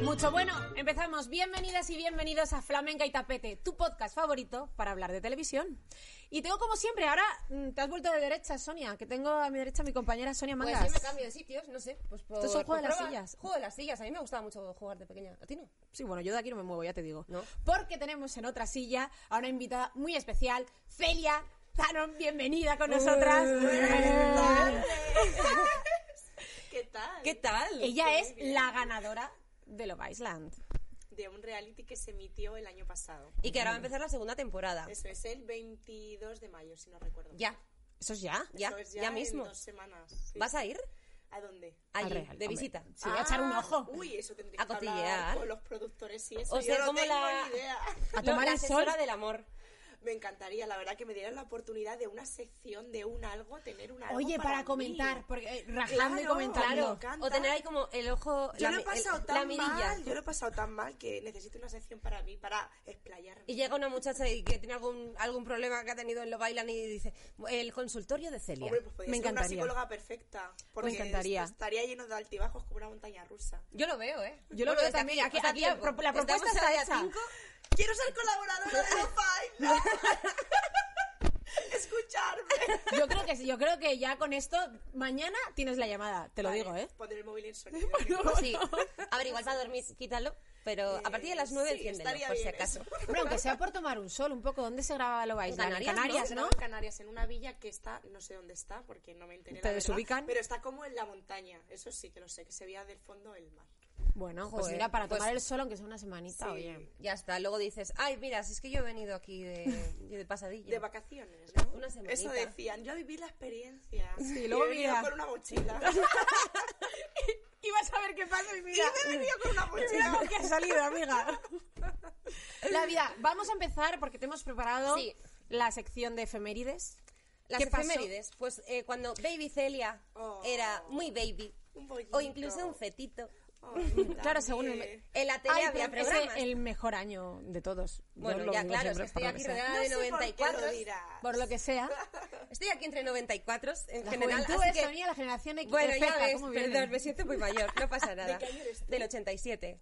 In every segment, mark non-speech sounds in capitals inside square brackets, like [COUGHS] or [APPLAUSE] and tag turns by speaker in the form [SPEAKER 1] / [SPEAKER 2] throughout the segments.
[SPEAKER 1] Mucho bueno, empezamos. Bienvenidas y bienvenidos a Flamenca y Tapete, tu podcast favorito para hablar de televisión. Y tengo como siempre, ahora mm, te has vuelto de derecha, Sonia, que tengo a mi derecha a mi compañera Sonia
[SPEAKER 2] Pues
[SPEAKER 1] Mangas.
[SPEAKER 2] yo me cambio de sitios, no sé. Pues por,
[SPEAKER 1] Esto es un juego
[SPEAKER 2] por
[SPEAKER 1] de las
[SPEAKER 2] probar.
[SPEAKER 1] sillas.
[SPEAKER 2] Juego de las sillas. A mí me gustaba mucho jugar de pequeña. ¿A ti no?
[SPEAKER 1] Sí, bueno, yo de aquí no me muevo, ya te digo.
[SPEAKER 2] No.
[SPEAKER 1] Porque tenemos en otra silla a una invitada muy especial, Celia Zanon, bienvenida con nosotras.
[SPEAKER 3] ¿Qué tal?
[SPEAKER 2] ¿Qué tal?
[SPEAKER 1] Ella es la ganadora de Love Island.
[SPEAKER 3] De un reality que se emitió el año pasado.
[SPEAKER 2] Y que ahora va a empezar la segunda temporada.
[SPEAKER 3] Eso es el 22 de mayo, si no recuerdo.
[SPEAKER 2] Ya.
[SPEAKER 1] ¿Eso es ya?
[SPEAKER 3] Eso
[SPEAKER 2] ya,
[SPEAKER 3] es
[SPEAKER 2] ya
[SPEAKER 3] en
[SPEAKER 2] mismo.
[SPEAKER 3] dos semanas. sí.
[SPEAKER 2] ¿Vas a ir?
[SPEAKER 3] ¿A dónde? Ah,
[SPEAKER 2] Allí,
[SPEAKER 1] Real, hombre.
[SPEAKER 2] de visita. Ah,
[SPEAKER 1] Sí, voy a echar un ojo.
[SPEAKER 3] Uy, eso tendría
[SPEAKER 2] A
[SPEAKER 3] que
[SPEAKER 2] cotillear.
[SPEAKER 3] hablar con los productores y eso.
[SPEAKER 2] O sea,
[SPEAKER 3] Yo no
[SPEAKER 2] como
[SPEAKER 3] tengo
[SPEAKER 2] la-
[SPEAKER 3] ni idea. [LAUGHS]
[SPEAKER 1] A tomar
[SPEAKER 2] la
[SPEAKER 1] el sol.
[SPEAKER 2] asesora del amor.
[SPEAKER 3] Me encantaría, la verdad, que me dieran la oportunidad de una sección, de un algo, tener un algo
[SPEAKER 1] Oye, para,
[SPEAKER 3] mí.
[SPEAKER 1] comentar, porque eh, rajando y
[SPEAKER 3] Claro,
[SPEAKER 1] comentando.
[SPEAKER 3] Me
[SPEAKER 2] Claro.
[SPEAKER 3] encanta.
[SPEAKER 2] O tener ahí como el ojo.
[SPEAKER 3] Yo lo
[SPEAKER 2] mi-
[SPEAKER 3] he pasado
[SPEAKER 2] el- la
[SPEAKER 3] tan
[SPEAKER 2] mirilla.
[SPEAKER 3] mal, yo lo he pasado tan mal que necesito una sección para mí, para explayarme.
[SPEAKER 2] Y llega una muchacha y que tiene algún, algún problema que ha tenido en Lo Bailan y dice: El consultorio de Celia.
[SPEAKER 3] Hombre, pues podría
[SPEAKER 1] Me
[SPEAKER 3] ser una
[SPEAKER 1] encantaría.
[SPEAKER 3] psicóloga perfecta. Porque
[SPEAKER 1] encantaría.
[SPEAKER 3] estaría lleno de altibajos como una montaña rusa.
[SPEAKER 2] Yo lo veo, ¿eh?
[SPEAKER 1] Yo lo veo
[SPEAKER 2] desde
[SPEAKER 1] también. Aquí-
[SPEAKER 2] hace
[SPEAKER 1] aquí la
[SPEAKER 2] tiempo.
[SPEAKER 1] pro- la propuesta
[SPEAKER 2] Estamos
[SPEAKER 1] está
[SPEAKER 2] a día
[SPEAKER 1] hecha.
[SPEAKER 2] cinco.
[SPEAKER 3] ¡Quiero ser colaboradora de Love
[SPEAKER 1] [LAUGHS]
[SPEAKER 3] Island! [LAUGHS] ¡Escucharme!
[SPEAKER 1] Yo creo que sí, yo creo que ya con esto, mañana tienes la llamada, te lo
[SPEAKER 3] Vale,
[SPEAKER 2] [LAUGHS]
[SPEAKER 1] digo, ¿eh?
[SPEAKER 3] Poner el móvil en sonido.
[SPEAKER 1] [LAUGHS]
[SPEAKER 2] Sí. A ver, igual para dormir, quítalo. Pero a partir de las 9
[SPEAKER 3] Eh, sí,
[SPEAKER 2] enciéndelo,
[SPEAKER 3] estaría
[SPEAKER 2] por si
[SPEAKER 3] bien
[SPEAKER 2] acaso.
[SPEAKER 3] eso.
[SPEAKER 1] Bueno, aunque sea por tomar un sol un poco, ¿dónde se grababa lo vais?
[SPEAKER 2] Canarias,
[SPEAKER 1] Canarias,
[SPEAKER 3] Se
[SPEAKER 1] ¿no?
[SPEAKER 3] grabó en Canarias, en una villa que está, no sé dónde está, porque no me enteré. la
[SPEAKER 1] Te
[SPEAKER 3] verdad,
[SPEAKER 1] desubican.
[SPEAKER 3] Pero está como en la montaña, eso sí que lo sé, que se veía del fondo el mar.
[SPEAKER 1] Bueno, pues
[SPEAKER 2] Joder,
[SPEAKER 1] mira, para
[SPEAKER 2] pues-
[SPEAKER 1] tomar el sol, aunque sea una semanita,
[SPEAKER 3] Sí.
[SPEAKER 1] oye.
[SPEAKER 2] Ya está, luego dices, ay, mira, si es que yo he venido aquí de, yo de pasadilla.
[SPEAKER 3] De vacaciones, ¿no?
[SPEAKER 2] Una semanita.
[SPEAKER 3] Eso decían, yo viví la experiencia.
[SPEAKER 1] Sí, luego
[SPEAKER 3] Y he venido
[SPEAKER 1] mira.
[SPEAKER 3] con una mochila.
[SPEAKER 1] [LAUGHS] Y vas a ver qué pasa y
[SPEAKER 3] y me
[SPEAKER 2] [LAUGHS]
[SPEAKER 3] he venido con una mochila.
[SPEAKER 1] que ha salido, amiga. La vida, vamos a empezar porque te hemos preparado
[SPEAKER 2] Sí.
[SPEAKER 1] la sección de efemérides.
[SPEAKER 2] Las
[SPEAKER 1] ¿Qué pasó?
[SPEAKER 2] efemérides, pues eh, cuando Baby Celia
[SPEAKER 3] Oh.
[SPEAKER 2] era muy baby,
[SPEAKER 3] Un bollito.
[SPEAKER 2] o incluso un fetito,
[SPEAKER 3] Ay,
[SPEAKER 1] Claro, según el-
[SPEAKER 3] Dani.
[SPEAKER 2] en la tele
[SPEAKER 1] Ay,
[SPEAKER 2] había
[SPEAKER 1] pero ese
[SPEAKER 2] programas.
[SPEAKER 1] el mejor año de todos. Yo
[SPEAKER 2] Bueno,
[SPEAKER 1] lo
[SPEAKER 2] ya
[SPEAKER 1] digo
[SPEAKER 2] claro, es
[SPEAKER 1] siempre,
[SPEAKER 2] que estoy
[SPEAKER 1] por lo
[SPEAKER 2] aquí
[SPEAKER 1] sea.
[SPEAKER 2] rodeada
[SPEAKER 3] No
[SPEAKER 2] de
[SPEAKER 3] sé por qué lo
[SPEAKER 2] 94.
[SPEAKER 3] dirás.
[SPEAKER 1] Por lo que sea,
[SPEAKER 2] [LAUGHS] Estoy aquí entre 94 en
[SPEAKER 1] la
[SPEAKER 2] general.
[SPEAKER 1] juventud
[SPEAKER 2] así
[SPEAKER 1] es
[SPEAKER 2] que-
[SPEAKER 1] Sonia, la generación X
[SPEAKER 2] bueno, ya
[SPEAKER 1] perfecta,
[SPEAKER 2] ves,
[SPEAKER 1] ¿cómo viene?
[SPEAKER 2] perdón, me siento muy mayor, no pasa nada.
[SPEAKER 3] qué año eres tú?
[SPEAKER 2] Del 87.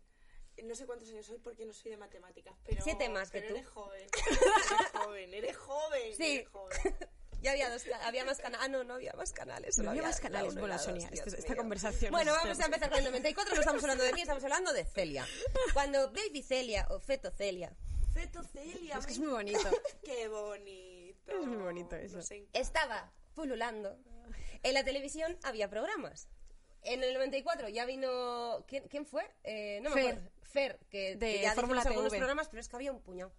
[SPEAKER 3] No sé cuántos años soy porque no soy de matemáticas, pero.
[SPEAKER 2] Siete más que
[SPEAKER 3] pero
[SPEAKER 2] tú.
[SPEAKER 3] Eres [LAUGHS] joven. Eres joven, eres joven.
[SPEAKER 2] Sí.
[SPEAKER 3] eres joven.
[SPEAKER 2] [LAUGHS] Ya había dos, ca- había más canales. Ah, no, no había más canales. solo
[SPEAKER 1] No había más
[SPEAKER 2] la
[SPEAKER 1] canales.
[SPEAKER 2] uno y
[SPEAKER 1] Bueno,
[SPEAKER 2] la dos,
[SPEAKER 1] Sonia,
[SPEAKER 2] Dios
[SPEAKER 1] esto- esta
[SPEAKER 2] mío.
[SPEAKER 1] conversación
[SPEAKER 2] Bueno,
[SPEAKER 1] es
[SPEAKER 2] vamos a empezar con el 94. No estamos hablando de mí, estamos hablando de
[SPEAKER 1] [LAUGHS]
[SPEAKER 2] Celia. Cuando Baby Celia o Feto Celia
[SPEAKER 3] Feto Celia.
[SPEAKER 1] Es que es
[SPEAKER 3] me-
[SPEAKER 1] muy
[SPEAKER 2] [LAUGHS]
[SPEAKER 1] bonito.
[SPEAKER 3] Qué bonito.
[SPEAKER 1] Es muy bonito eso.
[SPEAKER 3] Nos encanta.
[SPEAKER 2] estaba pululando, en la televisión había programas. En el 94 ya vino. ¿Quién, quién fue? Eh, no me
[SPEAKER 1] Fer.
[SPEAKER 2] acuerdo. Fer, que,
[SPEAKER 1] De
[SPEAKER 2] que ya
[SPEAKER 1] Fórmula
[SPEAKER 2] dijimos algunos
[SPEAKER 1] TV.
[SPEAKER 2] programas, pero es que había un puñado.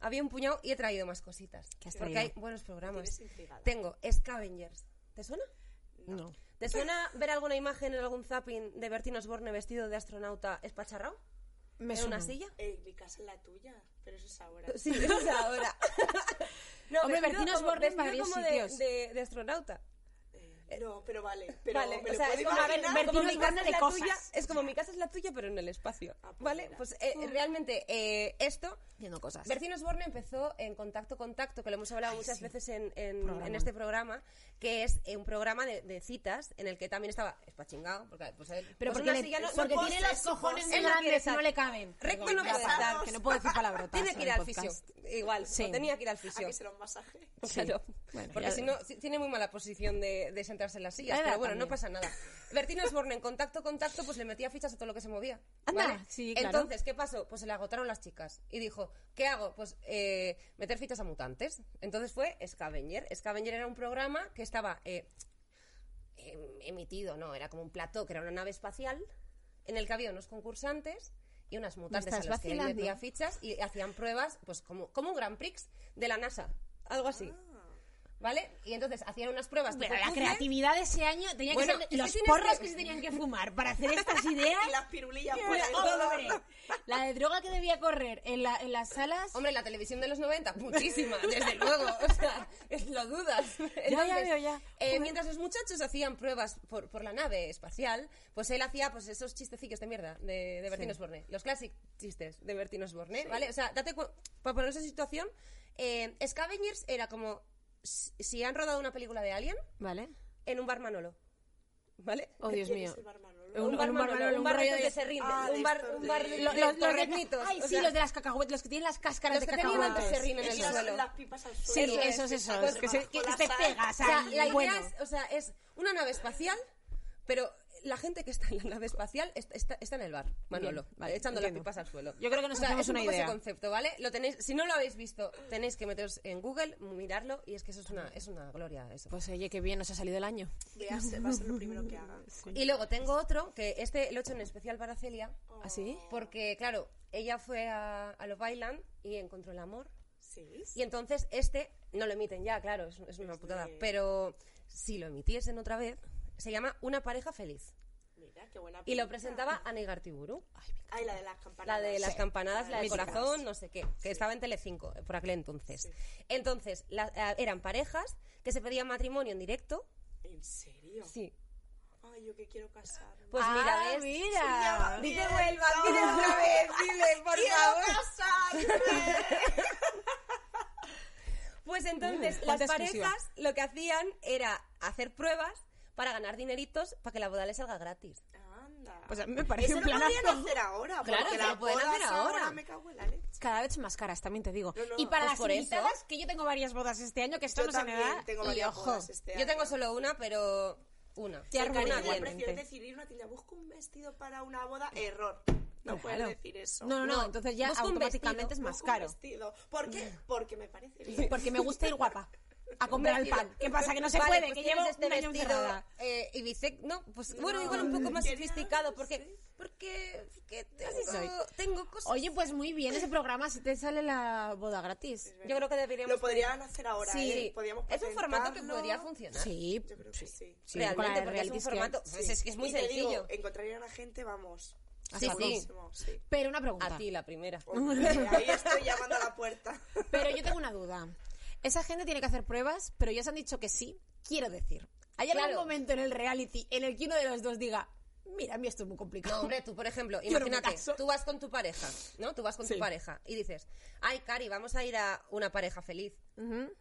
[SPEAKER 2] Había un puñado y he traído más cositas.
[SPEAKER 1] ¿Qué has
[SPEAKER 2] Porque hay
[SPEAKER 1] traído?
[SPEAKER 2] buenos programas.
[SPEAKER 3] Tienes intrigada.
[SPEAKER 2] Tengo Scavengers. ¿Te suena?
[SPEAKER 1] No.
[SPEAKER 2] ¿Te suena ver alguna imagen en algún zapping de Bertín Osborne vestido de astronauta espacharrao?
[SPEAKER 1] Me
[SPEAKER 2] ¿En
[SPEAKER 1] suena.
[SPEAKER 2] una silla?
[SPEAKER 3] Eh, mi casa es la tuya, pero eso es ahora.
[SPEAKER 1] Pues,
[SPEAKER 2] Sí, [LAUGHS] eso
[SPEAKER 1] [LAUGHS]
[SPEAKER 2] es ahora. No,
[SPEAKER 1] Hombre,
[SPEAKER 2] vestido
[SPEAKER 1] Bertín
[SPEAKER 2] como-
[SPEAKER 1] Osborne en
[SPEAKER 2] vestido
[SPEAKER 1] varios
[SPEAKER 2] como
[SPEAKER 1] sitios.
[SPEAKER 2] De, de, de astronauta.
[SPEAKER 3] Eh, no, pero vale. Pero
[SPEAKER 2] vale,
[SPEAKER 3] me
[SPEAKER 2] o
[SPEAKER 3] lo
[SPEAKER 2] sea,
[SPEAKER 3] puedo
[SPEAKER 2] es como, a ver,
[SPEAKER 3] imaginar.
[SPEAKER 2] Bertín
[SPEAKER 1] Bertín
[SPEAKER 2] como mi casa
[SPEAKER 1] Osborne
[SPEAKER 2] es
[SPEAKER 1] de
[SPEAKER 2] la
[SPEAKER 1] cosas.
[SPEAKER 2] tuya, es como mi casa es la tuya, pero en el espacio.
[SPEAKER 3] Ah, pues
[SPEAKER 2] ¿Vale?
[SPEAKER 3] mira.
[SPEAKER 2] Pues eh, realmente, eh, esto...
[SPEAKER 1] Viendo cosas.
[SPEAKER 2] Bertín Osborne empezó en Contacto Contacto, que lo hemos hablado muchas veces en, en-
[SPEAKER 1] Programa.
[SPEAKER 2] en este programa, que es eh, un programa de, de citas en el que también estaba espachingado, porque pues, él-
[SPEAKER 1] Pero
[SPEAKER 2] pues
[SPEAKER 1] porque,
[SPEAKER 2] una
[SPEAKER 1] le-
[SPEAKER 2] silla no-
[SPEAKER 1] porque
[SPEAKER 2] no
[SPEAKER 1] tiene
[SPEAKER 2] puede-
[SPEAKER 1] los cojones
[SPEAKER 2] él
[SPEAKER 1] muy
[SPEAKER 2] no quiere
[SPEAKER 1] grandes y
[SPEAKER 2] estar-
[SPEAKER 1] no le caben.
[SPEAKER 2] Recto
[SPEAKER 1] Digo,
[SPEAKER 2] no
[SPEAKER 1] ya
[SPEAKER 2] puede
[SPEAKER 1] está,
[SPEAKER 2] estar.
[SPEAKER 1] Que no puedo decir palabrotas.
[SPEAKER 2] Tiene
[SPEAKER 1] en
[SPEAKER 2] que ir
[SPEAKER 1] el
[SPEAKER 2] al fisio.
[SPEAKER 1] podcast.
[SPEAKER 2] Igual,
[SPEAKER 1] Sí.
[SPEAKER 2] o tenía que ir al
[SPEAKER 3] ¿A
[SPEAKER 2] fisio.
[SPEAKER 3] que se lo masaje?
[SPEAKER 2] Claro.
[SPEAKER 1] Bueno,
[SPEAKER 2] porque
[SPEAKER 1] ya
[SPEAKER 2] si no, si- tiene muy mala posición de, de sentarse en las sillas.
[SPEAKER 1] La edad
[SPEAKER 2] Pero bueno, no
[SPEAKER 1] también.
[SPEAKER 2] pasa nada. Bertín Osborne en contacto, contacto, pues le metía fichas a todo lo que se movía.
[SPEAKER 1] Anda,
[SPEAKER 2] ¿vale?
[SPEAKER 1] sí, claro.
[SPEAKER 2] Entonces, ¿qué pasó? Pues se le agotaron las chicas. Y dijo, ¿qué hago? Pues eh, meter fichas a mutantes. Entonces fue Scavenger. Scavenger era un programa que estaba eh, em- emitido, ¿no? Era como un plató, que era una nave espacial, en el que había unos concursantes y unas mutantes a
[SPEAKER 1] estás
[SPEAKER 2] las que él
[SPEAKER 1] vacilando.
[SPEAKER 2] metía fichas y hacían pruebas, pues como, como un Grand Prix de la NASA. Algo así. ¿Vale? Y entonces hacían unas pruebas.
[SPEAKER 1] Pero
[SPEAKER 2] tipo
[SPEAKER 1] la
[SPEAKER 2] puzzle.
[SPEAKER 1] creatividad de ese año tenía
[SPEAKER 2] Bueno,
[SPEAKER 1] que
[SPEAKER 2] es
[SPEAKER 1] ser
[SPEAKER 2] que
[SPEAKER 1] los
[SPEAKER 2] tienes
[SPEAKER 1] porros
[SPEAKER 2] que-
[SPEAKER 1] que se tenían
[SPEAKER 2] [LAUGHS]
[SPEAKER 1] que fumar para hacer estas ideas.
[SPEAKER 3] Y las pirulillas
[SPEAKER 1] Mira,
[SPEAKER 3] por ahí,
[SPEAKER 1] todo lo
[SPEAKER 3] todo.
[SPEAKER 1] veré. La de droga que debía correr en, la- en las salas.
[SPEAKER 2] Hombre, la televisión de los
[SPEAKER 1] [LAUGHS]
[SPEAKER 2] 90, muchísima, desde luego. O sea, es- lo dudas. Entonces,
[SPEAKER 1] veo, ya.
[SPEAKER 2] eh,
[SPEAKER 1] Joder.
[SPEAKER 2] mientras los muchachos hacían pruebas por, por la nave espacial, pues él hacía pues esos chistecillos de mierda de, de Bertín Osborne. Los clásicos chistes de Bertín Osborne, ¿vale? O sea, date cu- para poner esa situación, eh, Scavengers era como si si han rodado una película de Alien
[SPEAKER 1] Vale.
[SPEAKER 2] en un bar Manolo, ¿vale?
[SPEAKER 1] Oh,
[SPEAKER 2] [LAUGHS]
[SPEAKER 1] Dios
[SPEAKER 3] ¿Quién
[SPEAKER 1] mío.
[SPEAKER 3] es el barmanolo?
[SPEAKER 1] Un- un bar Manolo,
[SPEAKER 2] un
[SPEAKER 1] un
[SPEAKER 2] bar de
[SPEAKER 1] rollo
[SPEAKER 2] estos
[SPEAKER 1] de-
[SPEAKER 2] que se rinde,
[SPEAKER 3] Ah,
[SPEAKER 2] un
[SPEAKER 3] de
[SPEAKER 2] bar,
[SPEAKER 3] estos
[SPEAKER 2] un bar
[SPEAKER 3] de-
[SPEAKER 2] de,
[SPEAKER 3] Lo-
[SPEAKER 1] Los, los de-
[SPEAKER 2] torreznitos,
[SPEAKER 1] Ay,
[SPEAKER 2] o
[SPEAKER 1] sí,
[SPEAKER 2] sea,
[SPEAKER 1] los de las cacahuetes, los que tienen las cáscaras
[SPEAKER 2] Los
[SPEAKER 1] de
[SPEAKER 2] que tenían
[SPEAKER 1] cacahuetes.
[SPEAKER 2] antes se ríen en el
[SPEAKER 3] Y las-
[SPEAKER 2] suelo.
[SPEAKER 3] Las pipas al
[SPEAKER 1] Sí,
[SPEAKER 3] suelo.
[SPEAKER 2] Eso,
[SPEAKER 1] esos, esos.
[SPEAKER 2] pues,
[SPEAKER 1] que se- que
[SPEAKER 3] bajo la
[SPEAKER 1] te
[SPEAKER 3] sal.
[SPEAKER 1] pegas
[SPEAKER 2] O sea,
[SPEAKER 1] ahí,
[SPEAKER 2] la idea
[SPEAKER 1] bueno.
[SPEAKER 2] es, o sea, es una nave espacial, pero la gente que está en la nave espacial est- está, está en el bar, Manolo,
[SPEAKER 1] Bien, vale,
[SPEAKER 2] echando
[SPEAKER 1] entiendo.
[SPEAKER 2] las pipas al suelo.
[SPEAKER 1] Yo creo que nos
[SPEAKER 2] O sea,
[SPEAKER 1] hacemos
[SPEAKER 2] es un
[SPEAKER 1] una
[SPEAKER 2] poco
[SPEAKER 1] idea.
[SPEAKER 2] ese concepto, ¿vale? Lo tenéis, si no lo habéis visto, tenéis que meteros en Google, mirarlo, y es que eso es una, es una gloria eso.
[SPEAKER 1] Pues oye, qué bien nos ha salido el año.
[SPEAKER 3] Ve a ser- Va a ser lo primero que haga.
[SPEAKER 2] Y luego tengo otro, que este lo he hecho en especial para Celia,
[SPEAKER 1] ¿Así?
[SPEAKER 2] porque, claro, ella fue a, a Love Island y encontró el amor.
[SPEAKER 3] [LAUGHS] Sí.
[SPEAKER 2] Y entonces este no lo emiten ya, claro, es, es una putada. Pero si lo emitiesen otra vez, se llama Una pareja feliz.
[SPEAKER 3] Mira, qué buena
[SPEAKER 2] Y lo
[SPEAKER 3] pinta.
[SPEAKER 2] presentaba Ana Igartiburu,
[SPEAKER 3] Ay, la de las campanadas.
[SPEAKER 2] la de las campanadas, la del
[SPEAKER 1] Míticas.
[SPEAKER 2] corazón, no sé qué, que estaba en Telecinco eh, por aquel entonces. Entonces, la- eh, eran parejas que se pedían matrimonio en directo.
[SPEAKER 3] ¿En serio?
[SPEAKER 2] Sí.
[SPEAKER 3] Ay, yo que quiero casarme.
[SPEAKER 2] Pues mira,
[SPEAKER 1] ah,
[SPEAKER 2] ves,
[SPEAKER 1] mira.
[SPEAKER 3] Di que
[SPEAKER 2] vuelva, dile otra vez, [LAUGHS] dile, por favor. Pues entonces,
[SPEAKER 1] Cuánta
[SPEAKER 2] las
[SPEAKER 1] exclusiva.
[SPEAKER 2] parejas lo que hacían era hacer pruebas para ganar dineritos para que la boda les salga gratis.
[SPEAKER 3] Anda.
[SPEAKER 1] Pues a mí me parece
[SPEAKER 3] Eso
[SPEAKER 1] un
[SPEAKER 3] lo podrían
[SPEAKER 1] planazo.
[SPEAKER 3] hacer ahora.
[SPEAKER 2] Claro,
[SPEAKER 3] porque
[SPEAKER 2] se lo
[SPEAKER 3] las
[SPEAKER 2] pueden
[SPEAKER 3] bodas
[SPEAKER 2] hacer ahora.
[SPEAKER 3] Me cago en la leche.
[SPEAKER 1] Cada vez más caras, también te digo.
[SPEAKER 3] No, no,
[SPEAKER 1] y para
[SPEAKER 2] pues
[SPEAKER 1] las
[SPEAKER 2] por eso.
[SPEAKER 1] invitadas, que yo tengo varias bodas este año, que esto
[SPEAKER 3] Yo
[SPEAKER 1] no se me
[SPEAKER 3] también
[SPEAKER 1] da.
[SPEAKER 3] tengo
[SPEAKER 1] y
[SPEAKER 3] varias
[SPEAKER 1] ojo.
[SPEAKER 3] bodas este
[SPEAKER 2] Yo tengo solo una, pero una.
[SPEAKER 1] Pues Te
[SPEAKER 2] Una
[SPEAKER 1] arruiné una
[SPEAKER 3] Cariño, yo
[SPEAKER 2] bien.
[SPEAKER 3] prefiero
[SPEAKER 1] igualmente.
[SPEAKER 3] decir ir a una tienda, busco un vestido para una boda, error. No
[SPEAKER 1] Claro.
[SPEAKER 3] puedes decir eso.
[SPEAKER 1] No, no, no,
[SPEAKER 2] No,
[SPEAKER 1] entonces ya
[SPEAKER 2] busca un
[SPEAKER 1] automáticamente
[SPEAKER 2] vestido,
[SPEAKER 1] es más
[SPEAKER 3] Busco un
[SPEAKER 1] caro.
[SPEAKER 3] vestido. ¿Por qué? Porque me parece bien.
[SPEAKER 1] Porque me gusta ir guapa a comprar el pan. ¿Qué pasa? Que no se
[SPEAKER 2] Vale,
[SPEAKER 1] puede,
[SPEAKER 2] pues
[SPEAKER 1] que
[SPEAKER 2] tienes
[SPEAKER 1] llevo
[SPEAKER 2] este
[SPEAKER 1] un año
[SPEAKER 2] vestido,
[SPEAKER 1] encerrada.
[SPEAKER 2] eh, y bice- no, pues
[SPEAKER 3] No,
[SPEAKER 2] bueno, igual un poco más
[SPEAKER 3] quería-
[SPEAKER 2] sofisticado,
[SPEAKER 3] sí.
[SPEAKER 2] porque, porque, porque
[SPEAKER 1] soy.
[SPEAKER 2] tengo, tengo cosas.
[SPEAKER 1] Oye, pues muy bien ese programa, si te sale la boda gratis.
[SPEAKER 2] yo creo que deberíamos.
[SPEAKER 3] Lo podrían hacer ahora.
[SPEAKER 2] sí,
[SPEAKER 3] ¿eh? Podríamos
[SPEAKER 2] es un formato que
[SPEAKER 3] patentarlo.
[SPEAKER 2] podría funcionar.
[SPEAKER 1] Sí,
[SPEAKER 3] Yo creo que sí.
[SPEAKER 1] sí, con la
[SPEAKER 2] realmente,
[SPEAKER 1] de
[SPEAKER 2] porque es
[SPEAKER 1] reality
[SPEAKER 2] un
[SPEAKER 1] es que-
[SPEAKER 2] formato. pues es que es muy
[SPEAKER 3] Y te digo, eh,
[SPEAKER 2] sencillo.
[SPEAKER 3] encontrarían a gente, vamos.
[SPEAKER 1] A
[SPEAKER 2] Sí,
[SPEAKER 1] saco.
[SPEAKER 2] sí.
[SPEAKER 3] muchísimo, sí.
[SPEAKER 1] Pero una pregunta.
[SPEAKER 2] A ti, la primera.
[SPEAKER 3] Hombre, ahí estoy llamando a
[SPEAKER 2] [LAUGHS]
[SPEAKER 3] la puerta.
[SPEAKER 1] Pero yo tengo una duda. Esa gente tiene que hacer pruebas, pero ya se han dicho que sí. Quiero decir, ¿hay algún
[SPEAKER 2] Claro.
[SPEAKER 1] momento en el reality en el que uno de los dos diga, mira, a mí esto es muy
[SPEAKER 2] No,
[SPEAKER 1] complicado?
[SPEAKER 2] hombre, tú, por ejemplo,
[SPEAKER 1] Yo no me
[SPEAKER 2] imagínate,
[SPEAKER 1] caso.
[SPEAKER 2] tú vas con tu pareja, ¿no? Tú vas con
[SPEAKER 1] Sí.
[SPEAKER 2] tu pareja y dices, ay, Cari, vamos a ir a una pareja feliz.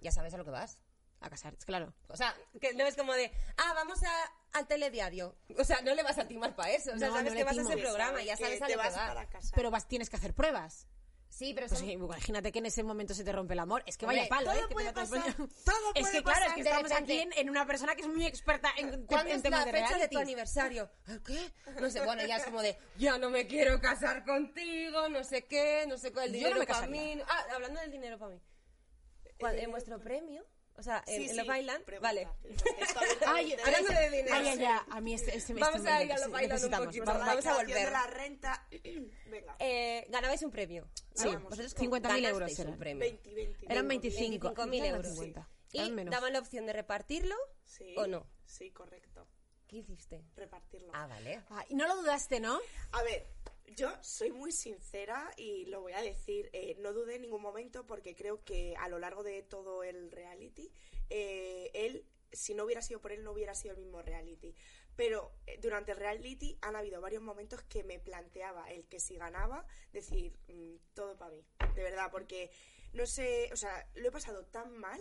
[SPEAKER 2] Ya sabes a lo que vas.
[SPEAKER 1] A casar, es claro.
[SPEAKER 2] O sea, que no es como de, ah, vamos a, al telediario. O sea, no le vas a timar para eso. O sea,
[SPEAKER 1] No, no
[SPEAKER 2] sabes
[SPEAKER 1] le
[SPEAKER 2] que vas a
[SPEAKER 1] timo.
[SPEAKER 2] ese programa,
[SPEAKER 3] Que
[SPEAKER 2] ya sabes a
[SPEAKER 3] te
[SPEAKER 2] lo que
[SPEAKER 3] vas
[SPEAKER 2] vas.
[SPEAKER 3] para casa.
[SPEAKER 1] Pero vas, tienes que hacer pruebas.
[SPEAKER 2] Sí, pero
[SPEAKER 1] Pues
[SPEAKER 2] son-
[SPEAKER 1] sí, imagínate que en ese momento se te rompe el amor. Es que
[SPEAKER 2] Hombre,
[SPEAKER 1] vaya palo,
[SPEAKER 3] todo
[SPEAKER 1] ¿eh? que te
[SPEAKER 3] puede
[SPEAKER 1] metas-
[SPEAKER 3] pasar, todo
[SPEAKER 1] es
[SPEAKER 3] puede
[SPEAKER 1] que claro, es
[SPEAKER 3] pasar.
[SPEAKER 1] que
[SPEAKER 2] De
[SPEAKER 1] estamos
[SPEAKER 2] repente-
[SPEAKER 1] aquí en, en una persona que es muy experta en,
[SPEAKER 2] ¿Cuándo
[SPEAKER 1] en
[SPEAKER 2] es
[SPEAKER 1] temas de
[SPEAKER 2] la fecha de tu
[SPEAKER 1] realities. [LAUGHS]
[SPEAKER 2] aniversario? ¿El ¿Qué? No sé, bueno, ya es como de, ya no me quiero casar contigo, no sé qué, no sé cuál,
[SPEAKER 1] Yo
[SPEAKER 2] el
[SPEAKER 1] no
[SPEAKER 2] dinero
[SPEAKER 1] me
[SPEAKER 2] para
[SPEAKER 1] casaría.
[SPEAKER 2] mí. Ah, hablando del dinero para mí. ¿Cuál- ¿En vuestro premio? O sea, en,
[SPEAKER 3] Sí,
[SPEAKER 2] eh, en
[SPEAKER 3] sí,
[SPEAKER 2] Love Island,
[SPEAKER 3] pregunta.
[SPEAKER 2] vale. [LAUGHS]
[SPEAKER 3] Esto a mí también
[SPEAKER 1] Ay,
[SPEAKER 3] me
[SPEAKER 2] hablando
[SPEAKER 3] interesa.
[SPEAKER 2] de dinero.
[SPEAKER 1] Ay, ay, ay, a mí este, este,
[SPEAKER 2] Vamos
[SPEAKER 1] este
[SPEAKER 2] a
[SPEAKER 1] me
[SPEAKER 2] ir a lo
[SPEAKER 1] necesitamos,
[SPEAKER 2] bailando un poquito.
[SPEAKER 1] vamos.
[SPEAKER 3] La
[SPEAKER 2] Vamos a
[SPEAKER 3] declaración de
[SPEAKER 2] volver.
[SPEAKER 3] la renta. [CLEARS THROAT] Venga.
[SPEAKER 2] Eh, ganabais un premio.
[SPEAKER 1] Sí,
[SPEAKER 2] Ah, vosotros
[SPEAKER 1] 50.000 euros
[SPEAKER 2] ganasteis
[SPEAKER 1] eran.
[SPEAKER 2] un premio.
[SPEAKER 3] 20, 20.
[SPEAKER 1] Eran
[SPEAKER 3] 25.
[SPEAKER 1] 25.
[SPEAKER 2] 25.000
[SPEAKER 1] eran
[SPEAKER 2] euros.
[SPEAKER 1] 50.
[SPEAKER 2] Y
[SPEAKER 1] Eran menos.
[SPEAKER 2] daban la opción de repartirlo
[SPEAKER 3] Sí.
[SPEAKER 2] o no.
[SPEAKER 3] Sí, correcto.
[SPEAKER 2] ¿Qué hiciste?
[SPEAKER 3] Repartirlo.
[SPEAKER 2] Ah, vale.
[SPEAKER 1] Ay, no lo dudaste, ¿no?
[SPEAKER 3] A ver, yo soy muy sincera y lo voy a decir. eh, no dudé en ningún momento porque creo que a lo largo de todo el reality, eh, él, si no hubiera sido por él, no hubiera sido el mismo reality. Pero eh, durante el reality han habido varios momentos que me planteaba el que si ganaba, decir, mm, todo para mí. De verdad, porque no sé, o sea, lo he pasado tan mal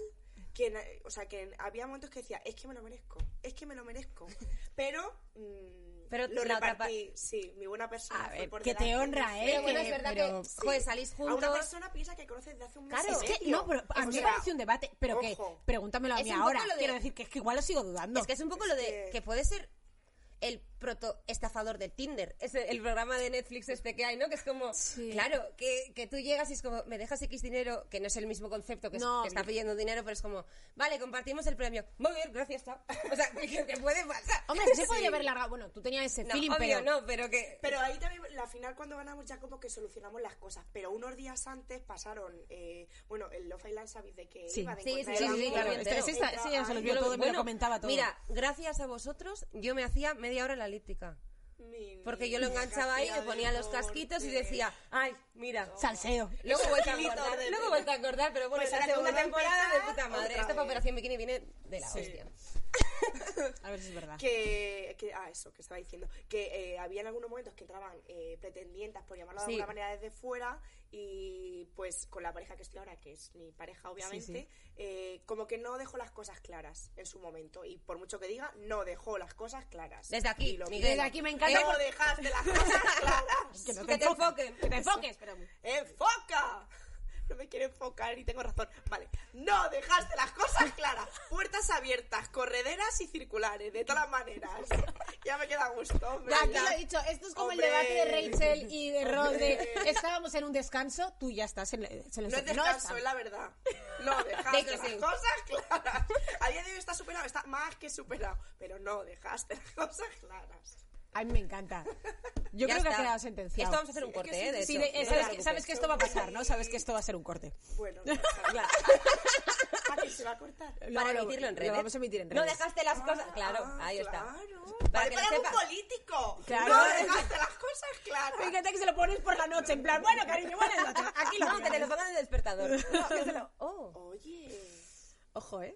[SPEAKER 3] que, na- o sea, que había momentos que decía, es que me lo merezco, es que me lo merezco. Pero, mm,
[SPEAKER 2] Pero
[SPEAKER 3] lo
[SPEAKER 2] la otra pa-
[SPEAKER 3] repartí, sí, mi buena persona.
[SPEAKER 1] A
[SPEAKER 3] fue
[SPEAKER 1] ver,
[SPEAKER 3] por
[SPEAKER 1] que te
[SPEAKER 3] delante.
[SPEAKER 1] honra, ¿eh?
[SPEAKER 2] Pero bueno,
[SPEAKER 1] que-
[SPEAKER 2] es verdad
[SPEAKER 1] pero-
[SPEAKER 2] que, joder, salís
[SPEAKER 3] A una
[SPEAKER 2] juntos.
[SPEAKER 3] persona piensa que conoces de hace un mes.
[SPEAKER 2] Claro,
[SPEAKER 3] y
[SPEAKER 1] Es que,
[SPEAKER 3] medio.
[SPEAKER 1] no, pero a
[SPEAKER 3] O
[SPEAKER 1] mí me
[SPEAKER 3] sea,
[SPEAKER 1] parece un debate, pero que,
[SPEAKER 3] ojo.
[SPEAKER 1] preguntámelo a
[SPEAKER 2] Es
[SPEAKER 1] mí
[SPEAKER 2] un poco
[SPEAKER 1] ahora.
[SPEAKER 2] lo de-
[SPEAKER 1] Quiero decir que es que igual lo sigo dudando.
[SPEAKER 2] Es que es un poco lo de
[SPEAKER 3] que-
[SPEAKER 2] que puede ser el proto estafador de Tinder. Es el programa de Netflix este que hay, ¿no? Que es como,
[SPEAKER 1] Sí.
[SPEAKER 2] claro, que, que tú llegas y es como, me dejas X dinero, que no es el mismo concepto que, es-
[SPEAKER 1] No,
[SPEAKER 2] que está
[SPEAKER 1] hombre.
[SPEAKER 2] pidiendo dinero, pero es como, vale, compartimos el premio. Muy bien, gracias, chao. [LAUGHS] O sea, que, que puede pasar.
[SPEAKER 1] [LAUGHS] [LAUGHS] Hombre, sí se
[SPEAKER 2] Sí.
[SPEAKER 1] podría haber largado. Bueno, tú tenías ese
[SPEAKER 2] No,
[SPEAKER 1] feeling,
[SPEAKER 2] obvio,
[SPEAKER 1] pero.
[SPEAKER 2] no, pero que...
[SPEAKER 3] Pero ahí también, la final cuando ganamos ya como que solucionamos las cosas. Pero unos días antes pasaron, eh, bueno, el Love Island sabéis de que
[SPEAKER 1] Sí.
[SPEAKER 3] iba de
[SPEAKER 2] Sí,
[SPEAKER 3] encontrar
[SPEAKER 2] sí,
[SPEAKER 3] el
[SPEAKER 2] sí,
[SPEAKER 3] amor,
[SPEAKER 2] claro.
[SPEAKER 3] el
[SPEAKER 2] Este-
[SPEAKER 3] amor,
[SPEAKER 1] ese está- ese ya se lo
[SPEAKER 3] ay,
[SPEAKER 1] vio todo, me lo
[SPEAKER 2] Bueno,
[SPEAKER 1] comentaba todo.
[SPEAKER 2] Mira, gracias a vosotros, yo me hacía media hora la elíptica.
[SPEAKER 3] mi-
[SPEAKER 2] Porque yo lo
[SPEAKER 3] mi
[SPEAKER 2] enganchaba ahí,
[SPEAKER 3] hija,
[SPEAKER 2] le ponía los
[SPEAKER 3] deporte.
[SPEAKER 2] casquitos y decía, ay, mira.
[SPEAKER 1] Salseo.
[SPEAKER 2] Luego he vuelto a
[SPEAKER 3] Kilito
[SPEAKER 2] acordar,
[SPEAKER 3] de
[SPEAKER 2] luego he
[SPEAKER 3] pena.
[SPEAKER 2] vuelto a acordar, pero bueno,
[SPEAKER 3] Pues
[SPEAKER 2] la
[SPEAKER 3] ahora que
[SPEAKER 2] segunda
[SPEAKER 3] vuelva a
[SPEAKER 2] temporada de
[SPEAKER 3] empezar,
[SPEAKER 2] puta madre.
[SPEAKER 3] otra
[SPEAKER 2] Esta
[SPEAKER 3] vez.
[SPEAKER 2] operación bikini viene de la
[SPEAKER 3] Sí.
[SPEAKER 2] hostia.
[SPEAKER 1] A ver si es verdad.
[SPEAKER 3] que, que- ah eso que estaba diciendo que eh, había en algunos momentos que entraban eh, pretendientas por llamarlo de
[SPEAKER 2] Sí.
[SPEAKER 3] alguna manera desde fuera y pues con la pareja que estoy ahora que es mi pareja obviamente
[SPEAKER 1] sí.
[SPEAKER 3] eh, como que no dejó las cosas claras en su momento y por mucho que diga no dejó las cosas claras
[SPEAKER 2] Desde aquí,
[SPEAKER 3] Y lo
[SPEAKER 2] Miguel.
[SPEAKER 1] Desde aquí me encanta
[SPEAKER 3] no
[SPEAKER 1] porque-
[SPEAKER 3] dejaste las cosas
[SPEAKER 1] [LAUGHS]
[SPEAKER 3] claras
[SPEAKER 1] Que no te
[SPEAKER 2] Que te
[SPEAKER 1] enfoques.
[SPEAKER 2] enfoquen.
[SPEAKER 1] Que te enfoques, pero.
[SPEAKER 3] ¡Enfoca! No me quiere enfocar y tengo razón. Vale. No, dejaste las cosas claras. Puertas abiertas, correderas y circulares, de todas maneras. Ya me queda a gusto, hombre.
[SPEAKER 1] Ya, aquí lo he dicho, esto es como
[SPEAKER 3] Hombre.
[SPEAKER 1] el debate de Rachel y de Rod de
[SPEAKER 3] Hombre.
[SPEAKER 1] estábamos en un descanso, tú ya estás en, el- se lo
[SPEAKER 3] No es
[SPEAKER 1] estoy-
[SPEAKER 3] descanso,
[SPEAKER 1] está.
[SPEAKER 3] es la verdad.
[SPEAKER 1] [LAUGHS]
[SPEAKER 3] No,
[SPEAKER 2] De
[SPEAKER 3] dejaste
[SPEAKER 2] que
[SPEAKER 3] las
[SPEAKER 2] sí.
[SPEAKER 3] cosas claras. A día de hoy está superado, está más que superado. Pero no, dejaste las cosas claras.
[SPEAKER 1] A mí me encanta. Yo
[SPEAKER 2] Ya
[SPEAKER 1] creo que ha
[SPEAKER 2] está.
[SPEAKER 1] quedado sentenciado.
[SPEAKER 2] Esto vamos a hacer un corte, ¿eh? De
[SPEAKER 1] Sí,
[SPEAKER 2] hecho.
[SPEAKER 1] de-
[SPEAKER 2] No te
[SPEAKER 1] sabes, que,
[SPEAKER 2] preocupes.
[SPEAKER 1] sabes que esto va a pasar, ¿no? Sabes que esto va a ser un corte.
[SPEAKER 3] Bueno, no,
[SPEAKER 1] [LAUGHS]
[SPEAKER 3] claro. ¿A quién se va a cortar?
[SPEAKER 1] Lo-
[SPEAKER 2] Para
[SPEAKER 1] lo-
[SPEAKER 2] emitirlo en
[SPEAKER 1] lo
[SPEAKER 2] redes.
[SPEAKER 1] vamos a emitir en
[SPEAKER 2] No
[SPEAKER 1] redes.
[SPEAKER 2] dejaste las cosas.
[SPEAKER 3] Ah,
[SPEAKER 2] Claro, ahí está.
[SPEAKER 3] claro.
[SPEAKER 2] Para
[SPEAKER 3] Vale,
[SPEAKER 2] que lo
[SPEAKER 3] pero
[SPEAKER 2] sepas.
[SPEAKER 3] un político.
[SPEAKER 1] Claro.
[SPEAKER 3] No, dejaste las cosas claras.
[SPEAKER 1] Me encanta que se lo pones por la noche, en plan, bueno, cariño, buenas noches. Aquí lo
[SPEAKER 2] no, que te lo
[SPEAKER 1] tienes.
[SPEAKER 2] pongan en el despertador. No, que te lo- Oh.
[SPEAKER 3] Oye,
[SPEAKER 1] Ojo, ¿eh?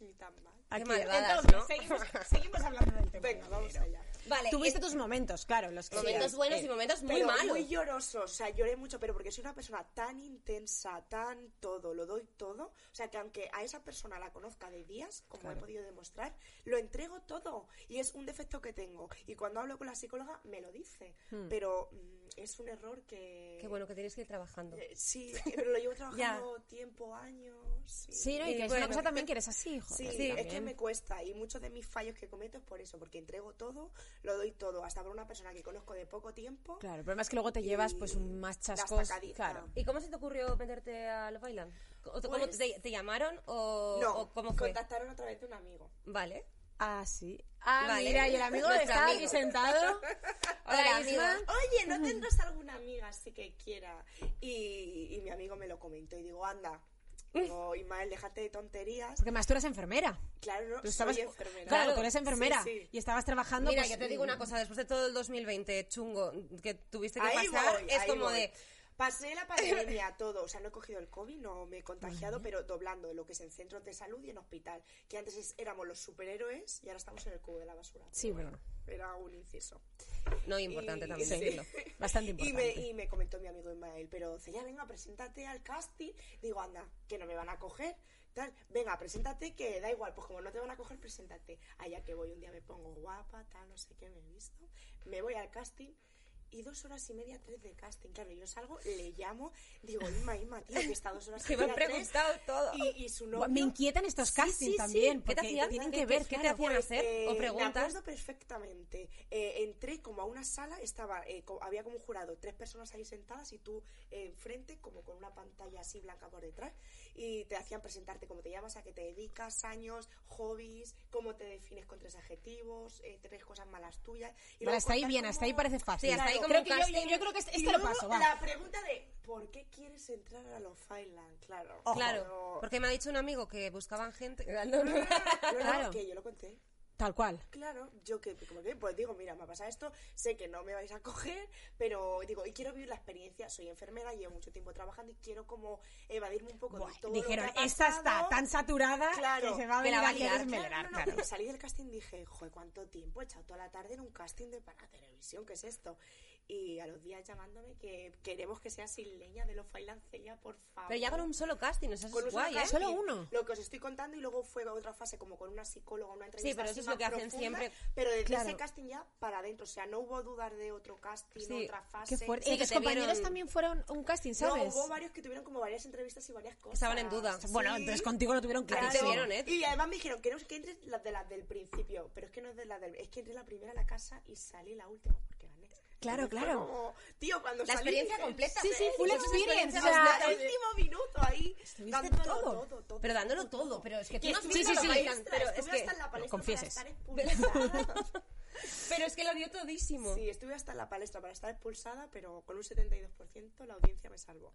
[SPEAKER 3] ni tan mal.
[SPEAKER 1] Aquí.
[SPEAKER 2] malvadas,
[SPEAKER 1] Entonces,
[SPEAKER 2] ¿no?
[SPEAKER 1] seguimos, seguimos hablando del tema.
[SPEAKER 3] Venga, vamos allá.
[SPEAKER 2] Vale.
[SPEAKER 1] Tuviste
[SPEAKER 2] eh,
[SPEAKER 1] tus momentos, claro, los que
[SPEAKER 2] momentos
[SPEAKER 1] sí.
[SPEAKER 2] buenos
[SPEAKER 1] Eh,
[SPEAKER 2] y momentos muy
[SPEAKER 3] Pero
[SPEAKER 2] malos.
[SPEAKER 3] Muy lloroso, o sea, lloré mucho, pero porque soy una persona tan intensa, tan todo, lo doy todo. O sea, que aunque a esa persona la conozca de días, como he podido demostrar, lo entrego todo. Y es un defecto que tengo. Y cuando hablo con la psicóloga, me lo dice. Pero mm, es un error que.
[SPEAKER 2] Hmm. Qué bueno que tienes que ir trabajando.
[SPEAKER 3] Eh,
[SPEAKER 1] [LAUGHS]
[SPEAKER 3] Sí, pero lo llevo trabajando tiempo, años. Sí,
[SPEAKER 1] Sí, no, y
[SPEAKER 2] Y
[SPEAKER 1] que es una
[SPEAKER 2] bueno.
[SPEAKER 1] cosa también que eres así, joder.
[SPEAKER 3] Sí,
[SPEAKER 2] Sí,
[SPEAKER 3] es que
[SPEAKER 1] también.
[SPEAKER 3] me cuesta y muchos de mis fallos que cometo es por eso, porque entrego todo, lo doy todo, hasta por una persona que conozco de poco tiempo.
[SPEAKER 1] Claro, el problema es que luego te llevas pues un más
[SPEAKER 3] la
[SPEAKER 1] chascos.
[SPEAKER 3] estacadita.
[SPEAKER 1] Claro.
[SPEAKER 2] ¿Y cómo se te ocurrió meterte a Love Island? ¿O- ¿Cómo
[SPEAKER 3] Pues-
[SPEAKER 2] te, te llamaron o,
[SPEAKER 3] No,
[SPEAKER 2] o cómo fue?
[SPEAKER 3] contactaron a través de un amigo.
[SPEAKER 2] Vale.
[SPEAKER 1] Ah, sí. Ah,
[SPEAKER 2] Vale.
[SPEAKER 1] mira, [LAUGHS] y el amigo
[SPEAKER 2] Nuestro
[SPEAKER 1] está aquí [LAUGHS]
[SPEAKER 2] amigo.
[SPEAKER 1] sentado.
[SPEAKER 2] Hola,
[SPEAKER 1] Isma.
[SPEAKER 2] amigo.
[SPEAKER 3] Oye, ¿no tendrás alguna amiga así que quiera? Y, y mi amigo me lo comentó y digo, anda. Digo, Ismael, déjate de tonterías.
[SPEAKER 1] Porque más tú eras enfermera.
[SPEAKER 3] Claro, no,
[SPEAKER 1] Tú estabas...
[SPEAKER 3] soy enfermera.
[SPEAKER 1] Claro, tú eres
[SPEAKER 3] Sí,
[SPEAKER 1] enfermera.
[SPEAKER 3] sí.
[SPEAKER 1] Y estabas trabajando.
[SPEAKER 2] Mira,
[SPEAKER 1] pues,
[SPEAKER 2] yo te digo
[SPEAKER 3] mm.
[SPEAKER 2] una cosa, después de todo el 2020 chungo que tuviste que
[SPEAKER 3] Ahí
[SPEAKER 2] pasar,
[SPEAKER 3] voy,
[SPEAKER 2] es
[SPEAKER 3] ahí
[SPEAKER 2] como
[SPEAKER 3] voy.
[SPEAKER 2] de,
[SPEAKER 3] Pasé
[SPEAKER 2] [COUGHS]
[SPEAKER 3] la pandemia, todo. O sea, no he cogido el COVID, no me he contagiado, pero doblando lo que es en centros de salud y en hospital. Que antes es- éramos los superhéroes y ahora estamos en el cubo de la basura.
[SPEAKER 1] Sí, bueno.
[SPEAKER 3] Era un inciso.
[SPEAKER 2] no importante
[SPEAKER 3] Y-
[SPEAKER 2] también
[SPEAKER 3] sí.
[SPEAKER 2] decirlo.
[SPEAKER 1] [LAUGHS] Bastante
[SPEAKER 3] Y me,
[SPEAKER 1] importante.
[SPEAKER 3] y me comentó mi amigo Ismael, pero Celia, venga, preséntate al casting. Digo, anda, que no me van a coger. Tal, venga, preséntate, que da igual, pues como no te van a coger, preséntate. Allá que voy, un día me pongo guapa, tal, no sé qué me he visto. Me voy al casting y dos horas y media, tres de casting. Claro, yo salgo, le llamo, digo, Isma, Isma, tío, que está dos horas
[SPEAKER 2] [LAUGHS] Que
[SPEAKER 3] y
[SPEAKER 2] me han
[SPEAKER 3] media. tres".
[SPEAKER 2] preguntado todo.
[SPEAKER 3] Y, y su novio.
[SPEAKER 1] Buah, Me inquietan estos castings
[SPEAKER 2] sí, sí.
[SPEAKER 1] también.
[SPEAKER 2] ¿Qué te
[SPEAKER 1] Porque
[SPEAKER 2] hacían?
[SPEAKER 1] tienen
[SPEAKER 2] ¿Qué-
[SPEAKER 1] que
[SPEAKER 2] qué-
[SPEAKER 1] ver.
[SPEAKER 2] qué te
[SPEAKER 1] claro.
[SPEAKER 2] hacían? hacer o preguntas?
[SPEAKER 3] Eh, Me acuerdo perfectamente. Eh, entré como a una sala, estaba, eh, co- había como un jurado, tres personas ahí sentadas y tú eh, enfrente, como con una pantalla así blanca por detrás, y te hacían presentarte cómo te llamas, a qué te dedicas, años, hobbies, cómo te defines con tres adjetivos, eh, tres cosas malas tuyas. Y
[SPEAKER 1] Vale,
[SPEAKER 3] luego
[SPEAKER 1] hasta ahí
[SPEAKER 3] contar
[SPEAKER 1] bien,
[SPEAKER 3] cómo-
[SPEAKER 1] hasta ahí parece fácil.
[SPEAKER 2] Sí, hasta ahí como
[SPEAKER 1] creo
[SPEAKER 2] un
[SPEAKER 1] que yo, yo,
[SPEAKER 2] casting.
[SPEAKER 1] yo creo que este,
[SPEAKER 3] Y
[SPEAKER 1] este lo
[SPEAKER 3] luego
[SPEAKER 1] paso, va.
[SPEAKER 3] La pregunta de ¿por qué quieres entrar a los Island? Claro.
[SPEAKER 2] Claro,
[SPEAKER 3] No,
[SPEAKER 2] porque [LAUGHS] me ha dicho un amigo que buscaban gente. No, no.
[SPEAKER 3] [LAUGHS] no, no,
[SPEAKER 1] claro.
[SPEAKER 3] que yo lo conté.
[SPEAKER 1] Tal cual.
[SPEAKER 3] Claro, yo que, como que, pues digo, mira, me ha pasado esto, sé que no me vais a coger, pero digo, y quiero vivir la experiencia, soy enfermera, llevo mucho tiempo trabajando y quiero como evadirme un poco
[SPEAKER 1] Buah,
[SPEAKER 3] de todo
[SPEAKER 1] dijeron,
[SPEAKER 3] lo que ha
[SPEAKER 1] esta está
[SPEAKER 3] pasado".
[SPEAKER 1] tan saturada
[SPEAKER 3] Claro,
[SPEAKER 1] que se va a
[SPEAKER 2] que
[SPEAKER 1] venir
[SPEAKER 2] la va a
[SPEAKER 1] aquí a
[SPEAKER 2] liar,
[SPEAKER 1] desmerenar,
[SPEAKER 3] no, no,
[SPEAKER 1] claro.
[SPEAKER 3] pero salí del casting y dije, joder, cuánto tiempo he echado toda la tarde en un casting de para televisión, ¿qué es esto? Y a los días llamándome que queremos que sea sin leña de los Failancella, por favor.
[SPEAKER 2] Pero ya con un solo casting, eso es
[SPEAKER 3] Con un solo
[SPEAKER 2] guay, ¿eh?
[SPEAKER 3] casting,
[SPEAKER 1] Solo uno.
[SPEAKER 3] Lo que os estoy contando y luego fue otra fase como con una psicóloga, una entrevista.
[SPEAKER 2] pero eso
[SPEAKER 3] así
[SPEAKER 2] es
[SPEAKER 3] más
[SPEAKER 2] lo que hacen
[SPEAKER 3] profunda,
[SPEAKER 2] siempre.
[SPEAKER 3] Pero desde
[SPEAKER 1] Claro.
[SPEAKER 3] ese casting ya para adentro, o sea, no hubo dudas de otro casting,
[SPEAKER 2] Sí,
[SPEAKER 3] otra fase.
[SPEAKER 1] Qué fuerte.
[SPEAKER 2] Sí,
[SPEAKER 1] y
[SPEAKER 2] que
[SPEAKER 1] tus
[SPEAKER 2] te
[SPEAKER 1] compañeros
[SPEAKER 2] vieron-
[SPEAKER 1] también fueron un casting,
[SPEAKER 3] No,
[SPEAKER 1] ¿sabes?
[SPEAKER 3] hubo varios que tuvieron como varias entrevistas y varias cosas.
[SPEAKER 2] Estaban en duda.
[SPEAKER 1] Bueno, entonces contigo lo tuvieron
[SPEAKER 2] ti te
[SPEAKER 1] claro.
[SPEAKER 2] vieron, ¿eh?
[SPEAKER 3] Y además me dijeron, queremos que entres las de las del principio, pero es que no menos de la del... Es que entré la primera a la casa y salí la última porque gané.
[SPEAKER 4] Claro,
[SPEAKER 3] Entonces
[SPEAKER 4] claro.
[SPEAKER 3] fue como, tío, cuando
[SPEAKER 2] La
[SPEAKER 3] salí,
[SPEAKER 2] experiencia
[SPEAKER 3] dije,
[SPEAKER 2] completa.
[SPEAKER 1] Sí, sí,
[SPEAKER 2] pero-
[SPEAKER 1] full
[SPEAKER 2] pero-
[SPEAKER 1] experience,
[SPEAKER 2] pero-
[SPEAKER 1] o sea,
[SPEAKER 3] Hasta el último minuto ahí.
[SPEAKER 2] Estuviste
[SPEAKER 3] dándolo
[SPEAKER 2] todo. Pero dándolo todo, pero es que tú no
[SPEAKER 3] estuviste
[SPEAKER 1] estuviste
[SPEAKER 3] en la
[SPEAKER 1] sí, sí, sí.
[SPEAKER 3] palestra,
[SPEAKER 2] Pero es
[SPEAKER 3] estuve
[SPEAKER 2] que-
[SPEAKER 3] hasta en la palestra
[SPEAKER 1] confieses.
[SPEAKER 3] para estar expulsada.
[SPEAKER 1] [LAUGHS]
[SPEAKER 2] Pero es que lo dio todísimo.
[SPEAKER 3] Sí, estuve hasta en la palestra para estar expulsada, pero con un 72% la audiencia me salvó.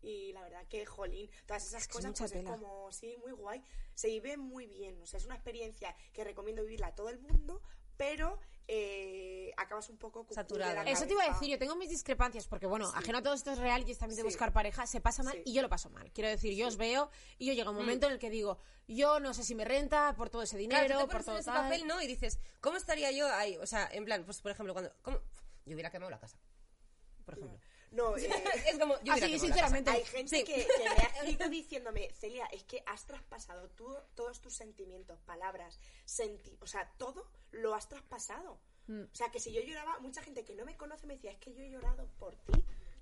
[SPEAKER 3] Y la verdad que, jolín, todas esas
[SPEAKER 1] que es
[SPEAKER 3] cosas
[SPEAKER 1] mucha
[SPEAKER 3] pues, es
[SPEAKER 1] tela.
[SPEAKER 3] como, sí, muy guay. Se vive muy bien, o sea, es una experiencia que recomiendo vivirla a todo el mundo, pero eh, acabas un poco cucú de la
[SPEAKER 2] Saturada.
[SPEAKER 1] Eso te iba a
[SPEAKER 3] cabeza.
[SPEAKER 1] decir, yo tengo mis discrepancias, porque bueno, ajeno a todo esto es real y también de
[SPEAKER 3] Sí.
[SPEAKER 1] buscar pareja, se pasa mal
[SPEAKER 3] Sí.
[SPEAKER 1] y yo lo paso mal. Quiero decir, yo os veo y yo llega un momento en el que digo, yo no sé si me renta por todo ese dinero,
[SPEAKER 2] Mm. Claro, tú te
[SPEAKER 1] por
[SPEAKER 2] pones en
[SPEAKER 1] todo
[SPEAKER 2] ese
[SPEAKER 1] tal.
[SPEAKER 2] papel, ¿no? Y dices, ¿cómo estaría yo ahí? O sea, en plan, pues por ejemplo, cuando. ¿cómo? Yo hubiera quemado la casa. Por ejemplo.
[SPEAKER 3] No, [LAUGHS] eh,
[SPEAKER 2] es como. Yo
[SPEAKER 1] Así,
[SPEAKER 2] hubiera quemado
[SPEAKER 1] sinceramente.
[SPEAKER 3] Hay gente
[SPEAKER 2] Sí.
[SPEAKER 3] que, que me ha escrito diciéndome, Celia, es que has traspasado tú, todos tus sentimientos, palabras, senti o sea, todo lo has traspasado.
[SPEAKER 1] Mm.
[SPEAKER 3] O sea, que si yo lloraba, mucha gente que no me conoce me decía, es que yo he llorado por ti,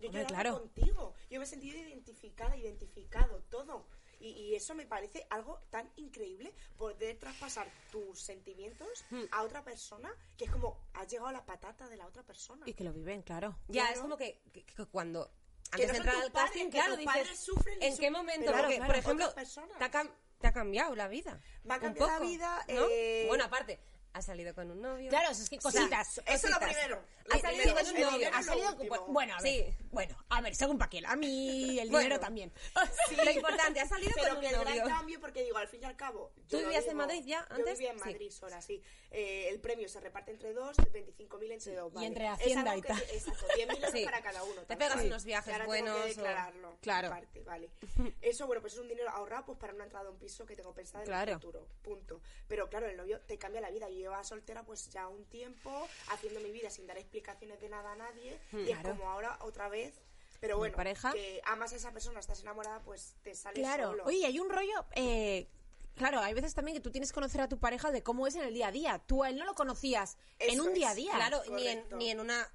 [SPEAKER 3] yo he
[SPEAKER 1] Hombre,
[SPEAKER 3] llorado
[SPEAKER 1] claro.
[SPEAKER 3] contigo, yo me he sentido identificada, identificado, todo. Y, y eso me parece algo tan increíble, poder traspasar tus sentimientos
[SPEAKER 1] Mm.
[SPEAKER 3] a otra persona, que es como, has llegado a la patata de la otra persona.
[SPEAKER 1] Y que lo viven, claro.
[SPEAKER 2] Ya,
[SPEAKER 3] Claro.
[SPEAKER 2] es como que, que- que cuando.
[SPEAKER 3] Que
[SPEAKER 2] Antes de
[SPEAKER 3] no son
[SPEAKER 2] entrar
[SPEAKER 3] tus
[SPEAKER 2] al casting,
[SPEAKER 3] padres, que
[SPEAKER 2] claro,
[SPEAKER 3] tus
[SPEAKER 2] dices.
[SPEAKER 3] padres sufren y
[SPEAKER 2] ¿En qué
[SPEAKER 3] sufren,
[SPEAKER 2] momento?
[SPEAKER 3] pero
[SPEAKER 1] claro,
[SPEAKER 2] Porque,
[SPEAKER 1] claro,
[SPEAKER 2] por
[SPEAKER 1] otras
[SPEAKER 2] ejemplo,
[SPEAKER 3] personas.
[SPEAKER 2] te ha, cam- te ha cambiado la vida.
[SPEAKER 3] Me ha
[SPEAKER 2] Un
[SPEAKER 3] cambiado la
[SPEAKER 2] poco,
[SPEAKER 3] vida,
[SPEAKER 2] ¿no?
[SPEAKER 3] eh,
[SPEAKER 2] Bueno, aparte, ha salido con un novio.
[SPEAKER 1] Claro, es que cositas.
[SPEAKER 3] Eso es lo
[SPEAKER 2] cositas.
[SPEAKER 3] primero.
[SPEAKER 2] Ha
[SPEAKER 3] Lo
[SPEAKER 2] salido
[SPEAKER 3] primero,
[SPEAKER 2] con un
[SPEAKER 3] el
[SPEAKER 2] novio,
[SPEAKER 3] dinero
[SPEAKER 1] ha
[SPEAKER 3] es lo
[SPEAKER 1] salido
[SPEAKER 3] último.
[SPEAKER 1] bueno, a ver,
[SPEAKER 2] Sí.
[SPEAKER 1] bueno, a ver, según para quién. A mí
[SPEAKER 2] [LAUGHS]
[SPEAKER 1] el
[SPEAKER 2] Bueno.
[SPEAKER 1] dinero también.
[SPEAKER 2] [LAUGHS] Lo importante, ha salido
[SPEAKER 3] pero
[SPEAKER 2] con
[SPEAKER 3] que
[SPEAKER 2] un
[SPEAKER 3] el
[SPEAKER 2] novio.
[SPEAKER 3] gran cambio, porque digo, al fin y al cabo. yo
[SPEAKER 2] ¿Tú
[SPEAKER 3] lo
[SPEAKER 2] vivías en
[SPEAKER 3] digo,
[SPEAKER 2] Madrid ya
[SPEAKER 3] Yo
[SPEAKER 2] antes?
[SPEAKER 3] vivía en
[SPEAKER 2] Sí.
[SPEAKER 3] Madrid sola, sí. Eh, el premio se reparte entre dos, 25.000 entre dos. vale.
[SPEAKER 1] entre
[SPEAKER 3] Es
[SPEAKER 1] Hacienda
[SPEAKER 3] algo
[SPEAKER 1] y
[SPEAKER 3] que-
[SPEAKER 1] tal.
[SPEAKER 3] Exacto, 10.000 euros
[SPEAKER 2] [LAUGHS] Sí.
[SPEAKER 3] para cada uno.
[SPEAKER 2] Te
[SPEAKER 3] tal
[SPEAKER 2] pegas
[SPEAKER 3] cual.
[SPEAKER 2] unos viajes
[SPEAKER 3] Que ahora Tengo
[SPEAKER 2] buenos
[SPEAKER 3] que
[SPEAKER 2] o-
[SPEAKER 3] declararlo.
[SPEAKER 1] Claro.
[SPEAKER 2] [LAUGHS]
[SPEAKER 3] aparte, vale. Eso, bueno, pues es un dinero ahorrado pues, para una entrada a un piso que tengo pensada en
[SPEAKER 1] Claro.
[SPEAKER 3] el futuro. Punto. Pero claro, el novio te cambia la vida. Yo llevaba soltera pues ya un tiempo, haciendo mi vida sin dar explicaciones de nada a nadie.
[SPEAKER 2] Mm,
[SPEAKER 3] Y
[SPEAKER 1] Claro.
[SPEAKER 3] es como ahora otra vez. Pero
[SPEAKER 1] Mi
[SPEAKER 3] bueno,
[SPEAKER 1] pareja.
[SPEAKER 3] que amas a esa persona, estás enamorada, pues te sale
[SPEAKER 1] Claro.
[SPEAKER 3] solo.
[SPEAKER 1] Oye, hay un rollo. eh, claro, hay veces también que tú tienes que conocer a tu pareja de cómo es en el día a día. Tú a él no lo conocías en
[SPEAKER 3] Eso
[SPEAKER 1] un día a
[SPEAKER 3] es,
[SPEAKER 1] día.
[SPEAKER 2] Claro, ni en,
[SPEAKER 3] Correcto.
[SPEAKER 2] ni en una.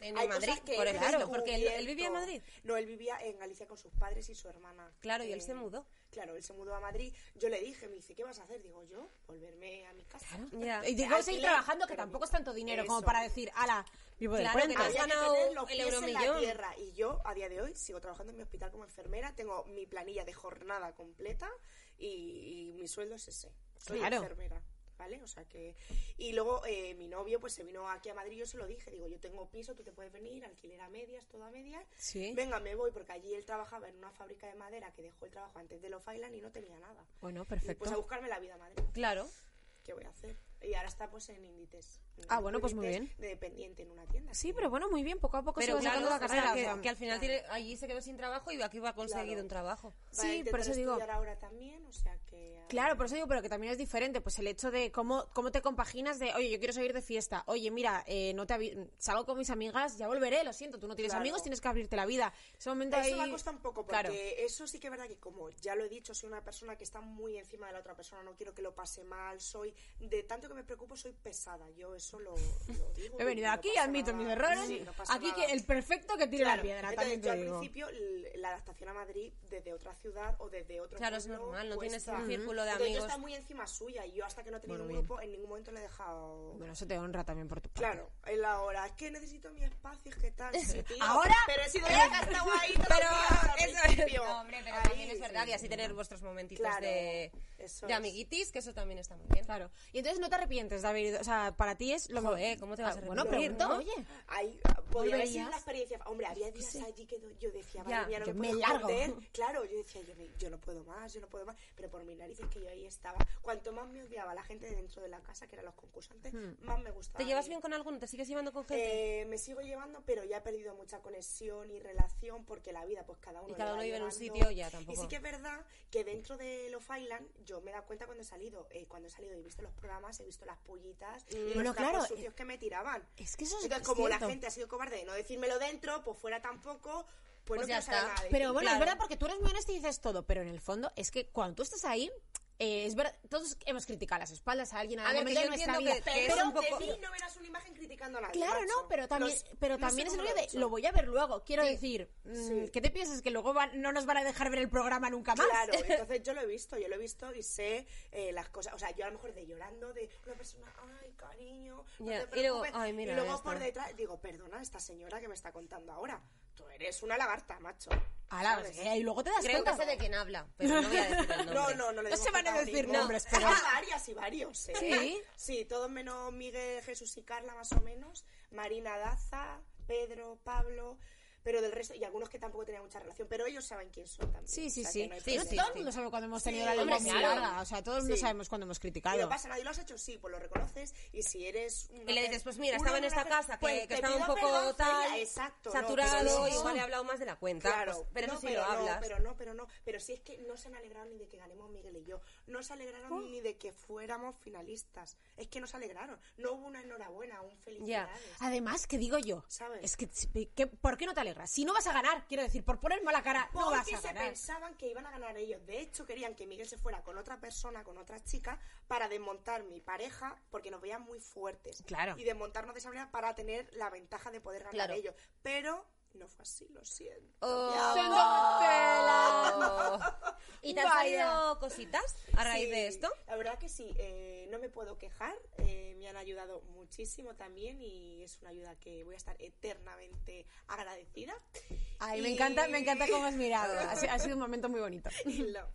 [SPEAKER 2] En
[SPEAKER 3] Hay
[SPEAKER 2] Madrid,
[SPEAKER 3] cosas que
[SPEAKER 2] por
[SPEAKER 3] he
[SPEAKER 2] ejemplo,
[SPEAKER 3] descubierto.
[SPEAKER 2] porque él, él vivía en Madrid.
[SPEAKER 3] No, él vivía en Galicia con sus padres y su hermana.
[SPEAKER 2] Claro, y él
[SPEAKER 3] Eh,
[SPEAKER 2] se mudó.
[SPEAKER 3] Claro, él se mudó a Madrid. Yo le dije, me dice, ¿qué vas a hacer? Digo, yo, volverme a mi casa.
[SPEAKER 2] Ya.
[SPEAKER 1] Y digo,
[SPEAKER 3] Alquiler,
[SPEAKER 1] seguir trabajando, que
[SPEAKER 3] pero
[SPEAKER 1] tampoco
[SPEAKER 3] mi-
[SPEAKER 1] es tanto dinero como
[SPEAKER 3] eso.
[SPEAKER 1] para decir, ala, vivo de
[SPEAKER 2] Claro que
[SPEAKER 1] cuenta.
[SPEAKER 2] Has
[SPEAKER 3] Ah, Había que
[SPEAKER 2] ganado
[SPEAKER 3] tener los
[SPEAKER 2] el
[SPEAKER 3] pies en
[SPEAKER 2] euromillón.
[SPEAKER 3] la tierra y yo a día de hoy sigo trabajando en mi hospital como enfermera, tengo mi planilla de jornada completa y, y mi sueldo es ese. Soy
[SPEAKER 1] Claro.
[SPEAKER 3] enfermera, ¿vale? O sea que y luego eh, mi novio pues se vino aquí a Madrid, yo se lo dije, digo, yo tengo piso, tú te puedes venir, alquiler a medias, todo a medias.
[SPEAKER 1] Sí.
[SPEAKER 3] Venga, me voy porque allí él trabajaba en una fábrica de madera que dejó el trabajo antes de los Island y no tenía nada.
[SPEAKER 1] Bueno,
[SPEAKER 3] Y, pues a
[SPEAKER 1] perfecto.
[SPEAKER 3] buscarme la vida a Madrid.
[SPEAKER 2] Claro.
[SPEAKER 3] ¿Qué voy a hacer? Y ahora está pues en Inditex.
[SPEAKER 1] Ah, bueno, pues muy
[SPEAKER 3] Inditex De dependiente en una tienda.
[SPEAKER 1] Sí,
[SPEAKER 3] así.
[SPEAKER 1] pero bueno, muy bien, poco a poco se
[SPEAKER 2] Pero
[SPEAKER 1] va
[SPEAKER 2] claro,
[SPEAKER 1] sacando la
[SPEAKER 2] o sea,
[SPEAKER 1] carrera.
[SPEAKER 2] que,
[SPEAKER 1] o sea.
[SPEAKER 2] que al final tiene- allí se quedó sin trabajo y aquí va a conseguir
[SPEAKER 3] Claro.
[SPEAKER 2] un trabajo.
[SPEAKER 3] Va a
[SPEAKER 1] Sí, por
[SPEAKER 3] intentar
[SPEAKER 1] eso digo.
[SPEAKER 3] estudiar ahora también, o sea que... ah,
[SPEAKER 1] Claro, por eso digo, pero que también es diferente, pues el hecho de cómo, cómo te compaginas de, oye, yo quiero salir de fiesta, oye, mira, eh, no te avi- salgo con mis amigas, ya volveré, lo siento, tú no tienes
[SPEAKER 3] Claro.
[SPEAKER 1] amigos, tienes que abrirte la vida. Ese momento
[SPEAKER 3] Eso
[SPEAKER 1] ahí...
[SPEAKER 3] me ha costado un poco, porque
[SPEAKER 1] Claro.
[SPEAKER 3] eso sí que es verdad que, como ya lo he dicho, soy una persona que está muy encima de la otra persona, no quiero que lo pase mal, soy... De tanto que me preocupo, soy pesada, yo eso lo,
[SPEAKER 1] [LAUGHS]
[SPEAKER 3] lo digo.
[SPEAKER 1] He venido
[SPEAKER 3] no
[SPEAKER 1] aquí,
[SPEAKER 3] pasa
[SPEAKER 1] admito
[SPEAKER 3] nada.
[SPEAKER 1] mis errores,
[SPEAKER 3] Sí, no pasa
[SPEAKER 1] aquí
[SPEAKER 3] nada.
[SPEAKER 1] que el perfecto que tira
[SPEAKER 3] Claro,
[SPEAKER 1] la piedra,
[SPEAKER 3] entonces,
[SPEAKER 1] también
[SPEAKER 3] yo
[SPEAKER 1] te
[SPEAKER 3] al
[SPEAKER 1] digo.
[SPEAKER 3] principio l- la adaptación a Madrid desde otra ciudad o desde otro
[SPEAKER 2] Claro, es
[SPEAKER 3] pueblo
[SPEAKER 2] normal, no tienes
[SPEAKER 3] cuesta.
[SPEAKER 2] un círculo de
[SPEAKER 3] Entonces,
[SPEAKER 2] amigos.
[SPEAKER 3] yo estaba muy encima suya y yo hasta que no he tenido
[SPEAKER 1] Bueno,
[SPEAKER 3] un
[SPEAKER 1] bien.
[SPEAKER 3] grupo en ningún momento le he dejado
[SPEAKER 1] Bueno, eso te honra también por tu parte.
[SPEAKER 3] Claro, es la hora. Es que necesito mi espacio, es que tal.
[SPEAKER 2] [LAUGHS]
[SPEAKER 3] sí, tío.
[SPEAKER 1] ¿Ahora?
[SPEAKER 3] Pero he sido la que ha estado ahí todo
[SPEAKER 2] Pero
[SPEAKER 3] el día, al
[SPEAKER 2] eso es.
[SPEAKER 3] principio.
[SPEAKER 2] No, hombre, pero
[SPEAKER 3] Ahí,
[SPEAKER 2] también es verdad.
[SPEAKER 3] sí.
[SPEAKER 2] Y así tener vuestros momentitos
[SPEAKER 3] Claro,
[SPEAKER 2] de,
[SPEAKER 3] eso
[SPEAKER 2] de
[SPEAKER 3] es.
[SPEAKER 2] amiguitis, que eso también está muy bien.
[SPEAKER 1] Claro. Y entonces no te arrepientes de haber ido. O sea, para ti es lo Ah,
[SPEAKER 2] Joder, ¿cómo te vas a
[SPEAKER 1] Bueno,
[SPEAKER 2] arrepentir,
[SPEAKER 1] pregunto,
[SPEAKER 2] no?
[SPEAKER 1] oye.
[SPEAKER 3] Ahí podía haber sido
[SPEAKER 1] ¿Volverías?
[SPEAKER 3] una experiencia. Hombre, había días allí que do- yo
[SPEAKER 2] Ya,
[SPEAKER 3] decía, madre mía, no
[SPEAKER 1] yo
[SPEAKER 3] me,
[SPEAKER 1] me
[SPEAKER 3] puedo
[SPEAKER 1] largo.
[SPEAKER 3] joder.
[SPEAKER 2] [LAUGHS]
[SPEAKER 3] Claro, yo decía, yo, me- yo no puedo más, yo no puedo más. Pero por mis narices que yo ahí estaba. Cuanto más me odiaba la gente dentro de la casa, que eran los concursantes, más me gustaba.
[SPEAKER 2] Hmm. ¿Te llevas
[SPEAKER 3] ir.
[SPEAKER 2] bien con alguno? ¿Te sigues llevando con gente?
[SPEAKER 3] Eh, me sigo llevando, pero ya he perdido mucha conexión y relación porque la vida, pues cada uno.
[SPEAKER 2] Y cada
[SPEAKER 3] le
[SPEAKER 2] uno
[SPEAKER 3] va
[SPEAKER 2] vive en un
[SPEAKER 3] llevando.
[SPEAKER 2] sitio, ya tampoco.
[SPEAKER 3] Y sí que es verdad que dentro de los Island, yo me he dado cuenta cuando he salido. eh, cuando he salido y he visto los programas, he visto las pullitas y los
[SPEAKER 1] Bueno,
[SPEAKER 3] trapos
[SPEAKER 1] Mm. claro, eh,
[SPEAKER 3] sucios que me tiraban.
[SPEAKER 1] Es que eso es
[SPEAKER 3] Entonces, como
[SPEAKER 1] cierto.
[SPEAKER 3] la gente ha sido cobarde de no decírmelo dentro, pues fuera tampoco, pues,
[SPEAKER 2] Pues
[SPEAKER 3] no
[SPEAKER 2] ya
[SPEAKER 3] quiero saber
[SPEAKER 2] está.
[SPEAKER 3] nada de ti.
[SPEAKER 1] Pero bueno,
[SPEAKER 2] Claro.
[SPEAKER 1] es verdad porque tú eres muy honesta y dices todo, pero en el fondo es que cuando tú estás ahí, eh, es verdad, todos hemos criticado las espaldas a alguien en
[SPEAKER 2] A
[SPEAKER 1] algún
[SPEAKER 2] ver,
[SPEAKER 1] momento
[SPEAKER 2] que
[SPEAKER 1] de
[SPEAKER 2] yo
[SPEAKER 1] nuestra
[SPEAKER 2] entiendo
[SPEAKER 1] vida.
[SPEAKER 2] que- que
[SPEAKER 3] Pero
[SPEAKER 2] es un poco-
[SPEAKER 3] de mí no verás una imagen criticando a nadie.
[SPEAKER 1] Claro,
[SPEAKER 3] macho.
[SPEAKER 1] no, pero también,
[SPEAKER 3] No sé-
[SPEAKER 1] pero
[SPEAKER 3] no sé
[SPEAKER 1] también es el
[SPEAKER 3] cómo
[SPEAKER 1] rollo
[SPEAKER 3] lo he
[SPEAKER 1] de
[SPEAKER 3] hecho.
[SPEAKER 1] lo voy a ver luego. Quiero
[SPEAKER 2] Sí.
[SPEAKER 1] decir, mm,
[SPEAKER 3] Sí.
[SPEAKER 1] ¿qué te piensas? Que luego van- no nos van a dejar ver el programa nunca más.
[SPEAKER 3] Claro, entonces yo lo he visto, yo lo he visto y sé eh, las cosas. O sea, yo a lo mejor de llorando de una persona, ay, cariño, no
[SPEAKER 2] Ya,
[SPEAKER 3] te
[SPEAKER 2] y luego,
[SPEAKER 3] preocupes",
[SPEAKER 2] "Ay, mira,
[SPEAKER 3] y
[SPEAKER 2] ya
[SPEAKER 3] luego
[SPEAKER 2] está".
[SPEAKER 3] por detrás digo, perdona, esta señora que me está contando ahora, tú eres una lagarta, macho.
[SPEAKER 1] [LAUGHS] Ala,
[SPEAKER 3] ¿Sabes?
[SPEAKER 1] eh, y luego te das
[SPEAKER 2] Creo que
[SPEAKER 1] cuenta.
[SPEAKER 2] sé de quién habla, pero [LAUGHS] no voy a decir el nombre.
[SPEAKER 3] No, no, no le
[SPEAKER 1] No
[SPEAKER 3] digo
[SPEAKER 1] se van a
[SPEAKER 3] protagonismo.
[SPEAKER 1] decir
[SPEAKER 3] [LAUGHS]
[SPEAKER 1] nombres, pero-
[SPEAKER 3] Ah, varias y varios, ¿eh?
[SPEAKER 1] ¿Sí?
[SPEAKER 3] Sí, todos menos Miguel, Jesús y Carla, más o menos. Marina Daza, Pedro, Pablo. Pero del resto, y algunos que tampoco tenían mucha relación, pero ellos saben quién son también.
[SPEAKER 1] Sí, sí,
[SPEAKER 3] o sea,
[SPEAKER 1] sí.
[SPEAKER 3] que no hay
[SPEAKER 2] Sí,
[SPEAKER 3] problema.
[SPEAKER 1] Todo el mundo sabe cuando hemos tenido
[SPEAKER 3] Sí,
[SPEAKER 1] la lengua
[SPEAKER 3] hombre,
[SPEAKER 1] muy
[SPEAKER 3] claro.
[SPEAKER 1] larga. O sea, todo el mundo
[SPEAKER 3] Sí.
[SPEAKER 1] sabemos cuando hemos
[SPEAKER 3] Y
[SPEAKER 1] criticado.
[SPEAKER 3] lo pasa, nadie lo has hecho, sí, pues lo reconoces. Y si eres. una
[SPEAKER 2] Y le dices,
[SPEAKER 3] per-
[SPEAKER 2] pues mira,
[SPEAKER 3] una
[SPEAKER 2] estaba en esta
[SPEAKER 3] persona-
[SPEAKER 2] casa que,
[SPEAKER 3] pues
[SPEAKER 2] que
[SPEAKER 3] te
[SPEAKER 2] estaba un
[SPEAKER 3] pido
[SPEAKER 2] poco
[SPEAKER 3] perdón,
[SPEAKER 2] tal,
[SPEAKER 3] Celia, exacto, no,
[SPEAKER 2] saturado,
[SPEAKER 3] pero no.
[SPEAKER 2] igual he hablado más de la cuenta.
[SPEAKER 3] Claro,
[SPEAKER 2] pues, pero
[SPEAKER 3] no,
[SPEAKER 2] eso sí lo
[SPEAKER 3] no,
[SPEAKER 2] hablas.
[SPEAKER 3] pero no, pero no. Pero si es que no se han alegrado ni de que ganemos Miguel y yo. No se alegraron
[SPEAKER 2] Oh.
[SPEAKER 3] ni de que fuéramos finalistas. Es que no se alegraron. No hubo una enhorabuena, un felicidades.
[SPEAKER 1] Además, ¿qué digo yo?
[SPEAKER 3] ¿Sabes?
[SPEAKER 1] Es que, que- ¿por qué no te alegras? Si no vas a ganar, quiero decir, por poner mala cara, no vas
[SPEAKER 3] Porque
[SPEAKER 1] a
[SPEAKER 3] se
[SPEAKER 1] ganar.
[SPEAKER 3] pensaban que iban a ganar ellos. De hecho, querían que Miguel se fuera con otra persona, con otra chica, para desmontar mi pareja, porque nos veían muy fuertes.
[SPEAKER 1] Claro.
[SPEAKER 3] Y desmontarnos de esa manera para tener la ventaja de poder ganar
[SPEAKER 2] Claro.
[SPEAKER 3] ellos. Pero no fue así, lo siento.
[SPEAKER 2] Oh.
[SPEAKER 3] Ya.
[SPEAKER 2] [LAUGHS] ¿Y te han
[SPEAKER 1] Vaya.
[SPEAKER 2] salido cositas a raíz
[SPEAKER 3] Sí,
[SPEAKER 2] de esto?
[SPEAKER 3] La verdad que sí, eh, no me puedo quejar. eh, me han ayudado muchísimo también y es una ayuda que voy a estar eternamente agradecida.
[SPEAKER 1] Ay, me
[SPEAKER 3] Y-
[SPEAKER 1] encanta, me encanta cómo has mirado. Ha, si- ha sido un momento muy
[SPEAKER 3] [LAUGHS]
[SPEAKER 1] bonito.
[SPEAKER 3] Y lo-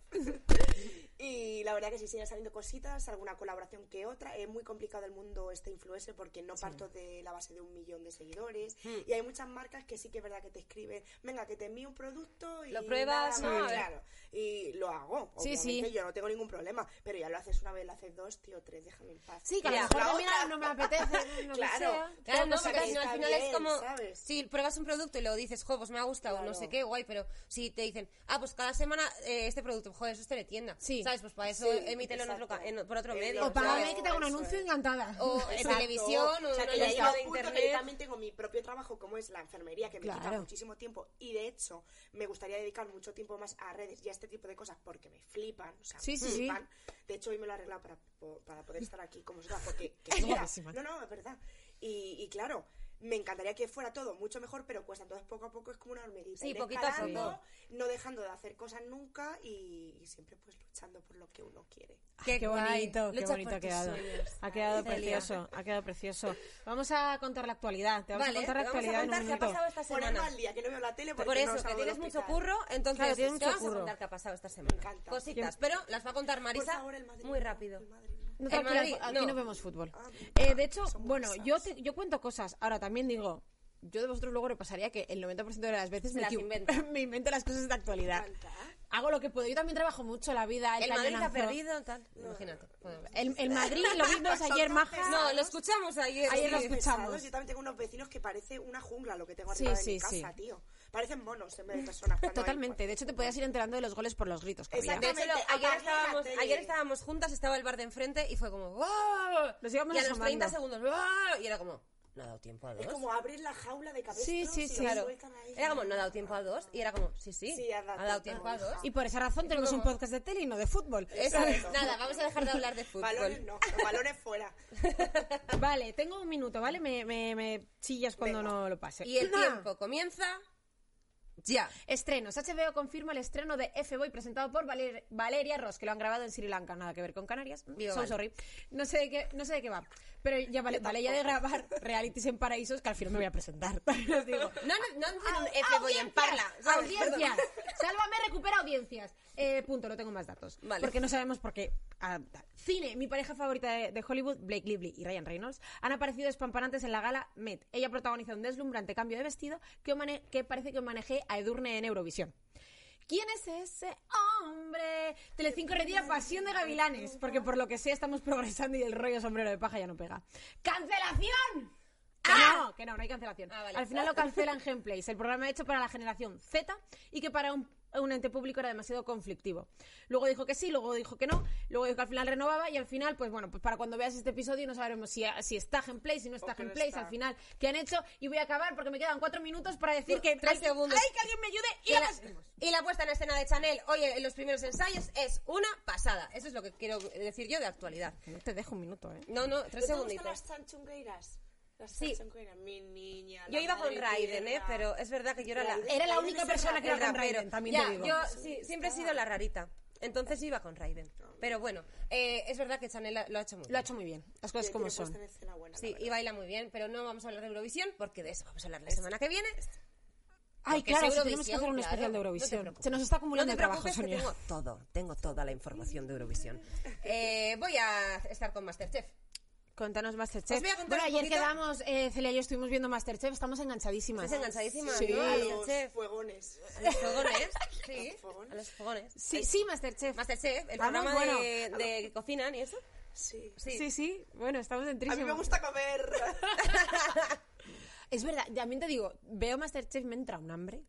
[SPEAKER 3] y la verdad que sí siguen saliendo cositas, alguna colaboración que otra. Es muy complicado el mundo este influencer porque no parto de la base de un millón de seguidores.
[SPEAKER 1] Mm.
[SPEAKER 3] Y hay muchas marcas que sí que es verdad que te escriben, venga, que te envío un producto y
[SPEAKER 2] Lo pruebas,
[SPEAKER 3] nada
[SPEAKER 2] ¿no?
[SPEAKER 3] más",
[SPEAKER 2] A ver.
[SPEAKER 3] claro. Y lo hago,
[SPEAKER 1] Sí,
[SPEAKER 3] obviamente,
[SPEAKER 1] sí.
[SPEAKER 3] yo no tengo ningún problema. Pero ya lo haces una vez, lo haces dos, tío, tres, déjame en paz.
[SPEAKER 1] Sí, que a lo
[SPEAKER 2] Ya.
[SPEAKER 1] mejor
[SPEAKER 3] La
[SPEAKER 1] también
[SPEAKER 3] otra. [LAUGHS]
[SPEAKER 1] ah, no me apetece, no claro.
[SPEAKER 3] Claro, claro,
[SPEAKER 2] Claro, no,
[SPEAKER 3] no,
[SPEAKER 2] porque
[SPEAKER 3] pero
[SPEAKER 2] si no, al
[SPEAKER 3] está
[SPEAKER 2] final es
[SPEAKER 3] bien,
[SPEAKER 2] como
[SPEAKER 3] ¿sabes?
[SPEAKER 2] si pruebas un producto y luego dices, jo, pues me ha gustado, no
[SPEAKER 3] Claro.
[SPEAKER 2] sé qué, guay, pero si te dicen, ah, pues cada semana eh, este producto, joder, eso es teletienda.
[SPEAKER 1] Sí.
[SPEAKER 2] ¿Sabes? Pues para eso
[SPEAKER 3] Sí,
[SPEAKER 2] emítelo en otro
[SPEAKER 3] exacto.
[SPEAKER 2] ca- en- por otro
[SPEAKER 3] Eh,
[SPEAKER 2] medio.
[SPEAKER 3] lo
[SPEAKER 1] O
[SPEAKER 2] ¿sabes?
[SPEAKER 1] págame
[SPEAKER 3] Claro,
[SPEAKER 1] que te hago un
[SPEAKER 3] eso
[SPEAKER 1] anuncio
[SPEAKER 3] es.
[SPEAKER 1] encantada.
[SPEAKER 2] O en televisión,
[SPEAKER 3] o sea,
[SPEAKER 2] una
[SPEAKER 3] que
[SPEAKER 2] llamada
[SPEAKER 3] ya
[SPEAKER 2] de
[SPEAKER 3] llega un punto que yo
[SPEAKER 2] internet.
[SPEAKER 3] también tengo mi propio trabajo, como es la enfermería, que me quita
[SPEAKER 1] Claro.
[SPEAKER 3] muchísimo tiempo. Y de hecho, me gustaría dedicar mucho tiempo más a redes y a este tipo de cosas porque me flipan. O sea,
[SPEAKER 1] Sí,
[SPEAKER 3] me
[SPEAKER 1] sí, sí.
[SPEAKER 3] flipan. De hecho, hoy me lo he arreglado para, po- para poder estar aquí con vosotras
[SPEAKER 2] [LAUGHS]
[SPEAKER 3] porque. que
[SPEAKER 1] Es
[SPEAKER 3] mira,
[SPEAKER 1] guapísima.
[SPEAKER 3] No, no, es verdad. Y, y claro. Me encantaría que fuera todo mucho mejor, pero cuesta. Entonces, poco a poco es como una hormiguita.
[SPEAKER 2] Sí,
[SPEAKER 3] ir
[SPEAKER 2] poquito a poco.
[SPEAKER 3] escalando, No dejando de hacer cosas nunca y, y siempre pues luchando por lo que uno quiere.
[SPEAKER 1] Ah, Qué,
[SPEAKER 2] guay.
[SPEAKER 1] bonito, qué
[SPEAKER 2] Lucha
[SPEAKER 1] bonito
[SPEAKER 2] por
[SPEAKER 1] ha
[SPEAKER 2] tus
[SPEAKER 1] quedado.
[SPEAKER 2] sueños.
[SPEAKER 1] Ha quedado
[SPEAKER 2] Celia.
[SPEAKER 1] precioso, ha quedado precioso. Vamos a contar la actualidad. Te vamos
[SPEAKER 2] Vale,
[SPEAKER 1] a contar la
[SPEAKER 2] te vamos a
[SPEAKER 1] actualidad
[SPEAKER 2] contar
[SPEAKER 1] en
[SPEAKER 2] qué ha
[SPEAKER 1] un minuto.
[SPEAKER 2] pasado esta
[SPEAKER 3] Ponerlo
[SPEAKER 2] semana.
[SPEAKER 3] al día, que no veo la tele porque
[SPEAKER 2] Por
[SPEAKER 3] no
[SPEAKER 2] eso, que
[SPEAKER 3] salgo del
[SPEAKER 2] tienes mucho
[SPEAKER 3] hospital.
[SPEAKER 2] curro, entonces
[SPEAKER 1] Claro, tienes
[SPEAKER 2] te
[SPEAKER 1] mucho
[SPEAKER 2] vamos a
[SPEAKER 1] curro.
[SPEAKER 2] contar qué ha pasado esta semana.
[SPEAKER 3] encanta.
[SPEAKER 2] Cositas, pero las va a contar
[SPEAKER 3] Por
[SPEAKER 2] Marisa
[SPEAKER 3] favor, el Madrid
[SPEAKER 2] muy
[SPEAKER 3] no,
[SPEAKER 2] rápido.
[SPEAKER 3] el Madrid no.
[SPEAKER 1] No,
[SPEAKER 2] En
[SPEAKER 1] tranquila,
[SPEAKER 2] Madrid,
[SPEAKER 1] aquí no.
[SPEAKER 2] no.
[SPEAKER 1] vemos fútbol.
[SPEAKER 3] Ah,
[SPEAKER 1] Eh, de hecho,
[SPEAKER 3] son muy
[SPEAKER 1] bueno,
[SPEAKER 3] pesados.
[SPEAKER 1] yo, te- yo cuento cosas. Ahora también digo, yo de vosotros luego repasaría que el 90% de las veces
[SPEAKER 2] Se
[SPEAKER 1] me,
[SPEAKER 2] las
[SPEAKER 1] equivo-
[SPEAKER 2] inventa.
[SPEAKER 1] [LAUGHS] me invento las cosas de actualidad.
[SPEAKER 3] encanta.
[SPEAKER 1] Hago lo que puedo. Yo también trabajo mucho la vida. El,
[SPEAKER 2] El Madrid ha
[SPEAKER 1] cañonazo.
[SPEAKER 2] perdido, tal. Imagínate. Bueno,
[SPEAKER 1] El, el Madrid [LAUGHS]
[SPEAKER 2] [LAUGHS]
[SPEAKER 1] lo vimos ayer,
[SPEAKER 3] Vosotros
[SPEAKER 1] Maja.
[SPEAKER 2] No, lo escuchamos ayer.
[SPEAKER 1] Ayer
[SPEAKER 2] sí.
[SPEAKER 1] lo
[SPEAKER 3] Pesados,
[SPEAKER 1] escuchamos.
[SPEAKER 3] Yo también tengo unos vecinos que parece una jungla lo que tengo
[SPEAKER 1] Sí,
[SPEAKER 3] arriba de
[SPEAKER 1] sí,
[SPEAKER 3] mi casa,
[SPEAKER 1] sí.
[SPEAKER 3] tío. Parecen monos en vez de personas. cuando hay-
[SPEAKER 1] Totalmente. De hecho, te podías ir enterando de los goles por los gritos que había.
[SPEAKER 2] De hecho, lo-
[SPEAKER 3] Exactamente,
[SPEAKER 2] ayer,
[SPEAKER 3] apagué la
[SPEAKER 2] estábamos,
[SPEAKER 3] tele.
[SPEAKER 2] ayer estábamos juntas, estaba el bar de enfrente y fue como ¡Wow!
[SPEAKER 1] Nos íbamos
[SPEAKER 2] y a los
[SPEAKER 1] asomando.
[SPEAKER 2] 30 segundos ¡Wow! Y era como, no ha dado tiempo a dos.
[SPEAKER 3] Es como abrir la jaula de cabeza.
[SPEAKER 1] Sí, sí, sí.
[SPEAKER 2] Claro. Era como, no ha dado tiempo a dos. Y era como, sí, sí,
[SPEAKER 3] Sí, ha dado
[SPEAKER 2] tiempo
[SPEAKER 3] tiempo,
[SPEAKER 2] a dos.
[SPEAKER 3] hija.
[SPEAKER 1] Y por esa razón tenemos un
[SPEAKER 2] Vamos.
[SPEAKER 1] podcast de tele y no de fútbol.
[SPEAKER 2] Eso es. Nada, vamos a dejar de hablar de
[SPEAKER 3] Balones
[SPEAKER 2] fútbol.
[SPEAKER 3] no, balones
[SPEAKER 2] [LAUGHS]
[SPEAKER 3] fuera.
[SPEAKER 1] Vale, tengo un minuto, ¿vale? Me, me- me chillas cuando
[SPEAKER 3] Venga.
[SPEAKER 1] no lo pase. [CLEARS THROAT]
[SPEAKER 2] Y el
[SPEAKER 1] Nah.
[SPEAKER 2] tiempo comienza ya.
[SPEAKER 1] Estrenos. HBO confirma el estreno de F-Boy presentado por Valer- Valeria Ross, que lo han grabado en Sri Lanka. Nada que ver con Canarias.
[SPEAKER 2] Viva
[SPEAKER 1] So
[SPEAKER 2] Val.
[SPEAKER 1] sorry. No sé, de qué, no sé de qué va. Pero ya vale, vale ya de grabar realities en paraísos, que al final me voy a presentar. [LAUGHS] también os digo.
[SPEAKER 2] No, no, no hacen un F voy en parla. ¿sabes?
[SPEAKER 1] Audiencias. Sálvame, recupera audiencias. Eh, punto, no tengo más datos.
[SPEAKER 2] Vale.
[SPEAKER 1] Porque no sabemos por qué. Ah, tal. cine, mi pareja favorita de, de Hollywood, Blake Lively y Ryan Reynolds, han aparecido espampanantes en la gala Met. Ella protagoniza un deslumbrante cambio de vestido que, homane- que parece que homenaje a Edurne en Eurovisión. ¿Quién es ese hombre? Telecinco retira Pasión de Gavilanes, porque por lo que sé estamos progresando y el rollo sombrero de paja ya no pega. ¡Cancelación! Que No, que no, no hay cancelación.
[SPEAKER 2] Ah, vale.
[SPEAKER 1] Al final lo cancelan Gameplays, el programa hecho para la generación Z y que para un un ente público era demasiado conflictivo. Luego dijo que sí, luego dijo que no, luego dijo que al final renovaba y al final, pues bueno, pues para cuando veas este episodio no sabremos si, si está Genplay, si no está
[SPEAKER 3] O que no
[SPEAKER 1] Genplay,
[SPEAKER 3] está.
[SPEAKER 1] al final, qué han hecho y voy a acabar porque me quedan cuatro minutos para decir que...
[SPEAKER 2] Tres
[SPEAKER 1] hay que-
[SPEAKER 2] segundos.
[SPEAKER 1] ¡Ay, que alguien me ayude! Y
[SPEAKER 2] Y
[SPEAKER 1] ahora
[SPEAKER 2] la, y la puesta en escena de Chanel hoy en los primeros ensayos es una pasada. Eso es lo que quiero decir yo de actualidad.
[SPEAKER 1] No te dejo un minuto, ¿eh?
[SPEAKER 2] No, no, tres
[SPEAKER 3] ¿No te gustan
[SPEAKER 2] segunditos.
[SPEAKER 3] las chanchungueiras? Las
[SPEAKER 2] Sí.
[SPEAKER 3] chanchungueiras, mi niña.
[SPEAKER 2] Yo
[SPEAKER 3] la
[SPEAKER 2] iba con
[SPEAKER 3] madre
[SPEAKER 2] Raiden, ¿eh?
[SPEAKER 3] tierra.
[SPEAKER 2] Pero es verdad que yo era la...
[SPEAKER 3] Raiden.
[SPEAKER 1] Era la
[SPEAKER 3] Raiden
[SPEAKER 1] única
[SPEAKER 3] es el
[SPEAKER 1] persona que iba
[SPEAKER 3] rapero.
[SPEAKER 1] con Raiden,
[SPEAKER 2] Pero-
[SPEAKER 1] también
[SPEAKER 2] ya,
[SPEAKER 1] te digo.
[SPEAKER 2] Yo sí, siempre he sido la rarita. Entonces iba con Raiden. Pero bueno, eh, es verdad que Chanel lo ha hecho muy
[SPEAKER 1] Lo ha
[SPEAKER 2] bien.
[SPEAKER 1] hecho muy bien, las cosas
[SPEAKER 3] Tiene
[SPEAKER 1] como
[SPEAKER 3] puesta
[SPEAKER 1] son.
[SPEAKER 3] en escena buena, la
[SPEAKER 2] Sí,
[SPEAKER 3] verdad.
[SPEAKER 2] y baila muy bien, pero no vamos a hablar de Eurovisión porque de eso vamos a hablar la semana que viene.
[SPEAKER 1] Ay,
[SPEAKER 2] Porque
[SPEAKER 1] claro,
[SPEAKER 2] es
[SPEAKER 1] si tenemos que
[SPEAKER 2] Eurovisión,
[SPEAKER 1] hacer un especial
[SPEAKER 2] claro.
[SPEAKER 1] de
[SPEAKER 2] No te
[SPEAKER 1] Eurovisión.
[SPEAKER 2] preocupes.
[SPEAKER 1] Se nos está
[SPEAKER 2] No
[SPEAKER 1] acumulando
[SPEAKER 2] te
[SPEAKER 1] el trabajo,
[SPEAKER 2] preocupes, que
[SPEAKER 1] Sonia.
[SPEAKER 2] tengo todo, tengo toda la información de Eurovisión.
[SPEAKER 1] [LAUGHS]
[SPEAKER 2] Eh, voy a estar con Masterchef.
[SPEAKER 1] Contanos Masterchef.
[SPEAKER 2] Os voy a contar
[SPEAKER 1] bueno,
[SPEAKER 2] un
[SPEAKER 1] ayer
[SPEAKER 2] poquito.
[SPEAKER 1] quedamos, eh, Celia y yo estuvimos viendo Masterchef, estamos enganchadísimas.
[SPEAKER 2] Estás enganchadísima.
[SPEAKER 1] Sí.
[SPEAKER 2] ¿no?
[SPEAKER 3] A
[SPEAKER 2] A
[SPEAKER 3] los
[SPEAKER 2] Masterchef.
[SPEAKER 3] fuegones.
[SPEAKER 2] A los
[SPEAKER 1] [LAUGHS]
[SPEAKER 2] fogones. Sí,
[SPEAKER 3] fogones.
[SPEAKER 2] a los fogones.
[SPEAKER 1] Sí, sí, Masterchef.
[SPEAKER 2] Masterchef, el
[SPEAKER 1] Ah, no,
[SPEAKER 2] programa
[SPEAKER 1] bueno.
[SPEAKER 2] de, de que cocinan y eso.
[SPEAKER 3] Sí.
[SPEAKER 2] Sí.
[SPEAKER 1] Sí, sí, bueno, estamos en
[SPEAKER 3] A mí me
[SPEAKER 2] [LAUGHS]
[SPEAKER 3] gusta comer.
[SPEAKER 1] Es verdad, también te digo, veo Masterchef, me entra un hambre.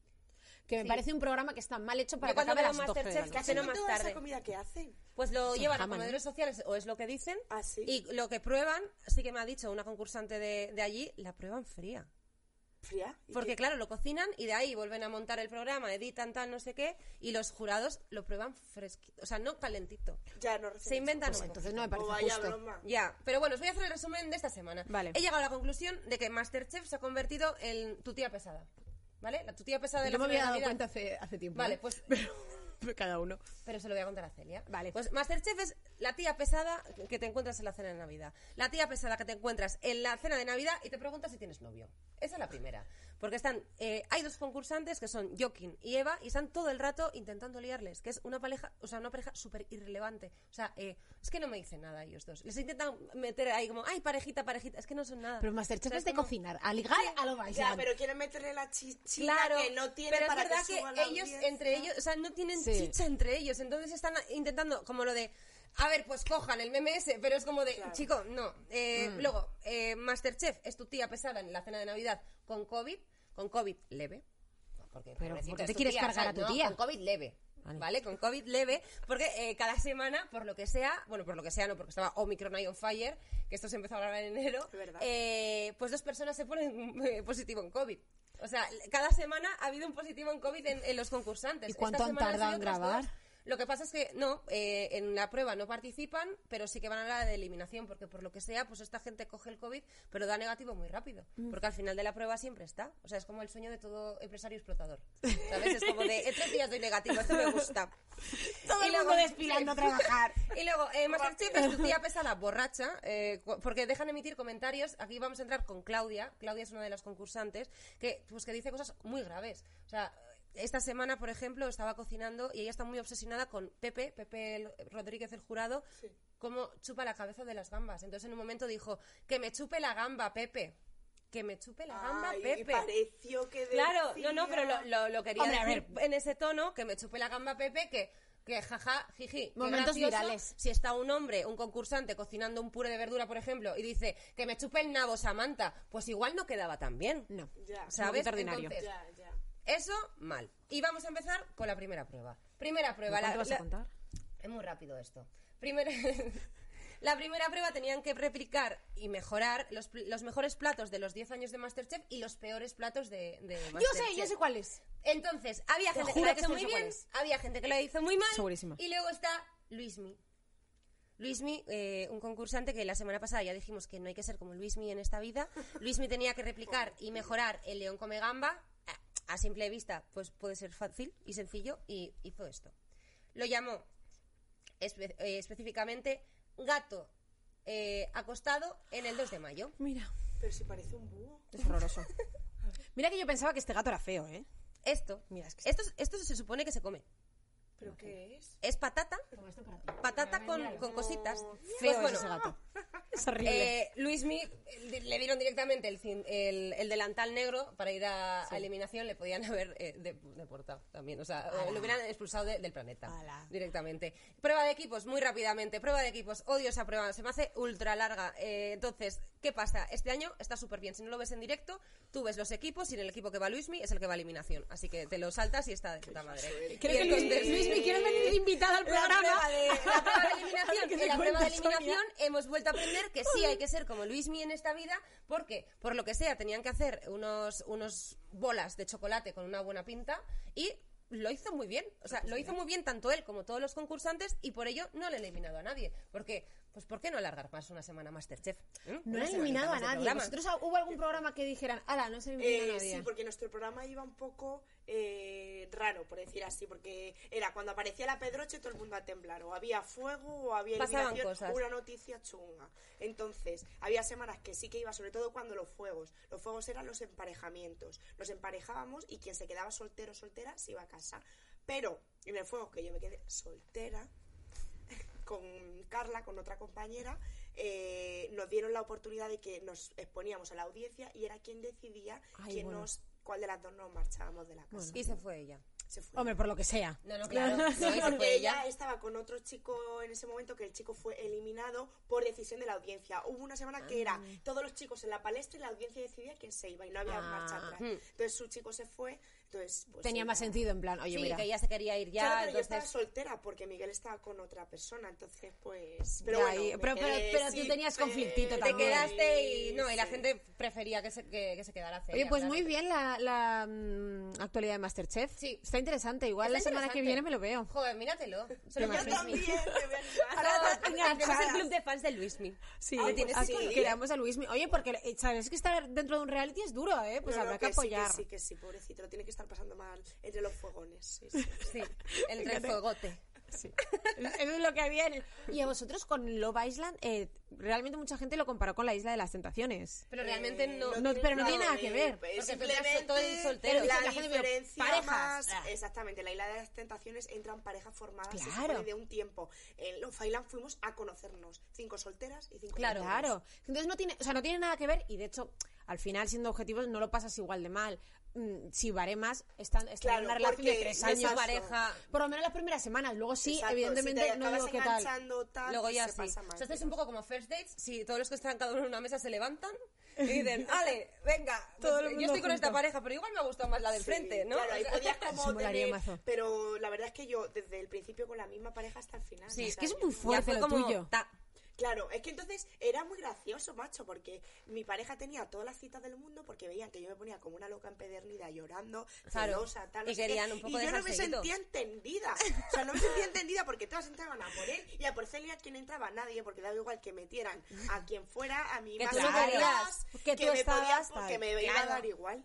[SPEAKER 1] Que me parece un programa que está mal hecho para
[SPEAKER 2] Yo
[SPEAKER 1] que
[SPEAKER 2] cuando
[SPEAKER 1] acabe a
[SPEAKER 2] veo
[SPEAKER 1] las 12 de la
[SPEAKER 2] Masterchef,
[SPEAKER 1] noche.
[SPEAKER 2] casi
[SPEAKER 3] Casi
[SPEAKER 2] no
[SPEAKER 3] no
[SPEAKER 2] más
[SPEAKER 3] toda
[SPEAKER 2] tarde.
[SPEAKER 3] esa comida que hacen.
[SPEAKER 2] Pues lo
[SPEAKER 1] Se
[SPEAKER 2] llevan a
[SPEAKER 1] enjaman,
[SPEAKER 2] comedores sociales, o es lo que dicen.
[SPEAKER 3] Ah, sí.
[SPEAKER 2] Y lo que prueban, sí que me ha dicho una concursante de, de allí, la prueban fría.
[SPEAKER 3] Fría. ¿Y
[SPEAKER 2] Porque
[SPEAKER 3] qué?
[SPEAKER 2] claro, lo cocinan y de ahí vuelven a montar el programa, editan tal, no sé qué, y los jurados lo prueban fresquito, o sea, no calentito.
[SPEAKER 3] ya no recién
[SPEAKER 2] Se inventan
[SPEAKER 1] Pues
[SPEAKER 2] nuevo.
[SPEAKER 1] entonces no me
[SPEAKER 3] O
[SPEAKER 1] parece
[SPEAKER 3] vaya
[SPEAKER 1] justo.
[SPEAKER 3] broma.
[SPEAKER 2] Ya, pero bueno, os voy a hacer el resumen de esta semana.
[SPEAKER 1] Vale.
[SPEAKER 2] He llegado a la conclusión de que Masterchef se ha convertido en tu tía pesada. ¿Vale? La tu tía pesada de la
[SPEAKER 1] No me había
[SPEAKER 2] semana
[SPEAKER 1] dado
[SPEAKER 2] de Navidad.
[SPEAKER 1] cuenta hace, hace tiempo.
[SPEAKER 2] Vale,
[SPEAKER 1] ¿eh?
[SPEAKER 2] pues
[SPEAKER 1] Pero [LAUGHS] cada uno.
[SPEAKER 2] Pero se lo voy a contar a Celia.
[SPEAKER 1] Vale.
[SPEAKER 2] Pues Masterchef es la tía pesada que te encuentras en la cena de Navidad. La tía pesada que te encuentras en la cena de Navidad y te preguntas si tienes novio. Esa es la primera. Porque están, eh, hay dos concursantes que son Joaquín y Eva y están todo el rato intentando liarles, que es una pareja, o sea, una pareja súper irrelevante. O sea, eh, es que no me dicen nada ellos dos. Les intentan meter ahí como, ay, parejita, parejita, es que no son nada.
[SPEAKER 1] Pero Masterchef
[SPEAKER 2] O sea,
[SPEAKER 1] es de
[SPEAKER 2] como-
[SPEAKER 1] cocinar, a ligar a lo bailar.
[SPEAKER 3] Ya, pero quieren meterle la chichita
[SPEAKER 2] Claro,
[SPEAKER 3] que no tiene
[SPEAKER 2] pero
[SPEAKER 3] para
[SPEAKER 2] es verdad
[SPEAKER 3] que,
[SPEAKER 2] que,
[SPEAKER 3] suba la
[SPEAKER 2] ellos
[SPEAKER 3] audiencia.
[SPEAKER 2] entre ellos, o sea, no tienen
[SPEAKER 1] Sí.
[SPEAKER 2] chicha entre ellos, entonces están intentando como lo de a ver, pues cojan el meme ese, pero es como de,
[SPEAKER 3] Claro.
[SPEAKER 2] chico, no. Eh,
[SPEAKER 1] Mm.
[SPEAKER 2] Luego, eh, Masterchef es tu tía pesada en la cena de Navidad con COVID, con COVID leve. Porque,
[SPEAKER 1] Pero,
[SPEAKER 2] pobrecita,
[SPEAKER 1] ¿por qué
[SPEAKER 2] es
[SPEAKER 1] te
[SPEAKER 2] tu
[SPEAKER 1] quieres
[SPEAKER 2] tía,
[SPEAKER 1] cargar
[SPEAKER 2] o sea,
[SPEAKER 1] a tu
[SPEAKER 2] no,
[SPEAKER 1] tía?
[SPEAKER 2] Con COVID leve,
[SPEAKER 1] Vale.
[SPEAKER 2] vale. Con COVID leve, porque eh, cada semana, por lo que sea, bueno, por lo que sea no, porque estaba Omicron ahí on fire, que esto se empezó a hablar en enero,
[SPEAKER 3] Es verdad.
[SPEAKER 2] eh, pues dos personas se ponen eh, positivo en COVID. O sea, cada semana ha habido un positivo en COVID en, en los concursantes.
[SPEAKER 1] ¿Y cuánto han
[SPEAKER 2] semana
[SPEAKER 1] tardado
[SPEAKER 2] sido
[SPEAKER 1] en
[SPEAKER 2] otras
[SPEAKER 1] grabar?
[SPEAKER 2] dos. Lo que pasa es que no, eh, en la prueba no participan, pero sí que van a la de eliminación, porque por lo que sea, pues esta gente coge el COVID, pero da negativo muy rápido,
[SPEAKER 1] Mm.
[SPEAKER 2] porque al final de la prueba siempre está. O sea, es como el sueño de todo empresario explotador. ¿Sabes? Es como de, en tres días doy negativo, esto me gusta.
[SPEAKER 1] [LAUGHS] Todo
[SPEAKER 2] Y
[SPEAKER 1] el
[SPEAKER 2] luego-
[SPEAKER 1] mundo
[SPEAKER 3] [LAUGHS]
[SPEAKER 1] despilando a trabajar.
[SPEAKER 2] [LAUGHS] Y luego, eh, Masterchef es tu tía pesada, borracha, eh, cu- porque dejan emitir comentarios. Aquí vamos a entrar con Claudia. Claudia es una de las concursantes que, pues, que dice cosas muy graves. O sea, esta semana, por ejemplo, estaba cocinando y ella está muy obsesionada con Pepe, Pepe el- Rodríguez, el jurado, cómo chupa la cabeza de las gambas. Entonces, en un momento dijo, que me chupe la gamba, Pepe. Que me chupe la gamba,
[SPEAKER 3] Ay,
[SPEAKER 2] Pepe.
[SPEAKER 3] pareció que
[SPEAKER 2] Claro, no, no,
[SPEAKER 3] decía-
[SPEAKER 2] pero lo, lo- lo quería
[SPEAKER 1] Hombre, a
[SPEAKER 2] decir
[SPEAKER 1] ver.
[SPEAKER 2] en ese tono, que me chupé la gamba Pepe, que, que jaja, jiji. qué
[SPEAKER 1] Momentos
[SPEAKER 2] gracioso
[SPEAKER 1] virales.
[SPEAKER 2] Si está un hombre, un concursante, cocinando un puré de verdura, por ejemplo, y dice que me chupe el nabo Samantha, pues igual no quedaba tan bien.
[SPEAKER 1] No.
[SPEAKER 3] Ya,
[SPEAKER 2] ¿Sabes?
[SPEAKER 1] poquito ordinario.
[SPEAKER 2] Entonces,
[SPEAKER 3] ya, ya.
[SPEAKER 2] eso, mal. Y vamos a empezar con la primera prueba. Primera prueba.
[SPEAKER 1] ¿Cuánto
[SPEAKER 2] la-
[SPEAKER 1] vas
[SPEAKER 2] la-
[SPEAKER 1] a contar?
[SPEAKER 2] es muy rápido esto. Primera- [LAUGHS] la primera prueba tenían que replicar y mejorar los, pl- los mejores platos de los 10 años de Masterchef y los peores platos de, de
[SPEAKER 1] Yo
[SPEAKER 2] Masterchef.
[SPEAKER 1] sé, yo sé cuál es.
[SPEAKER 2] Entonces, había
[SPEAKER 1] Te
[SPEAKER 2] gente que
[SPEAKER 1] juro
[SPEAKER 2] lo
[SPEAKER 1] que
[SPEAKER 2] hizo
[SPEAKER 1] sí
[SPEAKER 2] muy
[SPEAKER 1] sé cuál
[SPEAKER 2] bien,
[SPEAKER 1] es.
[SPEAKER 2] había gente que lo hizo muy mal.
[SPEAKER 1] Segurísima.
[SPEAKER 2] Y luego está Luismi. Luismi, eh, un concursante que la semana pasada ya dijimos que no hay que ser como Luismi en
[SPEAKER 1] [LAUGHS]
[SPEAKER 2] esta vida. Luismi tenía que replicar y mejorar el león come gamba. A- A simple vista, pues puede ser fácil y sencillo, y hizo esto. Lo llamó espe- eh, específicamente gato eh, acostado en el 2 de mayo.
[SPEAKER 1] Mira.
[SPEAKER 3] Pero si parece un búho.
[SPEAKER 1] Es horroroso. [LAUGHS] Mira que yo pensaba que este gato era feo, ¿eh?
[SPEAKER 2] Esto,
[SPEAKER 1] Mira, es que-
[SPEAKER 2] esto, esto se supone que se come.
[SPEAKER 3] ¿Pero qué es?
[SPEAKER 2] Es patata patata con, con cositas.
[SPEAKER 1] Feo
[SPEAKER 2] Pues
[SPEAKER 1] es
[SPEAKER 2] bueno,
[SPEAKER 1] Oh. ese gato. Es horrible.
[SPEAKER 2] eh, Luismi eh, le dieron directamente el, cin- el- el delantal negro para ir a, a eliminación, le podían [LAUGHS] haber eh, de- deportado también, o sea, o lo hubieran expulsado de- del planeta
[SPEAKER 1] Ala.
[SPEAKER 2] directamente. Prueba de equipos, muy rápidamente, prueba de equipos, odio esa prueba, se me hace ultra larga. eh, entonces, ¿Qué pasa? Este año está súper bien. Si no lo ves en directo, tú ves los equipos y en el equipo que va Luismi es el que va a eliminación. Así que te lo saltas y está de puta madre.
[SPEAKER 1] Creo que Luis,
[SPEAKER 2] entonces-
[SPEAKER 1] Luismi, ¿quieres venir invitada al
[SPEAKER 2] la prueba
[SPEAKER 1] programa?
[SPEAKER 2] de, la prueba
[SPEAKER 1] [LAUGHS]
[SPEAKER 2] de eliminación.
[SPEAKER 1] Que te
[SPEAKER 2] En la prueba de
[SPEAKER 1] cuento, Sonia.
[SPEAKER 2] eliminación hemos vuelto a aprender que sí hay que ser como Luismi en esta vida, porque por lo que sea tenían que hacer unos, unos bolas de chocolate con una buena pinta y lo hizo muy bien. O
[SPEAKER 1] Ah, pues
[SPEAKER 2] sea, lo hizo muy bien tanto él como todos los concursantes y por ello no le ha eliminado a nadie. Porque, pues, ¿por qué no alargar más una semana Masterchef? ¿Mm?
[SPEAKER 1] No
[SPEAKER 2] Una
[SPEAKER 1] han
[SPEAKER 2] semanita
[SPEAKER 1] eliminado a
[SPEAKER 2] más de
[SPEAKER 1] nadie.
[SPEAKER 2] programa.
[SPEAKER 1] ¿Vosotros hubo algún programa que dijeran, ala, no se eliminó a
[SPEAKER 3] Eh,
[SPEAKER 1] nadie?
[SPEAKER 3] sí, porque nuestro programa iba un poco eh, raro, por decir así, porque era cuando aparecía la Pedroche todo el mundo a temblar, o había fuego, o había
[SPEAKER 2] Pasaban
[SPEAKER 3] eliminación,
[SPEAKER 2] cosas.
[SPEAKER 3] una noticia chunga. Entonces, había semanas que sí que iba, sobre todo cuando los fuegos. Los fuegos eran los emparejamientos. Nos emparejábamos y quien se quedaba soltero o soltera se iba a casa. Pero en el fuego que yo me quedé soltera, con Carla, con otra compañera, eh, nos dieron la oportunidad de que nos exponíamos a la audiencia y era quien decidía
[SPEAKER 1] Ay,
[SPEAKER 3] quién
[SPEAKER 1] bueno.
[SPEAKER 3] nos, cuál de las dos nos marchábamos de la casa.
[SPEAKER 2] Y se fue ella.
[SPEAKER 3] Se fue.
[SPEAKER 1] Hombre, por lo que sea.
[SPEAKER 2] No, no,
[SPEAKER 1] [LAUGHS]
[SPEAKER 2] claro. No, y se
[SPEAKER 3] Porque
[SPEAKER 2] fue
[SPEAKER 3] ella
[SPEAKER 2] ella.
[SPEAKER 3] estaba con otro chico en ese momento que el chico fue eliminado por decisión de la audiencia. Hubo una semana que era todos los chicos en la palestra y la audiencia decidía quién se iba y no había
[SPEAKER 1] Ah.
[SPEAKER 3] marcha atrás.
[SPEAKER 2] Mm.
[SPEAKER 3] Entonces su chico se fue, entonces pues,
[SPEAKER 1] Tenía
[SPEAKER 3] ella-
[SPEAKER 1] más sentido, en plan, oye,
[SPEAKER 2] Sí,
[SPEAKER 1] mira.
[SPEAKER 2] que ella se quería ir ya,
[SPEAKER 3] Claro, pero yo
[SPEAKER 2] entonces...
[SPEAKER 3] estaba soltera porque Miguel estaba con otra persona, entonces pues. Pero
[SPEAKER 1] Ya,
[SPEAKER 3] bueno,
[SPEAKER 1] y-
[SPEAKER 3] me
[SPEAKER 1] pero- pero-
[SPEAKER 3] quedé
[SPEAKER 1] pero tú
[SPEAKER 3] sin
[SPEAKER 1] tenías conflictito
[SPEAKER 3] pe-
[SPEAKER 2] te
[SPEAKER 1] también.
[SPEAKER 2] quedaste y no y la
[SPEAKER 3] Sí.
[SPEAKER 2] gente prefería que se, que, que se quedara Celia,
[SPEAKER 1] Oye, pues
[SPEAKER 2] claro.
[SPEAKER 1] muy bien la, la, mm, actualidad de Masterchef.
[SPEAKER 2] Sí.
[SPEAKER 1] Está interesante. Igual
[SPEAKER 2] Está
[SPEAKER 1] la semana que viene
[SPEAKER 2] interesante.
[SPEAKER 1] me lo veo.
[SPEAKER 2] joder míratelo solo
[SPEAKER 3] Yo también, de
[SPEAKER 1] [LAUGHS]
[SPEAKER 3] verdad.
[SPEAKER 2] ahora
[SPEAKER 1] enganchada.
[SPEAKER 2] tenemos el club de fans de Luismi
[SPEAKER 1] Sí,
[SPEAKER 3] Ah,
[SPEAKER 2] Lo tienes
[SPEAKER 1] así
[SPEAKER 2] que
[SPEAKER 1] que
[SPEAKER 2] seguir.
[SPEAKER 1] queramos a Luis. Oye, porque eh, sabes que estar dentro de un reality es duro, ¿eh? Pues
[SPEAKER 3] No, no,
[SPEAKER 1] habrá que,
[SPEAKER 3] sí,
[SPEAKER 1] apoyar.
[SPEAKER 3] Sí, que sí, pobrecito, lo tiene que estar pasando mal entre los fogones. sí, sí.
[SPEAKER 2] sí entre el fuegote
[SPEAKER 1] Eso es lo que viene. Y a vosotros con Love Island, eh, realmente mucha gente lo comparó con la isla de las tentaciones.
[SPEAKER 2] pero
[SPEAKER 3] Eh,
[SPEAKER 2] realmente no,
[SPEAKER 1] no- pero no tiene nada que ver,
[SPEAKER 3] pues,
[SPEAKER 2] porque tú
[SPEAKER 3] simplemente
[SPEAKER 2] estás todo el soltero.
[SPEAKER 3] La,
[SPEAKER 1] La gente ve
[SPEAKER 3] diferencia
[SPEAKER 1] parejas,
[SPEAKER 3] más...
[SPEAKER 1] ah.
[SPEAKER 3] Exactamente, en la isla de las tentaciones entran parejas formadas se
[SPEAKER 1] Claro.
[SPEAKER 3] supone, de un tiempo. En Love Island fuimos a conocernos. Cinco solteras y cinco
[SPEAKER 2] Claro.
[SPEAKER 3] solteros.
[SPEAKER 1] Claro. Entonces no tiene, o sea, no tiene nada que ver y de hecho, al final siendo objetivos no lo pasas igual de mal. Mm, Si baremas, están, están
[SPEAKER 3] Claro,
[SPEAKER 1] en una relación de
[SPEAKER 3] porque
[SPEAKER 1] tres
[SPEAKER 3] no
[SPEAKER 1] años
[SPEAKER 3] es
[SPEAKER 2] pareja.
[SPEAKER 1] Por lo menos las primeras semanas. Luego sí,
[SPEAKER 3] Exacto,
[SPEAKER 1] evidentemente
[SPEAKER 3] si te
[SPEAKER 1] no digo
[SPEAKER 3] acabas
[SPEAKER 1] qué tal.
[SPEAKER 3] enganchando, tal,
[SPEAKER 2] luego ya
[SPEAKER 3] Ah, pues se
[SPEAKER 2] sí
[SPEAKER 3] pasa mal.
[SPEAKER 2] entonces es un poco como first dates si todos los que están cada uno en una mesa se levantan y
[SPEAKER 3] [LAUGHS]
[SPEAKER 2] dicen vale venga
[SPEAKER 1] Todo el
[SPEAKER 2] pues, yo
[SPEAKER 1] mundo
[SPEAKER 2] estoy con esta
[SPEAKER 1] junto.
[SPEAKER 2] pareja pero igual me ha gustado más la del
[SPEAKER 3] Sí,
[SPEAKER 2] frente ¿no?
[SPEAKER 3] Claro,
[SPEAKER 2] O
[SPEAKER 3] ahí
[SPEAKER 2] sea,
[SPEAKER 1] [LAUGHS]
[SPEAKER 3] podías
[SPEAKER 1] Eso
[SPEAKER 3] como
[SPEAKER 1] molaría
[SPEAKER 3] tener-
[SPEAKER 1] mazo.
[SPEAKER 3] Pero la verdad es que yo, desde el principio con la misma pareja hasta el final.
[SPEAKER 2] Sí,
[SPEAKER 3] o
[SPEAKER 2] es
[SPEAKER 3] sea,
[SPEAKER 1] que es
[SPEAKER 3] yo-
[SPEAKER 1] muy
[SPEAKER 2] ya
[SPEAKER 1] fuerte
[SPEAKER 2] fue
[SPEAKER 1] lo
[SPEAKER 2] como
[SPEAKER 1] tuyo.
[SPEAKER 2] ta-
[SPEAKER 3] Claro, es que entonces era muy gracioso, macho, porque mi pareja tenía todas las citas del mundo porque veían que yo me ponía como una loca empedernida llorando,
[SPEAKER 2] Claro,
[SPEAKER 3] celosa, tal.
[SPEAKER 2] y
[SPEAKER 3] no sé qué,
[SPEAKER 2] querían un poco
[SPEAKER 3] y
[SPEAKER 2] de
[SPEAKER 3] yo no me
[SPEAKER 2] salseíto.
[SPEAKER 3] sentía entendida. O sea, no me sentía entendida porque todas entraban a por él y a por Celia quien entraba nadie, porque daba igual que metieran a quien fuera, a mi
[SPEAKER 2] Que
[SPEAKER 3] más
[SPEAKER 2] tú no
[SPEAKER 3] atrás,
[SPEAKER 1] querías, que tú
[SPEAKER 3] me
[SPEAKER 1] estabas,
[SPEAKER 3] podía-
[SPEAKER 1] tal.
[SPEAKER 3] que me iba a
[SPEAKER 2] Claro. Mm.
[SPEAKER 3] dar igual,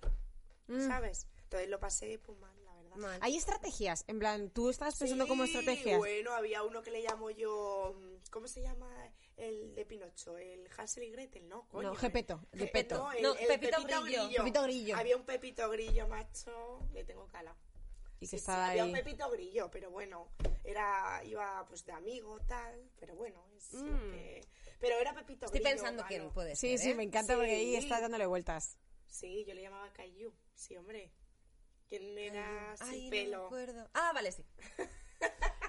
[SPEAKER 3] ¿sabes? Entonces lo pasé pues mal, la verdad.
[SPEAKER 2] Mal.
[SPEAKER 1] Hay estrategias, en plan, tú estabas pensando como
[SPEAKER 3] Sí,
[SPEAKER 1] estrategias.
[SPEAKER 3] Bueno, había uno que le llamo yo. mm, ¿Cómo se llama el de Pinocho? ¿El Hansel y Gretel? No, coño.
[SPEAKER 1] No, Gepetto,
[SPEAKER 3] Eh,
[SPEAKER 1] Gepetto.
[SPEAKER 3] No, el,
[SPEAKER 2] No,
[SPEAKER 3] el
[SPEAKER 2] Pepito
[SPEAKER 3] Pepito,
[SPEAKER 2] Grillo.
[SPEAKER 3] Grillo.
[SPEAKER 1] Pepito Grillo.
[SPEAKER 3] Había un Pepito Grillo, macho. Le tengo cala.
[SPEAKER 1] Y que
[SPEAKER 3] Sí, sí,
[SPEAKER 1] estaba
[SPEAKER 3] Había un
[SPEAKER 1] ahí.
[SPEAKER 3] Pepito Grillo, pero bueno. Era, iba pues de amigo, tal. Pero bueno, es lo que- Pero era Pepito
[SPEAKER 2] estoy
[SPEAKER 3] Grillo.
[SPEAKER 2] pensando
[SPEAKER 3] malo.
[SPEAKER 2] quién puede
[SPEAKER 1] Sí,
[SPEAKER 2] ser
[SPEAKER 1] sí,
[SPEAKER 2] ¿eh?
[SPEAKER 1] me encanta porque ahí
[SPEAKER 3] Sí.
[SPEAKER 1] estás dándole vueltas.
[SPEAKER 3] Sí, yo le llamaba Caillou. Sí, hombre. ¿Quién era sin
[SPEAKER 2] Ay, no me
[SPEAKER 3] pelo?
[SPEAKER 2] acuerdo. Ah, vale, sí.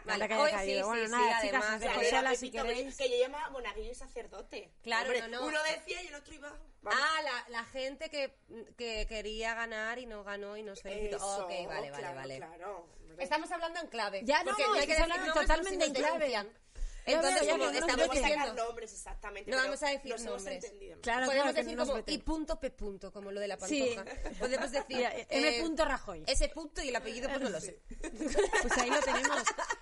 [SPEAKER 1] Anda que haya
[SPEAKER 2] hoy
[SPEAKER 1] caído.
[SPEAKER 2] sí,
[SPEAKER 1] Bueno,
[SPEAKER 2] sí,
[SPEAKER 1] nada,
[SPEAKER 2] sí,
[SPEAKER 1] chicas,
[SPEAKER 2] además,
[SPEAKER 1] os
[SPEAKER 3] Claro,
[SPEAKER 1] Pues
[SPEAKER 3] era
[SPEAKER 1] ala, si
[SPEAKER 3] Pepito Grillo,
[SPEAKER 1] queréis.
[SPEAKER 3] Que yo llamaba monaguillo y sacerdote.
[SPEAKER 2] Claro,
[SPEAKER 3] Hombre,
[SPEAKER 2] no, no.
[SPEAKER 3] Uno decía y el otro iba. Vamos.
[SPEAKER 2] Ah, la, la gente que, que quería ganar y no ganó y nos felicitó.
[SPEAKER 3] Eso,
[SPEAKER 2] ok, vale, vale,
[SPEAKER 3] claro,
[SPEAKER 2] vale.
[SPEAKER 3] Claro, hombre.
[SPEAKER 2] Estamos hablando en clave.
[SPEAKER 1] Ya, no,
[SPEAKER 2] porque
[SPEAKER 1] no,
[SPEAKER 2] hay
[SPEAKER 1] es
[SPEAKER 2] que
[SPEAKER 1] que se
[SPEAKER 2] decir
[SPEAKER 1] habla
[SPEAKER 2] nombres,
[SPEAKER 1] totalmente
[SPEAKER 2] porque si
[SPEAKER 1] en
[SPEAKER 2] no te
[SPEAKER 1] clave.
[SPEAKER 2] denuncian.
[SPEAKER 1] Ya veo,
[SPEAKER 2] Entonces,
[SPEAKER 1] ya
[SPEAKER 2] como
[SPEAKER 1] que no nos
[SPEAKER 3] No
[SPEAKER 2] estamos
[SPEAKER 3] vamos a
[SPEAKER 1] meten.
[SPEAKER 3] sacar
[SPEAKER 2] diciendo,
[SPEAKER 3] nombres exactamente.
[SPEAKER 2] No
[SPEAKER 3] pero
[SPEAKER 2] vamos a decir
[SPEAKER 3] nos hemos
[SPEAKER 2] nombres.
[SPEAKER 3] entendido, ¿no?
[SPEAKER 1] Claro,
[SPEAKER 2] podemos
[SPEAKER 1] claro, que
[SPEAKER 2] decir
[SPEAKER 1] no nos
[SPEAKER 2] como
[SPEAKER 1] meten.
[SPEAKER 2] y punto P punto, como lo de la
[SPEAKER 1] Sí.
[SPEAKER 2] pantoja. [LAUGHS] Podemos decir eh,
[SPEAKER 1] Mira, M. Rajoy.
[SPEAKER 2] Ese punto y el apellido, pues no lo sé.
[SPEAKER 1] Pues ahí lo tenemos. [LAUGHS]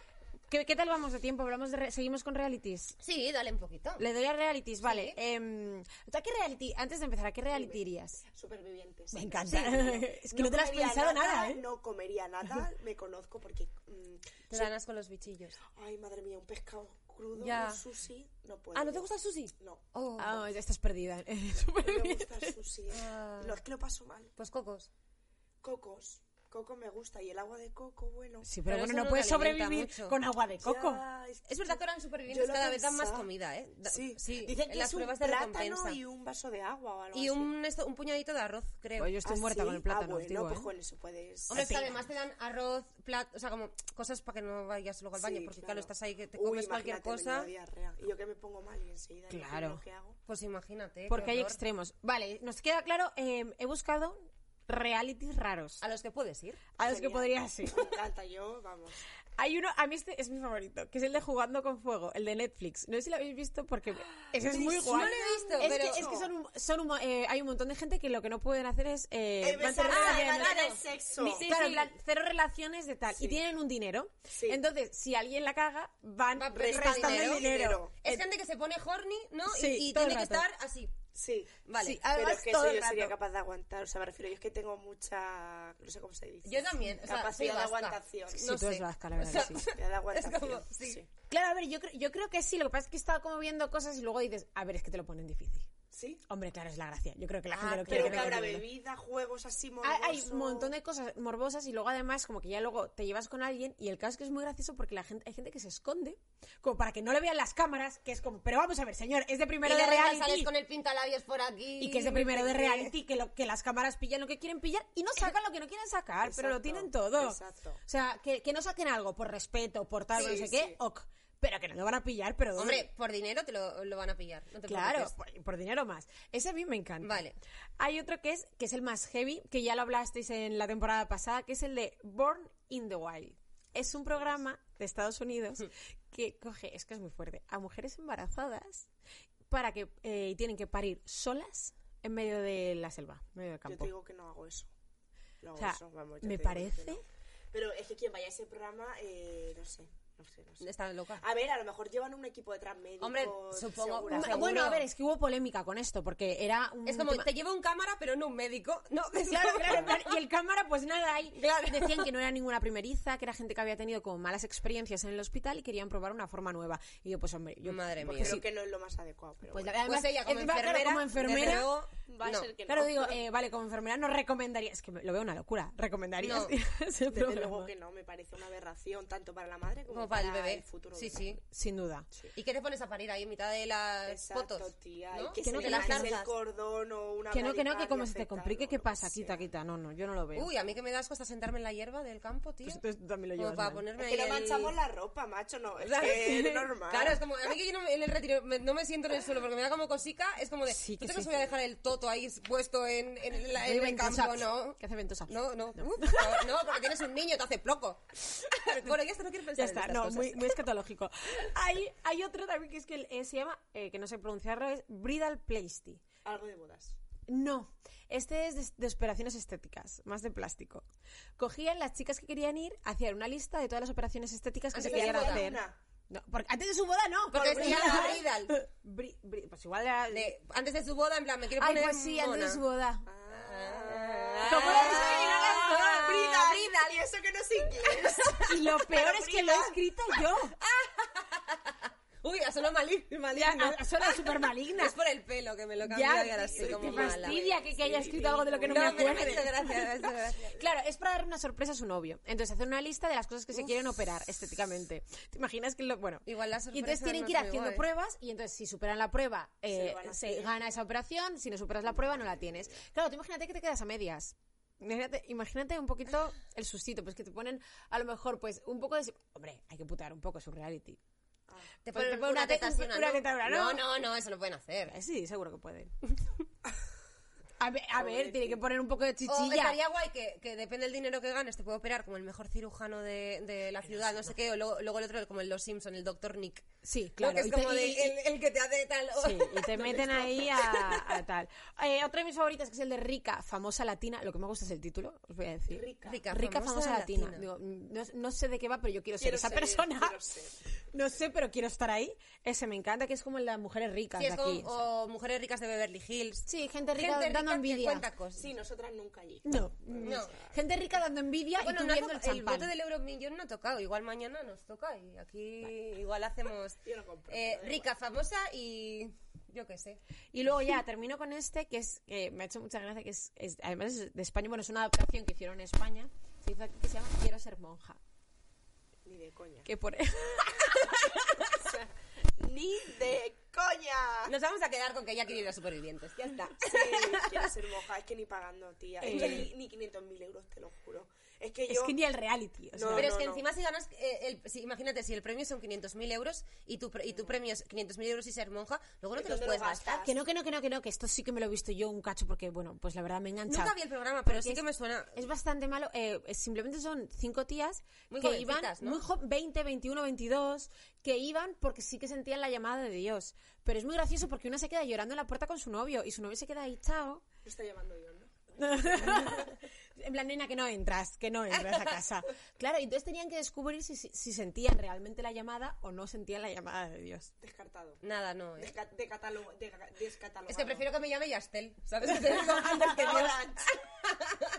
[SPEAKER 1] ¿Qué, qué tal vamos de tiempo? Hablamos de re- ¿Seguimos con realities?
[SPEAKER 2] Sí, dale un poquito.
[SPEAKER 1] Le doy a realities, vale.
[SPEAKER 2] Sí.
[SPEAKER 1] Em, ¿tú ¿A qué reality, antes de empezar, ¿a qué reality irías?
[SPEAKER 3] Supervivientes.
[SPEAKER 1] Me encanta.
[SPEAKER 2] [LAUGHS]
[SPEAKER 1] Es que no te lo has
[SPEAKER 3] comería
[SPEAKER 1] pensado nada, ¿eh?
[SPEAKER 3] No comería nada, me conozco porque. mm,
[SPEAKER 2] Te dan asco los bichillos.
[SPEAKER 3] ay, madre mía, un pescado crudo,
[SPEAKER 2] Ya.
[SPEAKER 3] un sushi, no puedo.
[SPEAKER 2] Ah, ¿no te
[SPEAKER 3] yo.
[SPEAKER 2] gusta el sushi?
[SPEAKER 3] No.
[SPEAKER 2] Oh,
[SPEAKER 1] Ah, ya estás perdida. [LAUGHS]
[SPEAKER 2] [LAUGHS]
[SPEAKER 3] No me gusta el sushi.
[SPEAKER 2] Ah.
[SPEAKER 3] Lo es que lo paso mal.
[SPEAKER 2] pues cocos.
[SPEAKER 3] Cocos. Coco me gusta y el agua de coco, bueno.
[SPEAKER 1] Sí, pero,
[SPEAKER 2] Pero
[SPEAKER 1] bueno,
[SPEAKER 2] eso
[SPEAKER 1] no,
[SPEAKER 2] no
[SPEAKER 1] puedes
[SPEAKER 2] te alimenta
[SPEAKER 1] sobrevivir
[SPEAKER 2] mucho.
[SPEAKER 1] con agua de coco.
[SPEAKER 3] Ya, es-
[SPEAKER 2] Es verdad que ahora en supervivientes
[SPEAKER 3] Yo lo
[SPEAKER 2] cada vez dan más
[SPEAKER 3] pensaba.
[SPEAKER 2] comida, ¿eh? Da-
[SPEAKER 3] Sí,
[SPEAKER 2] sí.
[SPEAKER 3] dicen
[SPEAKER 2] en
[SPEAKER 3] que
[SPEAKER 2] las
[SPEAKER 3] es un
[SPEAKER 2] pruebas de
[SPEAKER 3] plátano
[SPEAKER 2] recompensa.
[SPEAKER 3] y un vaso de agua o algo
[SPEAKER 2] Y
[SPEAKER 3] así.
[SPEAKER 2] un, esto- un puñadito de arroz, creo.
[SPEAKER 1] Oye, yo estoy
[SPEAKER 3] ¿Ah,
[SPEAKER 1] muerta
[SPEAKER 3] sí?
[SPEAKER 1] con el plátano,
[SPEAKER 3] Ah, bueno,
[SPEAKER 1] digo,
[SPEAKER 3] pues
[SPEAKER 1] ¿eh?
[SPEAKER 3] con eso puedes...
[SPEAKER 2] Hombre, es que
[SPEAKER 1] Sí.
[SPEAKER 2] además te dan arroz, plato, o sea, como cosas para que no vayas luego al baño,
[SPEAKER 3] Sí,
[SPEAKER 2] pues porque claro, estás ahí que te
[SPEAKER 3] Uy,
[SPEAKER 2] comes cualquier
[SPEAKER 3] imagínate,
[SPEAKER 2] cosa.
[SPEAKER 3] menuda diarrea. Y yo que me pongo mal y enseguida yo
[SPEAKER 1] Claro.
[SPEAKER 3] lo que hago.
[SPEAKER 2] Pues imagínate. qué
[SPEAKER 1] Porque hay
[SPEAKER 2] horror.
[SPEAKER 1] extremos. Vale, nos queda claro, eh, he buscado realities raros.
[SPEAKER 2] A los Ah, que puedes ir.
[SPEAKER 1] A los que
[SPEAKER 3] Genial.
[SPEAKER 1] podría ser.
[SPEAKER 3] Me encanta, yo, vamos.
[SPEAKER 1] Hay uno, a mí este es mi favorito, que es el de Jugando con Fuego, el de Netflix. No sé si lo habéis visto porque ese es
[SPEAKER 3] Me
[SPEAKER 1] muy guay.
[SPEAKER 2] suena, no lo he
[SPEAKER 1] es,
[SPEAKER 2] visto,
[SPEAKER 1] que, es
[SPEAKER 2] pero-
[SPEAKER 1] que son, un- son un mo- eh, hay un montón de gente que lo que no pueden hacer es eh,
[SPEAKER 3] Eh, besar,
[SPEAKER 1] mantener
[SPEAKER 3] ah,
[SPEAKER 1] relaciones.
[SPEAKER 3] ganar el sexo.
[SPEAKER 1] Ni-
[SPEAKER 3] Sí,
[SPEAKER 1] claro,
[SPEAKER 2] sí.
[SPEAKER 1] en plan, cero relaciones de tal. Y tienen un dinero.
[SPEAKER 3] Sí.
[SPEAKER 1] Entonces, si alguien la caga, van
[SPEAKER 2] Va
[SPEAKER 1] restando
[SPEAKER 2] restando
[SPEAKER 1] el
[SPEAKER 2] dinero.
[SPEAKER 1] dinero.
[SPEAKER 2] Es gente que se pone horny, ¿no? Y-
[SPEAKER 1] Eh, Sí,
[SPEAKER 2] y
[SPEAKER 1] todo el
[SPEAKER 2] tiene que
[SPEAKER 1] rato.
[SPEAKER 2] estar así.
[SPEAKER 3] Sí.
[SPEAKER 2] Vale.
[SPEAKER 1] Sí,
[SPEAKER 3] Pero
[SPEAKER 1] además
[SPEAKER 3] es que
[SPEAKER 1] todo
[SPEAKER 3] eso
[SPEAKER 1] el
[SPEAKER 3] yo sería
[SPEAKER 1] rato.
[SPEAKER 3] capaz de aguantar. O sea, me refiero, yo es que tengo mucha... No sé cómo se dice.
[SPEAKER 2] Yo también. O sea,
[SPEAKER 3] Capacidad
[SPEAKER 2] soy
[SPEAKER 3] de
[SPEAKER 2] vasca.
[SPEAKER 3] aguantación.
[SPEAKER 1] Sí,
[SPEAKER 2] No
[SPEAKER 1] tú eres
[SPEAKER 2] sé.
[SPEAKER 1] vasca, la verdad
[SPEAKER 2] O sea,
[SPEAKER 1] que sí.
[SPEAKER 3] Capacidad
[SPEAKER 2] [LAUGHS]
[SPEAKER 3] de
[SPEAKER 2] Es
[SPEAKER 3] aguantación.
[SPEAKER 2] como, sí.
[SPEAKER 3] sí.
[SPEAKER 1] Claro, a ver, yo, creo- yo creo que sí. Lo que pasa es que he estado como viendo cosas y luego dices, a ver, es que te lo ponen difícil.
[SPEAKER 3] Sí.
[SPEAKER 1] Hombre, claro, es la gracia. Yo creo que la
[SPEAKER 2] Ah,
[SPEAKER 1] gente lo quiere.
[SPEAKER 3] Pero
[SPEAKER 2] Creo
[SPEAKER 1] ver
[SPEAKER 3] que habrá
[SPEAKER 1] con dinero.
[SPEAKER 3] bebida, juegos así
[SPEAKER 1] Hay- Hay
[SPEAKER 3] morbosos.
[SPEAKER 1] un montón de cosas morbosas y luego además como que ya luego te llevas con alguien y el caso es que es muy gracioso porque la gente hay gente que se esconde como para que no le vean las cámaras que es como pero vamos a ver señor es de primero
[SPEAKER 2] y
[SPEAKER 1] de
[SPEAKER 2] de repente
[SPEAKER 1] reality
[SPEAKER 2] sales con el pintalabios por aquí.
[SPEAKER 1] y que es de primero de reality que lo que las cámaras pillan lo que quieren pillar y no sacan lo que no quieren sacar pero lo
[SPEAKER 3] Exacto,
[SPEAKER 1] tienen todo
[SPEAKER 3] exacto.
[SPEAKER 1] o sea que, que no saquen algo por respeto por tal
[SPEAKER 3] Sí,
[SPEAKER 1] no sé
[SPEAKER 3] sí.
[SPEAKER 1] qué ok pero que no lo van a pillar pero de
[SPEAKER 2] Hombre, por dinero te lo, lo van a pillar. No te
[SPEAKER 1] Claro,
[SPEAKER 2] preocupes.
[SPEAKER 1] por, por dinero más. Ese a mí me encanta.
[SPEAKER 2] Vale.
[SPEAKER 1] Hay otro que es, que es el más heavy, que ya lo hablasteis en la temporada pasada, que es el de Born in the Wild. Es un programa de Estados Unidos que coge, es que es muy fuerte, a mujeres embarazadas para que eh, tienen que parir solas en medio de la selva, en medio del
[SPEAKER 3] Yo
[SPEAKER 1] campo. Mm,
[SPEAKER 3] te digo que no hago eso. No hago
[SPEAKER 1] O sea,
[SPEAKER 3] eso, vamos, ya
[SPEAKER 1] me
[SPEAKER 3] te digo que
[SPEAKER 1] parece
[SPEAKER 3] no. Pero es que quien vaya a ese programa, eh, no sé, no sé, no sé.
[SPEAKER 2] Está loca.
[SPEAKER 3] A ver, a lo mejor llevan un equipo detrás médico.
[SPEAKER 2] Hombre, supongo-
[SPEAKER 3] segura.
[SPEAKER 2] Seguro.
[SPEAKER 1] Bueno, a ver, es que hubo polémica con esto porque era un
[SPEAKER 2] Es como,
[SPEAKER 1] tema-
[SPEAKER 2] te llevo un cámara, pero no un médico. No,
[SPEAKER 1] [LAUGHS]
[SPEAKER 2] es
[SPEAKER 1] Claro,
[SPEAKER 2] como-
[SPEAKER 1] claro, claro. Y el cámara, pues nada, ahí decían que no era ninguna primeriza, que era gente que había tenido como malas experiencias en el hospital y querían probar una forma nueva. Y yo, pues hombre, yo...
[SPEAKER 2] Madre
[SPEAKER 3] Pues
[SPEAKER 2] mía.
[SPEAKER 3] creo que no es lo más adecuado. Pero
[SPEAKER 1] Pues la
[SPEAKER 3] bueno.
[SPEAKER 1] verdad,
[SPEAKER 2] Pues ella como
[SPEAKER 1] encima, claro,
[SPEAKER 2] enfermera,
[SPEAKER 1] como enfermera,
[SPEAKER 2] desde luego,
[SPEAKER 3] va
[SPEAKER 2] no.
[SPEAKER 3] a ser que no.
[SPEAKER 1] claro, [LAUGHS] digo, eh, vale, como enfermera no recomendaría, es que me- lo veo una locura, recomendaría
[SPEAKER 2] No.
[SPEAKER 1] [LAUGHS] ese
[SPEAKER 3] Desde
[SPEAKER 1] programa.
[SPEAKER 3] luego que no, me parece una aberración tanto para la madre como,
[SPEAKER 2] como para el bebé.
[SPEAKER 3] futuro.
[SPEAKER 2] sí,
[SPEAKER 3] del
[SPEAKER 2] sí.
[SPEAKER 3] bebé.
[SPEAKER 1] Sin duda.
[SPEAKER 2] ¿Y qué te pones a parir ahí en mitad de las
[SPEAKER 3] Exacto,
[SPEAKER 2] fotos?
[SPEAKER 3] tía.
[SPEAKER 2] ¿No?
[SPEAKER 3] Y que,
[SPEAKER 1] Que
[SPEAKER 3] se
[SPEAKER 1] no,
[SPEAKER 3] le
[SPEAKER 1] que
[SPEAKER 3] la
[SPEAKER 1] las
[SPEAKER 3] el
[SPEAKER 2] largas.
[SPEAKER 3] cordón o una
[SPEAKER 1] Que no, que no, que
[SPEAKER 3] bradicardia
[SPEAKER 1] como se te
[SPEAKER 3] fetal
[SPEAKER 1] complique,
[SPEAKER 3] o
[SPEAKER 1] ¿qué
[SPEAKER 3] lo
[SPEAKER 1] pasa?
[SPEAKER 3] que
[SPEAKER 1] Quita,
[SPEAKER 3] sea.
[SPEAKER 1] quita. No, no, yo no lo veo.
[SPEAKER 2] Uy, a mí que me da asco hasta sentarme en la hierba del campo, tío.
[SPEAKER 1] Tú- tú también lo
[SPEAKER 2] Como
[SPEAKER 1] llevas
[SPEAKER 2] para
[SPEAKER 1] mal.
[SPEAKER 2] ponerme
[SPEAKER 3] Es que
[SPEAKER 2] ahí
[SPEAKER 3] no
[SPEAKER 2] el-
[SPEAKER 3] manchamos la ropa, macho, no. Es
[SPEAKER 2] ¿Sabes?
[SPEAKER 3] que
[SPEAKER 2] [LAUGHS]
[SPEAKER 3] es normal.
[SPEAKER 2] Claro, es como, a mí que yo no me, en el retiro me- no me siento en el suelo porque me da como cosica, es como de,
[SPEAKER 1] Sí, que
[SPEAKER 2] ¿tú
[SPEAKER 1] sí,
[SPEAKER 2] te crees que
[SPEAKER 1] sí.
[SPEAKER 2] voy a dejar el toto ahí puesto en, en la-
[SPEAKER 1] Muy
[SPEAKER 2] en el
[SPEAKER 1] ventosa.
[SPEAKER 2] campo? No.
[SPEAKER 1] Que hace ventosa.
[SPEAKER 2] No, no. Uh, por favor, no, porque tienes un niño, te
[SPEAKER 1] [LAUGHS]
[SPEAKER 2] hace ploco. Bueno, ya está, no quiero
[SPEAKER 1] Ya
[SPEAKER 2] pensar en
[SPEAKER 1] está,
[SPEAKER 2] estas
[SPEAKER 1] no,
[SPEAKER 2] cosas.
[SPEAKER 1] muy, muy
[SPEAKER 2] [LAUGHS]
[SPEAKER 1] escatológico. Hay, hay otro también que es que eh, se llama, eh, que no sé pronunciarlo, es Bridal Plasty.
[SPEAKER 3] Algo de bodas.
[SPEAKER 1] No, este es de, de operaciones estéticas, más de plástico. Cogían las chicas que querían ir, hacían una lista de todas las operaciones estéticas que
[SPEAKER 2] Antes
[SPEAKER 1] se
[SPEAKER 2] de
[SPEAKER 1] querían
[SPEAKER 2] su boda,
[SPEAKER 1] hacer.
[SPEAKER 3] una.
[SPEAKER 1] No, porque antes de su boda no,
[SPEAKER 2] Porque
[SPEAKER 1] por
[SPEAKER 2] se llama
[SPEAKER 1] bridal.
[SPEAKER 2] bridal.
[SPEAKER 1] Bri- bri- pues igual era...
[SPEAKER 2] De- antes de su boda, en plan, me quiero
[SPEAKER 1] Ay,
[SPEAKER 2] poner
[SPEAKER 1] pues sí, antes de
[SPEAKER 2] mona.
[SPEAKER 1] su boda.
[SPEAKER 2] Ah.
[SPEAKER 1] ¿Cómo lo habéis adivinado las
[SPEAKER 3] Ah,
[SPEAKER 1] dos?
[SPEAKER 3] Bridal, Bridal, y eso que no es inglés.
[SPEAKER 1] [LAUGHS] Y lo peor
[SPEAKER 3] Pero
[SPEAKER 1] es que lo he
[SPEAKER 3] bridal.
[SPEAKER 1] escrito
[SPEAKER 2] [LAUGHS]
[SPEAKER 1] yo.
[SPEAKER 2] Uy, a solo maligno.
[SPEAKER 1] Ya, a- Suena súper maligna.
[SPEAKER 2] Es por el pelo que me lo cambié
[SPEAKER 1] Ya,
[SPEAKER 2] y ahora
[SPEAKER 1] te-
[SPEAKER 2] estoy como
[SPEAKER 1] te
[SPEAKER 2] mala.
[SPEAKER 1] fastidia que, que haya escrito algo de lo que no,
[SPEAKER 2] No,
[SPEAKER 1] me
[SPEAKER 2] pero
[SPEAKER 1] acuerde.
[SPEAKER 2] muchas
[SPEAKER 1] [LAUGHS]
[SPEAKER 2] gracias, muchas gracias.
[SPEAKER 1] Claro, es para dar una sorpresa a su novio. Entonces hacen una lista de las cosas que se quieren operar estéticamente. ¿Te imaginas que lo, bueno?
[SPEAKER 2] Igual la
[SPEAKER 1] y
[SPEAKER 2] sorpresa
[SPEAKER 1] entonces tienen
[SPEAKER 2] no
[SPEAKER 1] que ir
[SPEAKER 2] es muy
[SPEAKER 1] haciendo
[SPEAKER 2] guay.
[SPEAKER 1] pruebas y entonces si superan la prueba eh,
[SPEAKER 3] lo van a
[SPEAKER 1] se
[SPEAKER 3] hacer.
[SPEAKER 1] gana esa operación, si no superas la prueba no la tienes. Claro, tú imagínate que te quedas a medias. Imagínate, imagínate un poquito el sustito, pues que te ponen a lo mejor pues un poco de... Hombre, hay que putar un poco, es un reality.
[SPEAKER 2] Te ponen
[SPEAKER 1] Pero
[SPEAKER 2] una,
[SPEAKER 1] una teta
[SPEAKER 2] teta, así,
[SPEAKER 1] una
[SPEAKER 2] una,
[SPEAKER 1] teta, una no.
[SPEAKER 2] no, no, no, eso no pueden hacer.
[SPEAKER 1] Eh, Sí, seguro que pueden. [LAUGHS] A ver, a ver, tiene que poner un poco de
[SPEAKER 2] O
[SPEAKER 1] chichilla.
[SPEAKER 2] Oh, estaría guay que, que depende del dinero que ganes, te puede operar como el mejor cirujano de, de la ciudad, no sé qué, o luego, luego el otro, como el Los Simpson, el Dr. Nick.
[SPEAKER 1] Sí,
[SPEAKER 2] ¿No?
[SPEAKER 1] claro.
[SPEAKER 2] Que es
[SPEAKER 1] y te-
[SPEAKER 2] como
[SPEAKER 1] y-
[SPEAKER 2] de,
[SPEAKER 1] y-
[SPEAKER 2] el, el que te hace tal. o- [LAUGHS]
[SPEAKER 1] Sí, y te meten ahí a, a tal. Eh, otro de mis favoritos, que es el de Rica, famosa latina. Lo que me gusta es el título, os voy a decir.
[SPEAKER 3] Rica.
[SPEAKER 2] Rica,
[SPEAKER 1] Rica,
[SPEAKER 2] famosa,
[SPEAKER 1] famosa, latina.
[SPEAKER 2] latina.
[SPEAKER 1] Digo, no, no sé de qué va, pero yo quiero ser
[SPEAKER 3] Quiero
[SPEAKER 1] esa
[SPEAKER 3] ser,
[SPEAKER 1] persona.
[SPEAKER 3] quiero ser.
[SPEAKER 1] [LAUGHS] No sé, pero quiero estar ahí. Ese me encanta, que es como el de las mujeres ricas
[SPEAKER 2] Sí,
[SPEAKER 1] de
[SPEAKER 2] es
[SPEAKER 1] aquí.
[SPEAKER 2] como o mujeres ricas de Beverly Hills.
[SPEAKER 1] Sí, gente rica
[SPEAKER 2] Gente
[SPEAKER 1] dando
[SPEAKER 2] rica que
[SPEAKER 1] envidia.
[SPEAKER 2] cuenta cosas.
[SPEAKER 3] Sí, nosotras nunca allí.
[SPEAKER 1] No,
[SPEAKER 2] No.
[SPEAKER 1] Gente rica dando envidia
[SPEAKER 2] Bueno,
[SPEAKER 1] y tú
[SPEAKER 2] no ha
[SPEAKER 1] viendo el
[SPEAKER 2] tocado- el,
[SPEAKER 1] champán.
[SPEAKER 2] voto del euromillón no ha tocado. Igual mañana nos toca y aquí igual hacemos
[SPEAKER 3] [LAUGHS] Yo no compro,
[SPEAKER 2] eh,
[SPEAKER 3] pero da
[SPEAKER 2] rica, famosa y yo qué sé.
[SPEAKER 1] Y luego ya termino con este, que es que me ha hecho mucha gracia, que es, es- además es de España, bueno, es una adaptación que hicieron en España, actividad que se llama Quiero ser monja.
[SPEAKER 3] Ni de coña.
[SPEAKER 1] Que
[SPEAKER 2] [LAUGHS]
[SPEAKER 1] por
[SPEAKER 3] O sea, ¡Ni de coña!
[SPEAKER 2] Nos vamos a quedar con que ella quiere ir a supervivientes. Ya está.
[SPEAKER 3] Sí, quiero ser monja. Es que ni pagando, tía. Es
[SPEAKER 2] Eh.
[SPEAKER 3] que ni, ni 500.000 euros, te lo juro. Es que
[SPEAKER 1] [LAUGHS] Es
[SPEAKER 3] yo...
[SPEAKER 1] que ni el reality. o sea.
[SPEAKER 3] No,
[SPEAKER 2] Pero
[SPEAKER 3] no,
[SPEAKER 2] es que
[SPEAKER 3] no.
[SPEAKER 2] encima si ganas, eh, el- si- imagínate, si el premio son 500.000 euros y tu, pre- y tu premio es 500.000 euros y ser monja, luego no te los
[SPEAKER 3] Entonces
[SPEAKER 2] puedes
[SPEAKER 3] lo gastas.
[SPEAKER 2] gastar.
[SPEAKER 1] Que no, que no, que no, que no, que esto sí que me lo he visto yo un cacho porque, bueno, pues la verdad me he enganchado.
[SPEAKER 2] Nunca vi el programa, pero
[SPEAKER 1] Porque
[SPEAKER 2] sí que
[SPEAKER 1] es-
[SPEAKER 2] me suena...
[SPEAKER 1] Es bastante malo. eh, es- simplemente son cinco tías
[SPEAKER 2] Muy
[SPEAKER 1] que iban,
[SPEAKER 2] jovencitas, ¿no?
[SPEAKER 1] muy jo- 20, 21, 22, que iban porque sí que sentían la llamada de Dios. Pero es muy gracioso porque una se queda llorando en la puerta con su novio y su novio se queda ahí, chao.
[SPEAKER 3] Me está llamando yo, ¿no?
[SPEAKER 1] [LAUGHS] en plan, nena, que no entras, que no entras a casa. Claro, y entonces tenían que descubrir si, si- si sentían realmente la llamada o no sentían la llamada de Dios.
[SPEAKER 3] Descartado.
[SPEAKER 2] Nada, no. eh.
[SPEAKER 3] Desca- de catálogo, de, descatalogado.
[SPEAKER 2] Es que prefiero que me llame Yastel, ¿sabes? [LAUGHS] Que te digo antes que Dios.
[SPEAKER 3] Orange.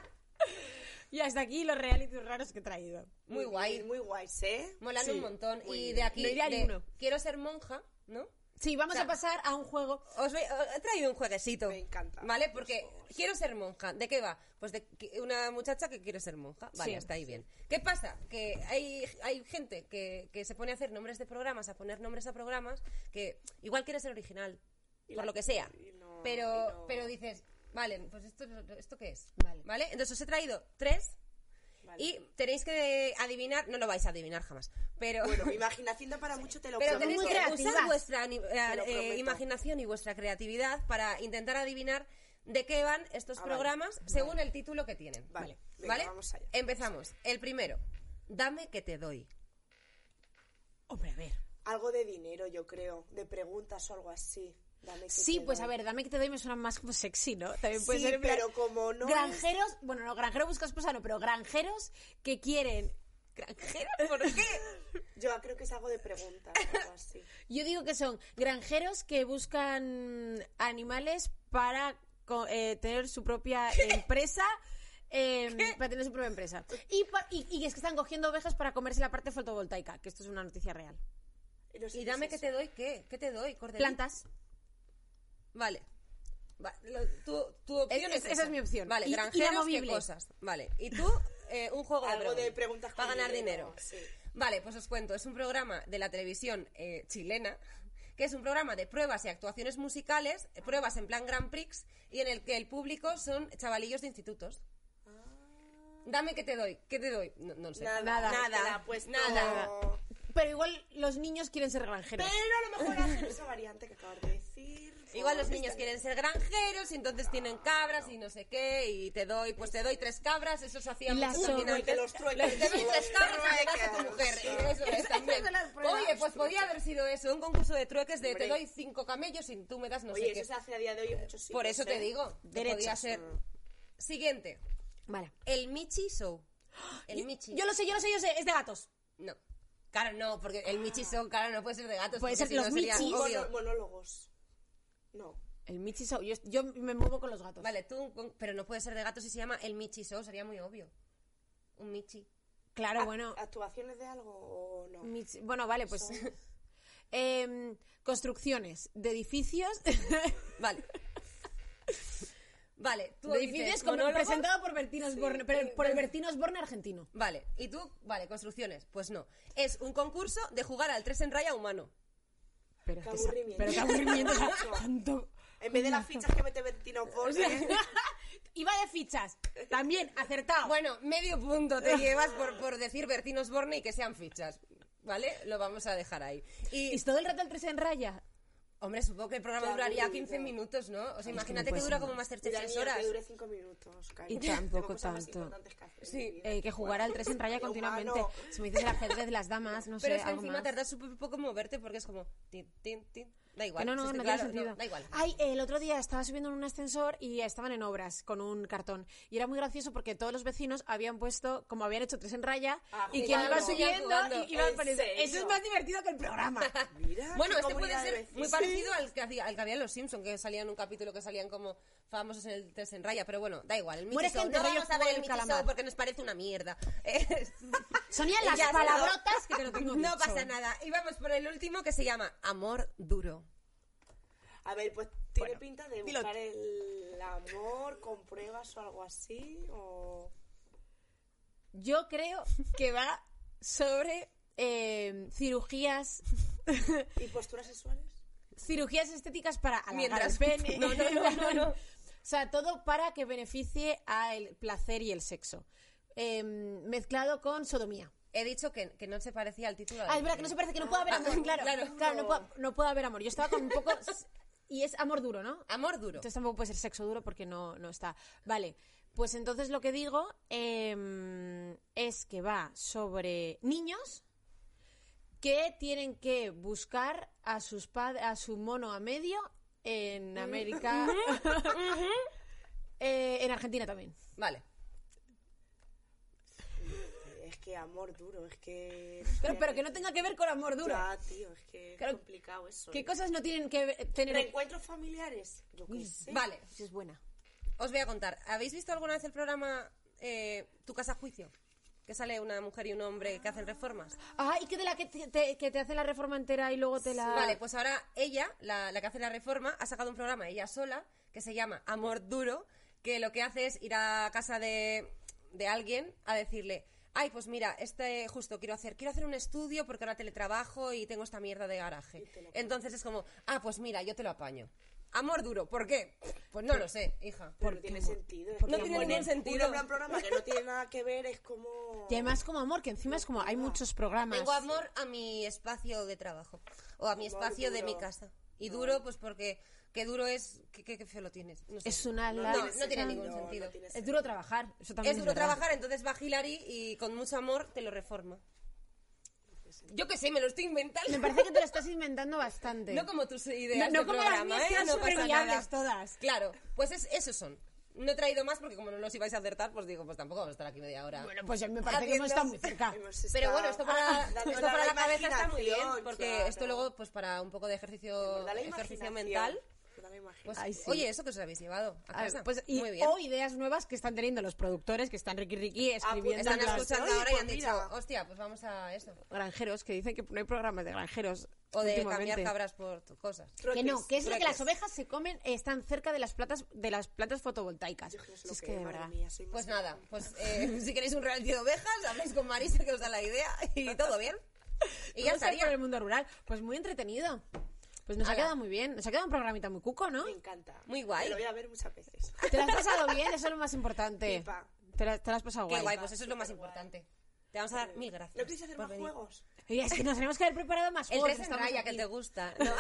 [SPEAKER 1] Y hasta aquí los realities raros que he traído.
[SPEAKER 2] Muy guay.
[SPEAKER 3] bien, Muy guay, ¿eh?
[SPEAKER 2] Molan
[SPEAKER 1] Sí,
[SPEAKER 2] un montón.
[SPEAKER 3] muy
[SPEAKER 2] Y
[SPEAKER 3] bien.
[SPEAKER 2] de aquí,
[SPEAKER 1] No iría
[SPEAKER 2] de-
[SPEAKER 1] ninguno.
[SPEAKER 2] quiero ser monja, ¿no?
[SPEAKER 1] Sí, vamos
[SPEAKER 2] O sea,
[SPEAKER 1] a pasar a un juego.
[SPEAKER 2] Os voy- os he traído un jueguecito.
[SPEAKER 3] Me encanta.
[SPEAKER 2] ¿Vale? Porque quiero ser monja. ¿De qué va? Pues de que- una muchacha que quiere ser monja. Vale,
[SPEAKER 1] Sí.
[SPEAKER 2] hasta ahí bien. ¿Qué pasa? Que hay, hay gente que, que se pone a hacer nombres de programas, a poner nombres a programas, que igual quiere ser original,
[SPEAKER 3] Y
[SPEAKER 2] por
[SPEAKER 3] la-
[SPEAKER 2] lo que sea.
[SPEAKER 3] y no-
[SPEAKER 2] pero,
[SPEAKER 3] y no-
[SPEAKER 2] pero dices, vale, pues esto, esto qué es.
[SPEAKER 1] Vale.
[SPEAKER 2] ¿Vale? Entonces os he traído tres
[SPEAKER 3] Vale.
[SPEAKER 2] y tenéis que adivinar, no lo vais a adivinar jamás, pero...
[SPEAKER 3] Bueno, imaginación para mucho te lo
[SPEAKER 2] Pero
[SPEAKER 3] prometo. ¿eh?
[SPEAKER 2] tenéis
[SPEAKER 1] muy
[SPEAKER 2] que
[SPEAKER 1] creativas.
[SPEAKER 2] usar vuestra ani-
[SPEAKER 3] lo
[SPEAKER 2] eh,
[SPEAKER 3] prometo.
[SPEAKER 2] imaginación y vuestra creatividad para intentar adivinar de qué van estos
[SPEAKER 3] Ah, vale.
[SPEAKER 2] programas según el título que tienen.
[SPEAKER 3] Vale. Venga,
[SPEAKER 2] ¿Vale?
[SPEAKER 3] vamos allá.
[SPEAKER 2] Empezamos. El primero. Dame que te doy.
[SPEAKER 1] Hombre, a ver.
[SPEAKER 3] Algo de dinero, yo creo. De preguntas o algo así. Dame que
[SPEAKER 1] Sí,
[SPEAKER 3] te
[SPEAKER 1] pues
[SPEAKER 3] doy.
[SPEAKER 1] a ver, dame que te doy me suena más como sexy, ¿no? También puede
[SPEAKER 3] Sí,
[SPEAKER 1] ser en plan-
[SPEAKER 3] pero como no es-
[SPEAKER 1] Granjeros, bueno, no, granjero busca esposa, no, pero granjeros que quieren. ¿Granjeros?
[SPEAKER 2] ¿Por qué?
[SPEAKER 3] Yo creo que es algo de preguntas o
[SPEAKER 2] [LAUGHS]
[SPEAKER 3] algo así.
[SPEAKER 1] Yo digo que son granjeros que buscan animales para co- eh, tener su [LAUGHS] propia empresa. eh, para tener su propia empresa. Y, pa- y- y es que están cogiendo ovejas para comerse la parte fotovoltaica, que esto es una noticia real.
[SPEAKER 3] No sé
[SPEAKER 2] ¿Y
[SPEAKER 3] qué
[SPEAKER 2] dame
[SPEAKER 3] es
[SPEAKER 2] que
[SPEAKER 3] eso.
[SPEAKER 2] te doy qué? ¿Qué te doy? Cordelito?
[SPEAKER 1] Plantas.
[SPEAKER 2] Vale. Va- lo- tu, tu opción
[SPEAKER 1] Es- es- esa es mi opción.
[SPEAKER 2] Vale,
[SPEAKER 1] Y- y la
[SPEAKER 2] granjeros qué
[SPEAKER 1] movible.
[SPEAKER 2] cosas. Vale.
[SPEAKER 1] [LAUGHS]
[SPEAKER 2] Y tú, eh, un juego
[SPEAKER 3] Algo
[SPEAKER 2] de
[SPEAKER 3] de preguntas
[SPEAKER 2] Para
[SPEAKER 3] con
[SPEAKER 2] ganar dinero.
[SPEAKER 3] dinero, sí.
[SPEAKER 2] Vale, pues os cuento. Es un programa de la televisión eh, chilena que es un programa de pruebas y actuaciones musicales, eh, pruebas en plan Grand Prix, y en el que el público son chavalillos de institutos. Dame que te doy, ¿qué te doy? No, no lo sé.
[SPEAKER 3] Ah. Nada,
[SPEAKER 1] Nada.
[SPEAKER 3] pues porque
[SPEAKER 2] Nada.
[SPEAKER 3] la ha puesto-
[SPEAKER 2] Nada.
[SPEAKER 1] Pero igual los niños quieren ser granjeros.
[SPEAKER 3] Pero a lo mejor hacen esa variante que acabas de decir.
[SPEAKER 2] Igual los
[SPEAKER 3] Está
[SPEAKER 2] niños
[SPEAKER 3] bien.
[SPEAKER 2] quieren ser granjeros y entonces tienen cabras y no sé qué y te doy, pues te doy tres cabras, eso se hacía
[SPEAKER 1] Y las
[SPEAKER 2] mucho
[SPEAKER 1] son-
[SPEAKER 2] también
[SPEAKER 1] Uy,
[SPEAKER 2] antes.
[SPEAKER 3] que los trueques.
[SPEAKER 2] Te doy tres cabras y te das a tu
[SPEAKER 3] Trueques.
[SPEAKER 2] mujer, eso
[SPEAKER 1] [LAUGHS]
[SPEAKER 2] es también. Oye, pues podía haber sido eso, un concurso de trueques de te doy cinco camellos y tú me das no
[SPEAKER 3] Oye,
[SPEAKER 2] sé
[SPEAKER 3] eso
[SPEAKER 2] qué.
[SPEAKER 3] se hace a día de hoy en muchos sitios.
[SPEAKER 2] Por eso te
[SPEAKER 3] ¿eh?
[SPEAKER 2] digo, Mm. que
[SPEAKER 1] Derechos.
[SPEAKER 2] podía ser. Siguiente,
[SPEAKER 1] Vale.
[SPEAKER 2] el Michi Show. El Michi.
[SPEAKER 1] Yo lo sé, yo lo sé, yo sé, es de gatos.
[SPEAKER 2] No. Claro, no, porque el Michi Show, claro, no puede ser de gatos.
[SPEAKER 1] Puede
[SPEAKER 2] porque
[SPEAKER 1] ser
[SPEAKER 2] si
[SPEAKER 1] los
[SPEAKER 2] no sería
[SPEAKER 1] Michis.
[SPEAKER 3] Mono-
[SPEAKER 2] obvio.
[SPEAKER 3] monólogos. No.
[SPEAKER 1] El Michi Show. Yo, yo me muevo con los gatos.
[SPEAKER 2] Vale, tú, un con- pero no puede ser de gatos si se llama el Michi Show, sería muy obvio. Un Michi.
[SPEAKER 1] Claro, bueno.
[SPEAKER 3] ¿Actuaciones de algo o no?
[SPEAKER 1] Michi- bueno, vale, pues. [LAUGHS] em, construcciones de [LAUGHS] edificios.
[SPEAKER 2] Vale. vale, tú
[SPEAKER 1] de
[SPEAKER 2] dices
[SPEAKER 1] edificios como
[SPEAKER 2] monólogo.
[SPEAKER 1] presentado por Bertino Osborne, pero- por el Bertino Osborne argentino.
[SPEAKER 2] Vale, y tú, vale, construcciones. Pues no. Es un concurso de jugar al tres en raya humano.
[SPEAKER 1] Pero
[SPEAKER 3] Qué
[SPEAKER 1] que sa-
[SPEAKER 3] aburrimiento.
[SPEAKER 1] Pero qué [LAUGHS] aburrimiento. o sea,
[SPEAKER 2] [LAUGHS]
[SPEAKER 1] tanto-
[SPEAKER 3] En vez de las fichas que mete ¿eh? Bertino Borges,
[SPEAKER 1] [LAUGHS] Iba de fichas. También, acertado.
[SPEAKER 2] Bueno, medio punto [LAUGHS] te llevas por, por decir Bertín Osborne y que sean fichas. ¿Vale? Lo vamos a dejar ahí. Y,
[SPEAKER 1] y todo el rato el 3 en raya.
[SPEAKER 2] hombre, supongo que el programa
[SPEAKER 3] Qué
[SPEAKER 2] duraría
[SPEAKER 3] aburrido.
[SPEAKER 2] 15 minutos, ¿no? O sea,
[SPEAKER 1] no
[SPEAKER 2] imagínate que
[SPEAKER 1] puede
[SPEAKER 2] dura
[SPEAKER 1] ser
[SPEAKER 2] como
[SPEAKER 1] más.
[SPEAKER 2] Masterchef
[SPEAKER 3] ya
[SPEAKER 2] 3
[SPEAKER 3] ni
[SPEAKER 2] horas.
[SPEAKER 3] que dure cinco minutos, cariño.
[SPEAKER 1] Y tampoco
[SPEAKER 3] Tengo cosas más
[SPEAKER 1] tanto.
[SPEAKER 3] importantes que hacer en
[SPEAKER 2] Sí,
[SPEAKER 3] mi vida.
[SPEAKER 1] Eh, que jugar al 3 en
[SPEAKER 3] [LAUGHS]
[SPEAKER 1] raya
[SPEAKER 3] Humano.
[SPEAKER 1] continuamente. Si me dices el ajedrez, las damas, no
[SPEAKER 2] Pero
[SPEAKER 1] sé,
[SPEAKER 2] es que
[SPEAKER 1] algo
[SPEAKER 2] encima
[SPEAKER 1] más.
[SPEAKER 2] tardas súper poco en moverte porque es como... Tin, tin, tin. Da igual.
[SPEAKER 1] no, no,
[SPEAKER 2] si es que
[SPEAKER 1] no
[SPEAKER 2] claro,
[SPEAKER 1] tiene sentido.
[SPEAKER 2] da igual.
[SPEAKER 1] Ay, el otro día estaba subiendo en un ascensor y estaban en obras con un cartón. Y era muy gracioso porque todos los vecinos habían puesto, como habían hecho tres en raya,
[SPEAKER 3] Ah,
[SPEAKER 1] y quien
[SPEAKER 3] jugando.
[SPEAKER 1] iba subiendo
[SPEAKER 2] Jugando.
[SPEAKER 1] y iban
[SPEAKER 3] ¿En
[SPEAKER 1] poniendo.
[SPEAKER 3] serio?
[SPEAKER 1] Eso es más divertido que el
[SPEAKER 2] [LAUGHS]
[SPEAKER 1] programa. Ah,
[SPEAKER 3] Mira,
[SPEAKER 2] Bueno,
[SPEAKER 3] qué
[SPEAKER 2] este puede
[SPEAKER 3] comunidad de
[SPEAKER 2] ser
[SPEAKER 3] vecinos.
[SPEAKER 2] muy parecido al que, hacía- al que había en Los Simpsons, que salía en un capítulo que salían como famosos en el tres en raya, pero bueno, da igual. El Michi
[SPEAKER 1] Muere
[SPEAKER 2] Show,
[SPEAKER 1] gente,
[SPEAKER 2] no
[SPEAKER 1] rollo
[SPEAKER 2] vamos a
[SPEAKER 1] juego
[SPEAKER 2] ver el
[SPEAKER 1] del
[SPEAKER 2] Michi Show
[SPEAKER 1] calamar.
[SPEAKER 2] porque nos parece una mierda. [LAUGHS] Eh,
[SPEAKER 1] Sonían las
[SPEAKER 2] Y ya está.
[SPEAKER 1] palabrotas que te lo tengo
[SPEAKER 2] [LAUGHS] No
[SPEAKER 1] dicho.
[SPEAKER 2] pasa nada. Y vamos por el último que se llama Amor Duro.
[SPEAKER 3] A ver, pues tiene
[SPEAKER 2] Bueno,
[SPEAKER 3] pinta de
[SPEAKER 2] dilo
[SPEAKER 3] buscar el amor con pruebas o algo así. O...
[SPEAKER 1] Yo creo que va sobre eh, cirugías
[SPEAKER 3] ¿Y posturas sexuales?
[SPEAKER 1] cirugías estéticas para alargar
[SPEAKER 2] Mientras-
[SPEAKER 1] el pene.
[SPEAKER 2] [LAUGHS] No,
[SPEAKER 1] [LAUGHS]
[SPEAKER 2] no, no, no, no.
[SPEAKER 1] O sea, todo para que beneficie al placer y el sexo. Em, mezclado con sodomía.
[SPEAKER 2] He dicho que, que no se parecía al título.
[SPEAKER 1] Ah, es verdad que no se parece que no puede haber
[SPEAKER 2] Ah,
[SPEAKER 1] amor. Claro,
[SPEAKER 2] [LAUGHS] claro.
[SPEAKER 1] claro, no, puede, no puede haber amor. Yo estaba con un poco... Y es amor duro, ¿no?
[SPEAKER 2] Amor duro.
[SPEAKER 1] Entonces tampoco puede ser sexo duro porque no, no está. Vale, pues entonces lo que digo em, es que va sobre niños que tienen que buscar a sus padres, a su mono a medio en América. Eh, en Argentina también.
[SPEAKER 2] Vale.
[SPEAKER 3] Es que amor duro, es que...
[SPEAKER 1] Pero, pero que no tenga que ver con amor duro.
[SPEAKER 3] Ya, tío, es que es
[SPEAKER 1] Claro,
[SPEAKER 3] complicado eso.
[SPEAKER 1] ¿Qué
[SPEAKER 3] ¿eh?
[SPEAKER 1] cosas no tienen que ver- tener?
[SPEAKER 3] ¿Reencuentros familiares? Yo
[SPEAKER 2] Mm,
[SPEAKER 3] qué sé.
[SPEAKER 2] Vale.
[SPEAKER 1] Esa Es buena.
[SPEAKER 2] Os voy a contar. ¿Habéis visto alguna vez el programa eh, Tu casa a juicio? Que sale una mujer y un hombre que hacen reformas.
[SPEAKER 1] Ah, y que de la que te, te- que te hace la reforma entera y luego te la.
[SPEAKER 2] Vale, pues ahora ella, la, la que hace la reforma, ha sacado un programa ella sola que se llama Amor Duro, que lo que hace es ir a casa de, de alguien a decirle, ay, pues mira, este justo quiero hacer, quiero hacer un estudio porque ahora teletrabajo y tengo esta mierda de garaje. Entonces es como, ah, pues mira, yo te lo apaño. Amor duro, ¿por qué? Pues no lo sé, hija.
[SPEAKER 3] Pero no tiene sentido. es
[SPEAKER 2] No
[SPEAKER 3] que
[SPEAKER 2] tiene
[SPEAKER 3] ponen
[SPEAKER 2] ningún sentido.
[SPEAKER 3] Un plan programa que no tiene nada que ver,
[SPEAKER 2] [LAUGHS]
[SPEAKER 3] es como...
[SPEAKER 1] Y además como amor, que encima es como hay muchos programas.
[SPEAKER 2] Tengo amor
[SPEAKER 1] eh.
[SPEAKER 2] a mi espacio de trabajo o a mi
[SPEAKER 3] Amor
[SPEAKER 2] espacio de
[SPEAKER 3] duro.
[SPEAKER 2] mi casa. Y duro, pues porque qué duro es, qué, qué, qué feo lo tienes. No sé.
[SPEAKER 1] Es una
[SPEAKER 3] No,
[SPEAKER 1] la-
[SPEAKER 2] no tiene
[SPEAKER 1] tan-
[SPEAKER 2] ningún
[SPEAKER 3] no
[SPEAKER 2] sentido.
[SPEAKER 3] tiene
[SPEAKER 1] Es duro trabajar. Eso también
[SPEAKER 2] Es
[SPEAKER 1] es
[SPEAKER 2] duro
[SPEAKER 1] verdad.
[SPEAKER 2] trabajar, entonces va Hilary y con mucho amor te lo reforma. Yo qué sé, me lo estoy inventando.
[SPEAKER 1] Me parece que te lo estás inventando bastante.
[SPEAKER 2] [LAUGHS] No como tus ideas
[SPEAKER 1] No- no
[SPEAKER 2] de
[SPEAKER 1] como las
[SPEAKER 2] programa,
[SPEAKER 1] mías,
[SPEAKER 2] ¿eh?
[SPEAKER 1] que eran
[SPEAKER 2] No pasa
[SPEAKER 1] superviables
[SPEAKER 2] nada.
[SPEAKER 1] todas.
[SPEAKER 2] Claro, pues es, esos son. No he traído más porque como no los ibais a acertar, pues digo, pues tampoco vamos a estar aquí media hora.
[SPEAKER 1] Bueno, pues me parece que [LAUGHS] hemos
[SPEAKER 2] Haciendo-
[SPEAKER 1] estado muy cerca.
[SPEAKER 3] Hemos
[SPEAKER 2] Pero
[SPEAKER 3] estado
[SPEAKER 2] bueno, esto para,
[SPEAKER 3] dando
[SPEAKER 2] [LAUGHS] esto
[SPEAKER 3] Ah, la
[SPEAKER 2] para la cabeza está muy bien,
[SPEAKER 3] imaginación,
[SPEAKER 2] porque
[SPEAKER 3] claro.
[SPEAKER 2] esto luego, pues para un poco de ejercicio,
[SPEAKER 3] Da la
[SPEAKER 2] ejercicio
[SPEAKER 3] imaginación,
[SPEAKER 2] mental,
[SPEAKER 3] da la imaginación.
[SPEAKER 2] pues
[SPEAKER 1] Ay, sí.
[SPEAKER 2] oye, eso que os habéis llevado a
[SPEAKER 1] A ver,
[SPEAKER 2] casa,
[SPEAKER 1] pues, y,
[SPEAKER 2] muy bien.
[SPEAKER 1] o ideas nuevas que están teniendo los productores que están riqui riqui escribiendo
[SPEAKER 2] Están
[SPEAKER 1] en las-
[SPEAKER 2] escuchando
[SPEAKER 3] Oye,
[SPEAKER 2] ahora y
[SPEAKER 3] pues
[SPEAKER 2] han dicho,
[SPEAKER 3] mira.
[SPEAKER 2] hostia, pues vamos a eso.
[SPEAKER 1] granjeros que dicen que no hay programas de granjeros
[SPEAKER 2] O de
[SPEAKER 1] últimamente.
[SPEAKER 2] cambiar cabras por t- cosas.
[SPEAKER 1] que no, que es lo que
[SPEAKER 2] Trueques.
[SPEAKER 1] las ovejas se comen eh, están cerca de las plantas de las plantas fotovoltaicas.
[SPEAKER 3] Yo que no sé
[SPEAKER 1] Si
[SPEAKER 3] lo
[SPEAKER 1] es
[SPEAKER 3] que
[SPEAKER 1] que
[SPEAKER 3] es,
[SPEAKER 1] de
[SPEAKER 3] madre
[SPEAKER 1] verdad.
[SPEAKER 3] mía, soy
[SPEAKER 2] Pues
[SPEAKER 3] más-
[SPEAKER 2] nada, pues eh, [LAUGHS] si queréis un reality de ovejas, habláis con Marisa que os da la idea y todo bien. Y ya
[SPEAKER 1] Vamos a ir por el
[SPEAKER 2] estaría.
[SPEAKER 1] mundo rural, pues muy entretenido. Pues nos ha
[SPEAKER 2] Ala.
[SPEAKER 1] quedado muy bien, nos ha quedado un programita muy cuco, ¿no?
[SPEAKER 3] Me encanta.
[SPEAKER 2] Muy guay.
[SPEAKER 3] Me lo voy a ver muchas veces.
[SPEAKER 1] Te lo has pasado bien, eso es lo más importante.
[SPEAKER 3] Pipa.
[SPEAKER 1] Te la, te la has pasado
[SPEAKER 2] Qué
[SPEAKER 1] guay.
[SPEAKER 2] guay, pues eso es lo más importante. Te vamos a dar mil gracias.
[SPEAKER 3] ¿No queréis hacer
[SPEAKER 2] por
[SPEAKER 3] más
[SPEAKER 2] venir.
[SPEAKER 3] juegos?
[SPEAKER 1] Oye, es que nos tenemos que haber preparado más
[SPEAKER 2] El
[SPEAKER 1] juegos,
[SPEAKER 2] 3 en
[SPEAKER 1] estamos
[SPEAKER 2] raya,
[SPEAKER 1] aquí.
[SPEAKER 2] que te gusta. ¿no?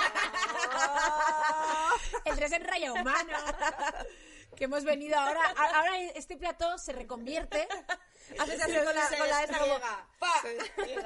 [SPEAKER 2] [LAUGHS]
[SPEAKER 1] [LAUGHS] El tres en raya
[SPEAKER 2] [LAUGHS]
[SPEAKER 1] humano. Que hemos venido ahora. a- Ahora este plató se reconvierte.
[SPEAKER 2] Haces así con la, con la esta como... ¡pa!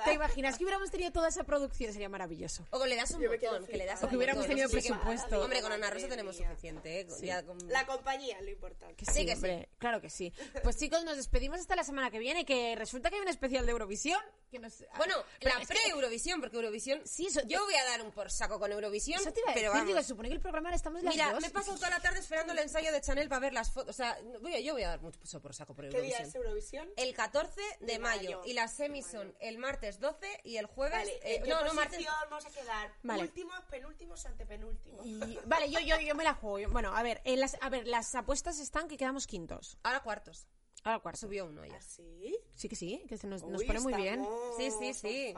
[SPEAKER 1] ¿Te imaginas que hubiéramos tenido toda esa producción? Sería maravilloso.
[SPEAKER 2] O le das un
[SPEAKER 3] Yo me quedo
[SPEAKER 2] botón, que le das
[SPEAKER 3] flipada.
[SPEAKER 2] un
[SPEAKER 1] O que hubiéramos
[SPEAKER 2] botón,
[SPEAKER 1] tenido
[SPEAKER 2] no sé si que-
[SPEAKER 1] presupuesto.
[SPEAKER 2] Hombre, con Ana Rosa
[SPEAKER 3] Madre
[SPEAKER 2] tenemos
[SPEAKER 3] mía.
[SPEAKER 2] suficiente, ¿eh? Con- ya con-
[SPEAKER 3] La compañía es lo importante.
[SPEAKER 1] Sí,
[SPEAKER 2] que sí.
[SPEAKER 1] hombre, claro que sí. Pues chicos, nos despedimos hasta la semana que viene, que resulta que hay un especial de Eurovisión. Que nos...
[SPEAKER 2] Bueno,
[SPEAKER 1] Pero
[SPEAKER 2] la
[SPEAKER 1] es que-
[SPEAKER 2] pre-Eurovisión, porque Eurovisión...
[SPEAKER 1] Sí, eso-
[SPEAKER 2] Yo voy a dar un por saco con Eurovisión,
[SPEAKER 1] Eso te iba a
[SPEAKER 2] pero
[SPEAKER 1] decir, digo,
[SPEAKER 2] vamos.
[SPEAKER 1] se supone que el programa ahora estamos las
[SPEAKER 2] Mira,
[SPEAKER 1] dos.
[SPEAKER 2] me he pasado toda la tarde esperando el ensayo de Chanel para ver las fotos. O sea, no- voy a- yo voy a dar mucho por saco por
[SPEAKER 3] ¿Qué día
[SPEAKER 2] Eurovisión. Eh,
[SPEAKER 3] es Eurovisión?
[SPEAKER 2] El 14 de,
[SPEAKER 3] De
[SPEAKER 2] mayo.
[SPEAKER 3] mayo.
[SPEAKER 2] Y las semis son el martes 12 y el jueves.
[SPEAKER 3] Vale,
[SPEAKER 2] eh,
[SPEAKER 3] ¿en qué
[SPEAKER 2] no, no, martes.
[SPEAKER 3] posición vamos a quedar?
[SPEAKER 1] Vale.
[SPEAKER 3] Últimos, penúltimos, antepenúltimos.
[SPEAKER 1] Y- vale, yo, yo, yo me la juego. Yo- Bueno, a ver, en las, a ver, las apuestas están que quedamos quintos.
[SPEAKER 2] Ahora cuartos.
[SPEAKER 1] Ahora cuarto.
[SPEAKER 2] Subió uno
[SPEAKER 3] Ah,
[SPEAKER 2] ayer.
[SPEAKER 3] ¿Así?
[SPEAKER 1] Sí que sí, que se nos, nos pone muy bien.
[SPEAKER 2] Sí, sí, sí.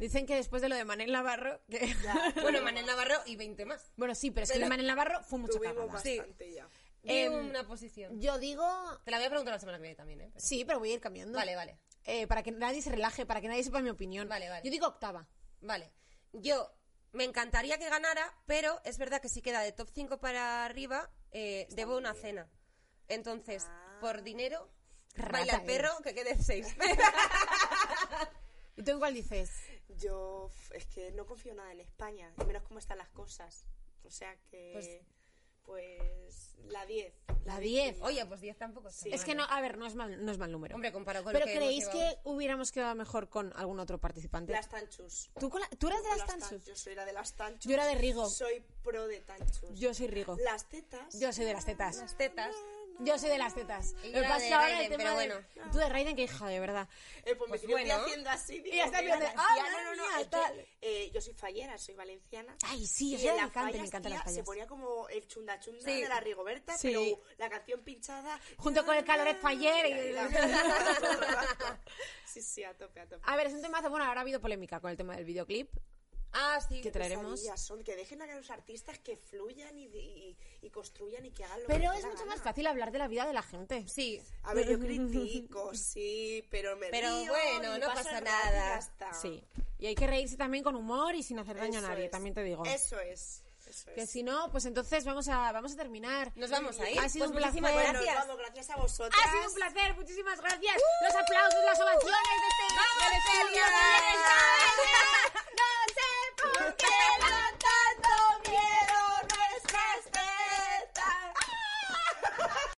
[SPEAKER 1] Dicen que después de lo de Manel Navarro... que-
[SPEAKER 2] Bueno, Manel Navarro y 20 más.
[SPEAKER 1] [LAUGHS] bueno, sí, pero es que
[SPEAKER 2] Pero-
[SPEAKER 1] el Manel Navarro fue mucha
[SPEAKER 3] Tuvimos
[SPEAKER 1] cagada.
[SPEAKER 3] bastante ya.
[SPEAKER 2] Y
[SPEAKER 1] Em,
[SPEAKER 2] una posición.
[SPEAKER 1] Yo digo...
[SPEAKER 2] Te la voy a preguntar la semana que viene también, ¿eh? Pero-
[SPEAKER 1] Sí, pero voy a ir cambiando.
[SPEAKER 2] Vale, vale.
[SPEAKER 1] Eh, para que nadie se relaje, para que nadie sepa mi opinión.
[SPEAKER 2] Vale, vale.
[SPEAKER 1] Yo digo octava.
[SPEAKER 2] Vale. Yo me encantaría que ganara, pero es verdad que si queda de top 5 para arriba, eh, debo una cena. Entonces, por dinero,
[SPEAKER 1] Ah. Rata
[SPEAKER 2] baila el perro, que quede 6.
[SPEAKER 1] [LAUGHS] ¿Y tú igual dices?
[SPEAKER 3] Yo f- es que no confío nada en España, y menos cómo están las cosas. O sea que, pues, la 10.
[SPEAKER 1] La 10.
[SPEAKER 2] [LAUGHS] Oye, pues 10 tampoco. está
[SPEAKER 3] Sí.
[SPEAKER 1] Es
[SPEAKER 2] mal.
[SPEAKER 1] que no, a ver, no es mal, no es mal número.
[SPEAKER 2] Hombre, comparado con
[SPEAKER 1] pero
[SPEAKER 2] lo que hemos
[SPEAKER 1] creéis
[SPEAKER 2] llevado.
[SPEAKER 1] que hubiéramos quedado mejor con algún otro participante.
[SPEAKER 3] Las tanchus.
[SPEAKER 1] ¿Tú, con la- tú eras de las
[SPEAKER 3] Las tan-
[SPEAKER 1] Tansus?
[SPEAKER 3] Yo soy la de las tanchus.
[SPEAKER 1] Yo era de Rigo.
[SPEAKER 3] Soy pro de tanchus.
[SPEAKER 1] Yo soy Rigo.
[SPEAKER 3] Las tetas.
[SPEAKER 1] Yo soy de las tetas.
[SPEAKER 2] Las tetas.
[SPEAKER 1] Yo soy de las tetas.
[SPEAKER 2] Y
[SPEAKER 1] Lo
[SPEAKER 2] yo
[SPEAKER 1] que
[SPEAKER 2] era
[SPEAKER 1] pasa
[SPEAKER 2] de
[SPEAKER 1] es que ahora
[SPEAKER 2] Raiden,
[SPEAKER 1] el tema
[SPEAKER 2] pero
[SPEAKER 1] de-
[SPEAKER 2] bueno.
[SPEAKER 1] Tú de Raiden, que hija, de verdad.
[SPEAKER 3] Eh, pues, me
[SPEAKER 2] Pues
[SPEAKER 3] tengo que ir
[SPEAKER 2] bueno.
[SPEAKER 3] haciendo así. digo,
[SPEAKER 1] Y está
[SPEAKER 3] ¿qué
[SPEAKER 1] viendo,
[SPEAKER 3] ganas,
[SPEAKER 1] ¡ah,
[SPEAKER 3] tía?
[SPEAKER 1] madre
[SPEAKER 3] no, no,
[SPEAKER 1] mía,
[SPEAKER 3] no. es que,
[SPEAKER 1] tal!
[SPEAKER 3] eh, yo soy fallera, soy valenciana.
[SPEAKER 1] Ay, sí, yo
[SPEAKER 3] Y
[SPEAKER 1] soy
[SPEAKER 3] en
[SPEAKER 1] de
[SPEAKER 3] las
[SPEAKER 1] Alicante, me
[SPEAKER 3] fallas,
[SPEAKER 1] encantan
[SPEAKER 3] tía,
[SPEAKER 1] las
[SPEAKER 3] Se
[SPEAKER 1] fallas.
[SPEAKER 3] ponía como el chunda chunda
[SPEAKER 2] Sí.
[SPEAKER 3] de la Rigoberta,
[SPEAKER 1] Sí.
[SPEAKER 3] pero la canción pinchada.
[SPEAKER 1] Junto con el Calores pa' ayer y- [LAUGHS]
[SPEAKER 3] Ahí va. [LAUGHS] sí, sí, a tope, a tope.
[SPEAKER 1] A ver, es un temazo. Bueno, ahora ha habido polémica con el tema del videoclip.
[SPEAKER 2] Ah, sí.
[SPEAKER 1] Que traeremos.
[SPEAKER 3] Pesadillas son, que dejen a los artistas que fluyan y, y- y construyan y que hagan lo que
[SPEAKER 1] Pero es
[SPEAKER 3] les dé la
[SPEAKER 1] mucho
[SPEAKER 3] gana.
[SPEAKER 1] más fácil hablar de la vida de la gente.
[SPEAKER 2] Sí.
[SPEAKER 3] A ver, yo
[SPEAKER 1] [LAUGHS]
[SPEAKER 3] critico, sí, pero me
[SPEAKER 2] Pero
[SPEAKER 3] río
[SPEAKER 2] bueno,
[SPEAKER 3] y
[SPEAKER 2] no
[SPEAKER 3] paso
[SPEAKER 2] pasa
[SPEAKER 3] el rato y
[SPEAKER 2] nada.
[SPEAKER 3] ya está.
[SPEAKER 1] Sí. Y hay que reírse también con humor y sin hacer daño
[SPEAKER 3] Eso
[SPEAKER 1] a nadie,
[SPEAKER 3] es.
[SPEAKER 1] también te digo.
[SPEAKER 3] Eso es. Eso
[SPEAKER 1] Que
[SPEAKER 3] es.
[SPEAKER 1] si no, pues entonces vamos a, vamos a terminar.
[SPEAKER 2] Nos vamos a ir.
[SPEAKER 1] Ha sido
[SPEAKER 2] Pues
[SPEAKER 1] un placer.
[SPEAKER 2] muchísimas
[SPEAKER 3] Bueno,
[SPEAKER 2] gracias.
[SPEAKER 3] vamos, gracias a vosotras.
[SPEAKER 1] Ha sido un placer, muchísimas gracias. Los aplausos, las ovaciones de este.
[SPEAKER 2] ¡Vamos,
[SPEAKER 1] [LAUGHS] del estudio,
[SPEAKER 2] Celia!
[SPEAKER 1] del estudio.